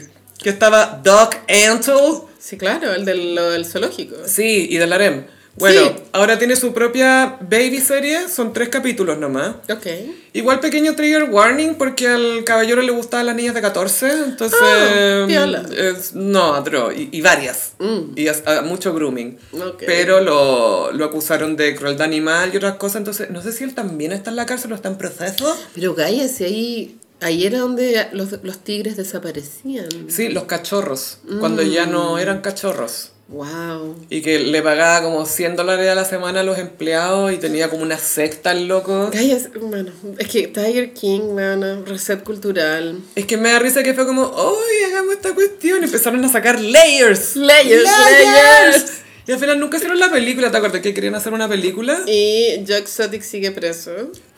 S1: que estaba Doc Antle?
S2: Sí, claro, el del, lo del zoológico.
S1: Sí, y del harem. Bueno,
S2: Sí.
S1: ahora tiene su propia baby serie, son tres capítulos nomás.
S2: Ok.
S1: Igual pequeño trigger warning porque al caballero le gustaban las niñas de 14, entonces... mm,
S2: Ah, piola. Mm.
S1: es- no, atro, y, y varias. Y as- a- mucho grooming.
S2: Ok.
S1: Pero lo, lo acusaron de crueldad animal y otras cosas, entonces no sé si él también está en la cárcel o está en proceso.
S2: Pero Gaia, si ahí, ahí era donde los, los tigres desaparecían.
S1: Sí, los cachorros, cuando ya
S2: Mm.
S1: no eran cachorros.
S2: Wow.
S1: Y que le pagaba como 100 dólares a la semana a los empleados y tenía como una secta el loco.
S2: Gaia, es- bueno, es que Tiger King, bueno, reset cultural.
S1: Es que me da risa que fue como, ¡Uy, hagamos esta cuestión! Empezaron a sacar layers.
S2: Layers, layers.
S1: Y al final nunca hicieron la película, ¿te acuerdas que querían hacer una película?
S2: Y Jock Exotic sigue preso.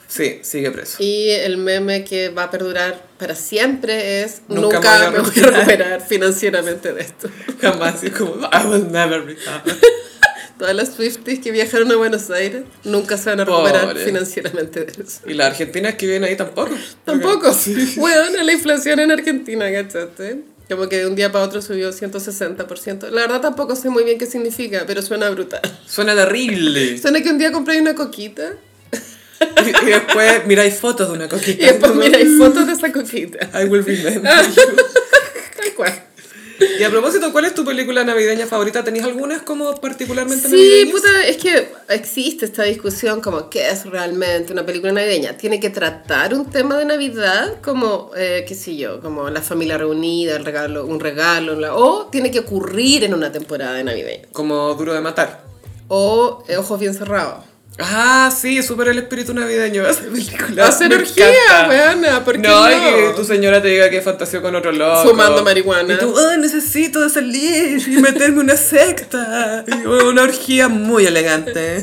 S1: Sí, sigue preso. *laughs*
S2: Y el meme que va a perdurar para siempre es
S1: Nunca
S2: Nunca,
S1: me voy a
S2: me voy a
S1: recuperar".
S2: recuperar financieramente de esto.
S1: Jamás, y es como, I will never recover.
S2: Todas las Swifties que viajaron a Buenos Aires nunca se van a recuperar
S1: Pobre.
S2: financieramente de eso.
S1: Y las argentinas que viven ahí tampoco.
S2: Tampoco. Bueno, la inflación en Argentina, ¿cachaste? Como que de un día para otro subió 160%. La verdad tampoco sé muy bien qué significa, pero suena brutal.
S1: Suena terrible.
S2: Suena que un día compré una coquita
S1: Y, y después miráis fotos de una
S2: y
S1: coquita.
S2: después mira, hay fotos de esa coquita.
S1: I will remember.
S2: Tal cual.
S1: Y a propósito, ¿cuál es tu película navideña favorita? ¿Tenéis algunas como particularmente
S2: Sí,
S1: navideñas?
S2: puta, es que existe esta discusión como qué es realmente una película navideña. Tiene que tratar un tema de Navidad como, eh, qué sé yo, como la familia reunida, el regalo, un regalo, la- o tiene que ocurrir en una temporada de navideña.
S1: Como Duro de Matar.
S2: O eh, Ojos Bien Cerrados.
S1: Ah, sí, supera el espíritu navideño *laughs* de esa película. *laughs*
S2: Hacer
S1: Me
S2: orgía,
S1: encanta.
S2: weona, ¿por qué
S1: No,
S2: no?
S1: y que tu señora te diga que fantaseó con otro loco.
S2: Fumando marihuana.
S1: Y tú, "Ay, necesito salir y meterme en una secta. Y oh, una orgía muy elegante.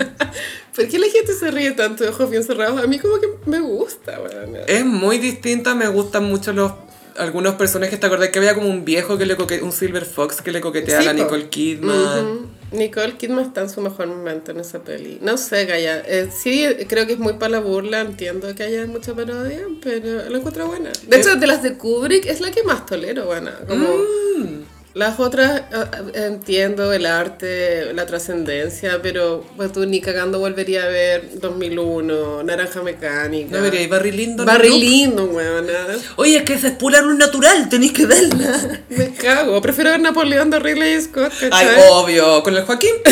S2: ¿Por qué la gente se ríe tanto de Ojos Bien Cerrados? A mí como que me gusta, weón.
S1: Es muy distinta, me gustan mucho los algunos personajes. ¿Te acordás que había como un viejo que le coque- un Silver Fox que le coqueteaba
S2: Sí,
S1: a la
S2: po.
S1: Nicole Kidman?
S2: Ujú. Nicole Kidman está en su mejor momento en esa peli. No sé, Gaya. eh, sí, creo que es muy para la burla. Entiendo que haya mucha parodia, pero la encuentro buena. De hecho, de las de Kubrick es la que más tolero, buena. Como
S1: Mm.
S2: las otras eh, entiendo el arte, la trascendencia, pero pues, tú ni cagando volvería a ver 2001, Naranja Mecánica.
S1: No vería, y Barry Lyndon.
S2: Barry
S1: Nope.
S2: lindo, weona.
S3: Oye, es que se espulan un natural, tenéis que verla.
S2: Me cago. Prefiero ver Napoleón de Ridley Scott.
S1: Ay,
S2: ¿cachai?
S1: obvio, con el Joaquín. po.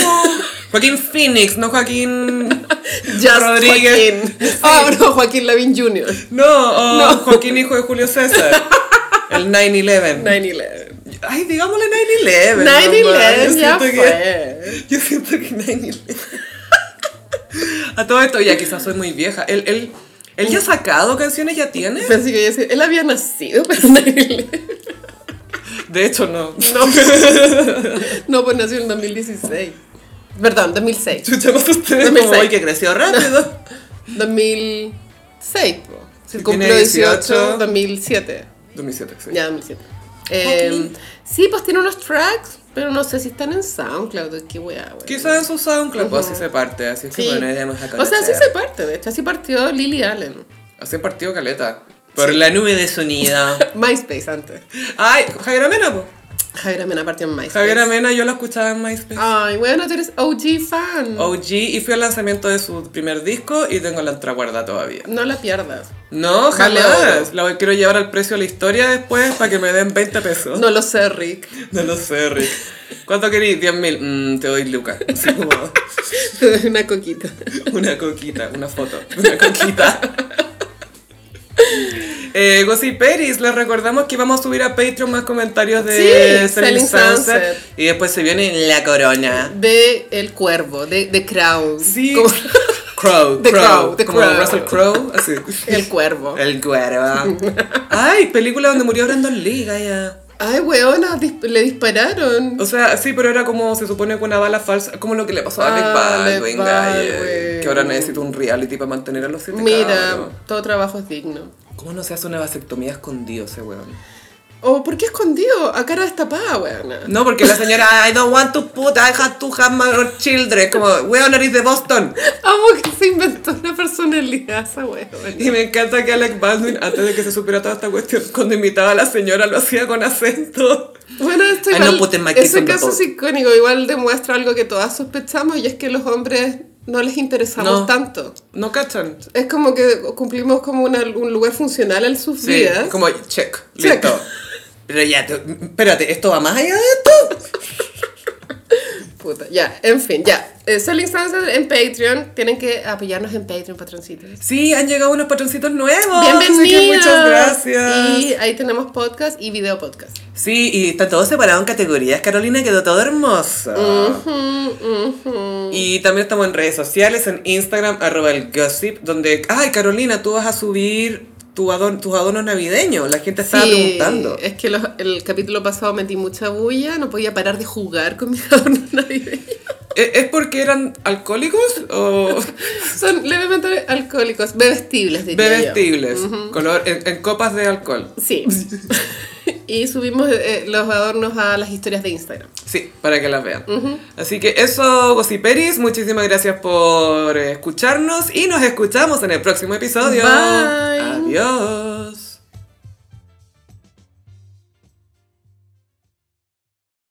S1: Joaquín Phoenix, no Joaquín
S2: Just
S1: Rodríguez. *laughs*
S2: Joaquín. Ah, no, Joaquín Lavín Jr.
S1: No, o Joaquín hijo de Julio César. El 9-11.
S2: 9-11.
S1: Ay, digámosle 9-11. nomás.
S2: 9-11
S1: Yo
S2: ya
S1: siento que-
S2: fue.
S1: Yo *laughs* siento que 9-11. A todo esto, ya quizás soy muy vieja. Él, él, ¿Él ya ha sacado canciones? ¿Ya tiene?
S2: Pensé que iba a decir, él había nacido, pero *laughs* no,
S1: De hecho, no.
S2: no, pues nació en el 2016. Perdón, 2006.
S1: Chucha, más ustedes.
S2: No me
S1: Como
S2: sé.
S1: hoy que creció rápido.
S2: 2006, po. Si
S1: Tiene
S2: cumplió 18,
S1: 18.
S2: 2007.
S1: 2007, sí.
S2: Ya, 2007. Eh, sí, pues tiene unos tracks, pero no sé si están en SoundCloud. Qué weá, weá.
S1: Quizás en su SoundCloud, pues,
S2: Ujú.
S1: así se parte, así es que
S2: Sí.
S1: bueno, iremos a
S2: O sea, así
S1: conocer.
S2: se parte, de hecho. Así partió Lily Allen.
S1: Así partido Caleta.
S3: Por la nube de su
S1: *laughs*
S3: unidad.
S2: MySpace antes.
S1: Ay, Javier Amena, pues.
S2: Javier Amena partió en MySpace.
S1: Javier Amena, yo lo escuchaba en MySpace.
S2: Ay, bueno, tú eres OG fan.
S1: OG, y fui al lanzamiento de su primer disco y tengo la entreguarda todavía.
S2: No la pierdas.
S1: No,
S2: Vale
S1: jamás. La quiero llevar al precio de la historia después para que me den 20 pesos. No,
S2: No lo sé, Rick. *laughs*
S1: lo sé, Rick. ¿Cuánto querís? 10 mil. Mm, te doy lucas. Así como
S2: Te doy Una coquita.
S1: una coquita, una foto. Una
S2: *laughs*
S1: coquita. Eh, Gossip Peris, les recordamos que vamos a subir a Patreon más comentarios de
S2: Sí,
S1: Selling
S2: Selling
S1: Sunset.
S2: Sunset.
S1: Y después se viene la corona.
S2: De El Cuervo, de, de Crown.
S1: Sí. *laughs*
S2: *laughs* Como-
S1: Crow,
S2: The
S1: Crow.
S2: Crow, The
S1: como
S2: Crow.
S1: Russell Crow. Así.
S2: El Cuervo.
S1: El cuervo. Ay, película donde murió Brandon Lee, Gaia.
S2: Ay, weona, dis- le dispararon.
S1: O sea, sí, pero era como se supone que una bala falsa, como lo que le pasó a Alec
S2: Ah,
S1: Baldwin,
S2: Alec
S1: Gaia,
S2: Baldwin.
S1: Que ahora necesita un reality para mantener a los siete
S2: Mira,
S1: cabros.
S2: todo trabajo es digno.
S1: ¿Cómo no se hace una vasectomía escondido ese weón?
S2: ¿O Oh, por qué escondido? A cara destapada, weona.
S1: No, porque la señora, I don't want to put, I have to have my own children. Como, weón, eres de Boston.
S2: Amo que se inventó una personalidad esa weona.
S1: Y me encanta que Alec Baldwin, antes de que se supiera toda esta cuestión, cuando invitaba a la señora lo hacía con acento.
S2: Bueno, esto
S3: I
S2: igual,
S3: know Putin my kids
S2: ese
S3: on the
S2: caso es
S3: boat.
S2: icónico, igual demuestra algo que todas sospechamos y es que los hombres no les interesamos
S1: No.
S2: tanto.
S1: No cachan.
S2: Es como que cumplimos como una- un lugar funcional en sus
S1: Sí,
S2: vidas.
S1: como check,
S2: Check.
S1: listo. *laughs* Pero ya, te- espérate, ¿esto va más allá de esto?
S2: Puta, ya, en fin, ya. Eh, Selling Sunset en Patreon. Tienen que apoyarnos en Patreon, patroncitos.
S1: Sí, han llegado unos patroncitos nuevos. Oh, así que
S2: Bienvenidos.
S1: Muchas gracias.
S2: Y ahí tenemos podcast y video podcast.
S1: Sí, y está todo separado en categorías. Carolina quedó todo hermoso. Y también estamos en redes sociales, en Instagram, arroba el gossip, donde, ay, Carolina, tú vas a subir tu adorn- tus adornos navideños. La gente estaba
S2: Sí,
S1: preguntando.
S2: Es que los- el capítulo pasado metí mucha bulla, no podía parar de jugar con *laughs* mis adornos navideños.
S1: ¿E- ¿Es porque eran alcohólicos o
S2: Son levemente alcohólicos, bebestibles,
S1: *laughs*
S2: diría
S1: bebestibles? Color, en, en copas de alcohol.
S2: yo. Sí. *laughs* y subimos eh, los adornos a las historias de Instagram.
S1: Sí, para que las vean. Así que eso, Gossiperis, muchísimas gracias por eh, escucharnos y nos escuchamos en el próximo episodio.
S2: Bye.
S1: Adiós.